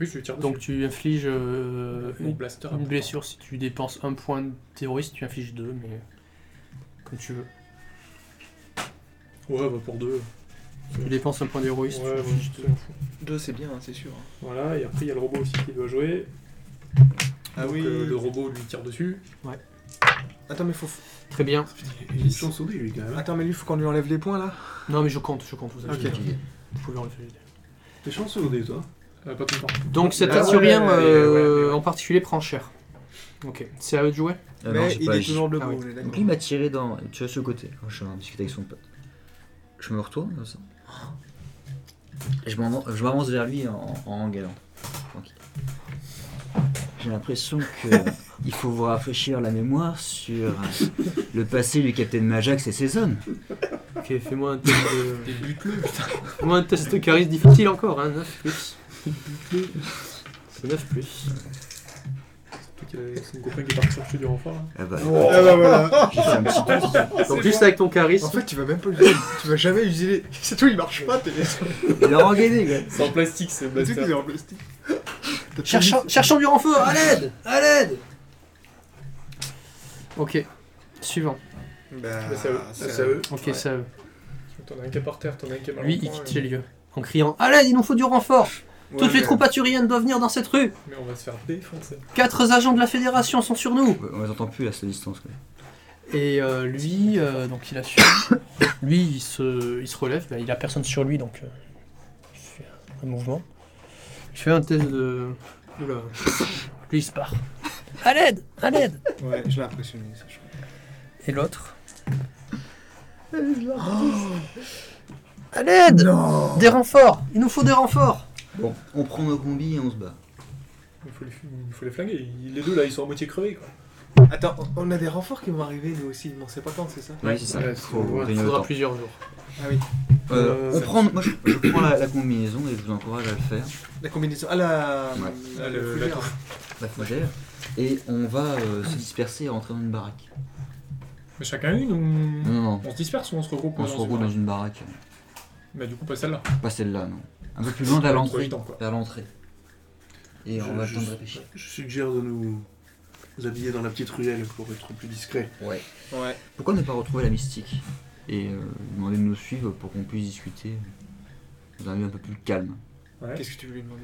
[SPEAKER 6] Oui, je lui tire dessus.
[SPEAKER 3] Donc tu infliges euh,
[SPEAKER 6] Mon
[SPEAKER 3] une,
[SPEAKER 6] blaster.
[SPEAKER 3] une blessure. Si tu dépenses un point de terroriste, tu infliges deux, mais comme tu veux.
[SPEAKER 6] Ouais, bah pour deux.
[SPEAKER 3] Tu dépenses un point d'héroïste, tu
[SPEAKER 6] Ouais, ouais,
[SPEAKER 3] infliges
[SPEAKER 6] je
[SPEAKER 3] deux.
[SPEAKER 6] te m'en fous.
[SPEAKER 2] Deux, c'est bien, hein, c'est sûr.
[SPEAKER 6] Voilà, et après il y a le robot aussi qui doit jouer.
[SPEAKER 2] Ah
[SPEAKER 6] Donc,
[SPEAKER 2] oui.
[SPEAKER 6] euh, le robot lui tire dessus.
[SPEAKER 3] Ouais.
[SPEAKER 2] Attends, mais faut.
[SPEAKER 3] Très bien.
[SPEAKER 5] Il est chancelier, lui, quand même. hein.
[SPEAKER 2] Attends, mais lui, faut qu'on lui enlève les points là.
[SPEAKER 3] Non, mais je compte, je compte. Vous, avez
[SPEAKER 2] Ok.
[SPEAKER 3] bien. vous pouvez enlever.
[SPEAKER 5] T'es chanceux au dé, toi
[SPEAKER 6] Euh, pas tout le temps.
[SPEAKER 3] Donc cet
[SPEAKER 2] Ah ouais,
[SPEAKER 3] Assurien
[SPEAKER 2] ouais, ouais,
[SPEAKER 3] euh,
[SPEAKER 6] ouais, ouais.
[SPEAKER 3] en particulier prend cher. Ok, c'est à eux de jouer
[SPEAKER 4] Euh, non,
[SPEAKER 2] mais
[SPEAKER 4] j'ai
[SPEAKER 2] il
[SPEAKER 4] pas-
[SPEAKER 2] est toujours debout,
[SPEAKER 3] Ah oui.
[SPEAKER 2] on est
[SPEAKER 4] Donc
[SPEAKER 2] d'accord.
[SPEAKER 4] lui m'a tiré dans. Tu vois, ce côté, quand je suis en discuter avec son pote. Je me retourne comme ça. Je m'en- je m'avance vers lui en, en galant. Tranquille. J'ai l'impression que il faut vous rafraîchir la mémoire sur euh, le passé du capitaine Majax et ses hommes.
[SPEAKER 3] Ok, fais-moi un test de...
[SPEAKER 6] Débute-le, putain.
[SPEAKER 3] Fais-moi un test de charisme difficile encore, hein, 9 plus. C'est 9 plus.
[SPEAKER 6] Surtout qu'il y a son copain qui est parti chercher du renfort. là.
[SPEAKER 4] Ah bah,
[SPEAKER 2] Ah bah voilà.
[SPEAKER 4] j'ai fait un petit tour.
[SPEAKER 3] Donc juste avec ton charisme,
[SPEAKER 2] En fait, tu vas même pas lui- tu vas jamais utiliser. C'est tout, il marche pas, t'es les
[SPEAKER 4] Il a regainé, quoi.
[SPEAKER 6] C'est en plastique, ce
[SPEAKER 2] trucs,
[SPEAKER 6] blaster.
[SPEAKER 2] il est en plastique. T'as tout
[SPEAKER 3] cherchons, cherchons du renfort, à l'aide À l'aide Ok, suivant.
[SPEAKER 2] dit. Bah,
[SPEAKER 6] Bah, c'est à eux.
[SPEAKER 2] c'est à eux.
[SPEAKER 3] Ok, c'est à eux.
[SPEAKER 6] T'en as un qui est par terre, t'en as un qui est mal
[SPEAKER 3] Lui,
[SPEAKER 6] en
[SPEAKER 3] il
[SPEAKER 6] point,
[SPEAKER 3] quitte
[SPEAKER 6] et-
[SPEAKER 3] les lieux en criant À l'aide, il nous faut du renfort Toutes
[SPEAKER 2] Ouais,
[SPEAKER 3] les troupes aturiennes doivent venir dans cette rue
[SPEAKER 6] Mais on va se faire défoncer.
[SPEAKER 3] Quatre agents de la Fédération sont sur nous
[SPEAKER 4] On les entend plus à cette distance. Quoi.
[SPEAKER 7] Et euh, lui, euh, donc il a su. lui, il se, il se relève, ben, il a personne sur lui, donc euh, il fait un mouvement.
[SPEAKER 3] Je fais un test de. Oula.
[SPEAKER 7] Lui, il se barre. À l'aide À l'aide
[SPEAKER 2] Ouais, je l'ai impressionné, ça, je crois.
[SPEAKER 7] Et l'autre
[SPEAKER 3] Oh.
[SPEAKER 7] À l'aide Des renforts
[SPEAKER 3] Il nous faut des renforts
[SPEAKER 4] Bon, on prend nos combis et on se bat.
[SPEAKER 6] Il faut les, il faut les flinguer. Ils- Les deux, là, ils sont à moitié crevés, quoi.
[SPEAKER 2] Attends, on- on a des renforts qui vont arriver, nous aussi, mais on sait pas quand, c'est ça
[SPEAKER 4] Oui, c'est ça.
[SPEAKER 5] ouais,
[SPEAKER 4] Faut
[SPEAKER 5] c'est- ouais,
[SPEAKER 4] gagner
[SPEAKER 3] Il
[SPEAKER 4] le
[SPEAKER 3] faudra
[SPEAKER 4] temps.
[SPEAKER 3] plusieurs jours.
[SPEAKER 2] Ah oui,
[SPEAKER 4] Euh, on prend, moi je, je prends la, la combinaison et je vous encourage à le faire.
[SPEAKER 2] la combinaison. Ah la.
[SPEAKER 4] Ouais.
[SPEAKER 2] la-
[SPEAKER 6] Ah,
[SPEAKER 2] la
[SPEAKER 6] le-
[SPEAKER 2] fougère.
[SPEAKER 6] la
[SPEAKER 4] La fougère. Et on va euh, se disperser et rentrer dans une baraque.
[SPEAKER 6] Mais chacun une ou.
[SPEAKER 4] Non, non, non.
[SPEAKER 6] On se disperse ou on se regroupe
[SPEAKER 4] On se
[SPEAKER 6] dans une
[SPEAKER 4] regroupe dans
[SPEAKER 6] baraque
[SPEAKER 4] une baraque.
[SPEAKER 6] Bah, du coup, pas celle-là.
[SPEAKER 4] Pas celle-là, non. Un peu plus loin vers
[SPEAKER 6] Trop
[SPEAKER 4] l'entrée.
[SPEAKER 6] évident, quoi.
[SPEAKER 4] Vers l'entrée. Et on
[SPEAKER 5] Je-
[SPEAKER 4] va
[SPEAKER 5] je-
[SPEAKER 4] attendre de réfléchir.
[SPEAKER 5] Je suggère de nous habiller dans la petite ruelle pour être plus discret.
[SPEAKER 4] Ouais.
[SPEAKER 2] Ouais.
[SPEAKER 4] Pourquoi ne pas retrouver la mystique Et euh, demander de nous suivre pour qu'on puisse discuter dans un lieu un peu plus calme.
[SPEAKER 6] Ouais.
[SPEAKER 2] Qu'est-ce que tu veux lui demander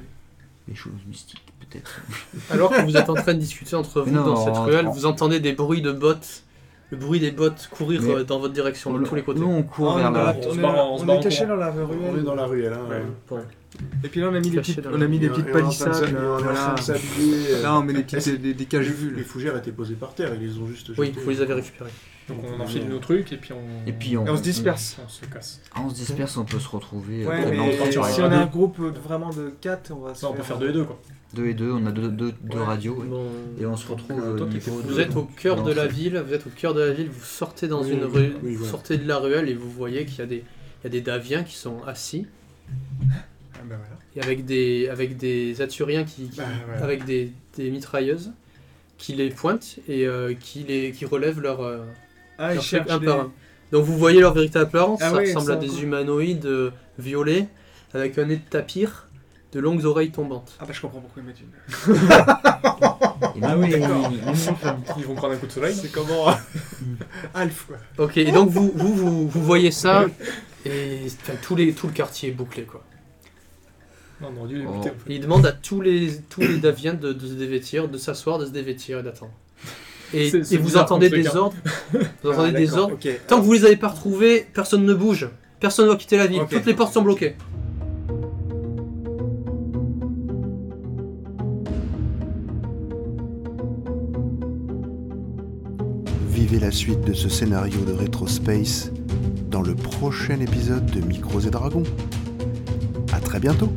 [SPEAKER 4] Les choses mystiques, peut-être.
[SPEAKER 3] Alors que vous êtes en train de discuter entre vous
[SPEAKER 4] Mais non,
[SPEAKER 3] dans cette ruelle,
[SPEAKER 4] on-
[SPEAKER 3] vous entendez des bruits de bottes, le bruit des bottes courir
[SPEAKER 4] Mais-
[SPEAKER 3] euh, dans votre direction de tous les côtés.
[SPEAKER 4] Nous, on court
[SPEAKER 2] Ah,
[SPEAKER 4] vers
[SPEAKER 2] on est dans
[SPEAKER 4] la.
[SPEAKER 2] la-
[SPEAKER 6] on se
[SPEAKER 2] on est-
[SPEAKER 6] barre en- on se barre
[SPEAKER 2] on
[SPEAKER 6] en
[SPEAKER 2] est caché
[SPEAKER 6] courant.
[SPEAKER 2] dans la
[SPEAKER 5] On est
[SPEAKER 2] ruelle.
[SPEAKER 5] dans la ruelle, hein.
[SPEAKER 6] Ouais.
[SPEAKER 2] Et puis là, on a mis des
[SPEAKER 3] Caché
[SPEAKER 2] petites,
[SPEAKER 3] dans
[SPEAKER 2] on a mis
[SPEAKER 5] Et
[SPEAKER 2] des
[SPEAKER 5] on-
[SPEAKER 2] petites
[SPEAKER 5] et on est en train de
[SPEAKER 2] palissades.
[SPEAKER 5] s'habiller-
[SPEAKER 2] là,
[SPEAKER 5] on est en train
[SPEAKER 2] voilà.
[SPEAKER 5] de s'habiller. euh,
[SPEAKER 8] Là, on met des, petites, des, des cages
[SPEAKER 5] les- Les
[SPEAKER 8] vules.
[SPEAKER 5] fougères étaient posées par terre, ils les ont juste
[SPEAKER 3] Oui,
[SPEAKER 5] jetées.
[SPEAKER 3] vous les avez récupérés.
[SPEAKER 6] Donc, on enfile nos trucs et puis on.
[SPEAKER 4] Et puis on,
[SPEAKER 2] Et on se disperse.
[SPEAKER 6] On se casse.
[SPEAKER 4] Ah, on se disperse, on peut se retrouver. euh,
[SPEAKER 2] Ouais,
[SPEAKER 4] vraiment
[SPEAKER 2] mais
[SPEAKER 4] en sortie,
[SPEAKER 2] si
[SPEAKER 4] ouais.
[SPEAKER 2] on a un groupe euh, vraiment de 4, on va se
[SPEAKER 6] Non, on peut faire deux et deux, quoi.
[SPEAKER 4] Deux et deux, on a deux, deux, deux radios. ouais.
[SPEAKER 3] Bon,
[SPEAKER 4] Et on se retrouve
[SPEAKER 6] Euh,
[SPEAKER 4] au
[SPEAKER 6] toi, t'es-
[SPEAKER 4] niveau
[SPEAKER 6] vous
[SPEAKER 4] de-
[SPEAKER 3] Vous êtes au cœur de la
[SPEAKER 4] l'entrée.
[SPEAKER 3] ville, vous êtes au cœur de la ville, vous sortez dans
[SPEAKER 5] Oui,
[SPEAKER 3] une
[SPEAKER 5] oui,
[SPEAKER 3] rue,
[SPEAKER 5] oui,
[SPEAKER 3] vous
[SPEAKER 5] voilà.
[SPEAKER 3] sortez de la ruelle et vous voyez qu'il y a des, il y a des Daviens qui sont assis,
[SPEAKER 6] Ah, bah voilà.
[SPEAKER 3] et avec des, avec des Aturiens qui, qui-
[SPEAKER 6] Bah, voilà.
[SPEAKER 3] avec des, des mitrailleuses, qui les pointent et euh, qui, les, qui relèvent leur, euh,
[SPEAKER 2] Ah, ils
[SPEAKER 3] leurs trucs
[SPEAKER 2] cherchent
[SPEAKER 3] un
[SPEAKER 2] des-
[SPEAKER 3] par un. Donc vous voyez leur véritable apparence,
[SPEAKER 2] Ah
[SPEAKER 3] ça
[SPEAKER 2] oui,
[SPEAKER 3] ressemble
[SPEAKER 2] ça,
[SPEAKER 3] à des
[SPEAKER 2] quoi.
[SPEAKER 3] humanoïdes euh, violets, avec un nez de tapir, de longues oreilles tombantes.
[SPEAKER 2] Ah bah je comprends pourquoi ils mettent une.
[SPEAKER 4] Et même les-
[SPEAKER 6] Ils vont prendre un coup de soleil.
[SPEAKER 2] C'est comment Alf quoi.
[SPEAKER 3] Ok, et donc vous, vous, vous, vous voyez ça, et enfin, tous les, tout le quartier est bouclé quoi.
[SPEAKER 6] Non, on aurait dû les
[SPEAKER 4] Oh.
[SPEAKER 6] buter. en fait.
[SPEAKER 3] Et il demande à tous les, tous les Daviens de, de se dévêtir, de s'asseoir, de se dévêtir et d'attendre. Et,
[SPEAKER 6] C'est- c'est
[SPEAKER 3] et vous
[SPEAKER 6] bizarre
[SPEAKER 3] entendez
[SPEAKER 6] comme
[SPEAKER 3] des
[SPEAKER 6] truc, hein.
[SPEAKER 3] ordres. Vous entendez
[SPEAKER 2] Ah,
[SPEAKER 3] des
[SPEAKER 2] d'accord,
[SPEAKER 3] ordres.
[SPEAKER 2] ok.
[SPEAKER 3] Tant que vous les avez pas retrouvés, personne ne bouge. Personne ne doit quitter la ville.
[SPEAKER 2] Ok.
[SPEAKER 3] Toutes les portes sont bloquées.
[SPEAKER 1] Vivez la suite de ce scénario de Retrospace dans le prochain épisode de Micros et Dragons. À très bientôt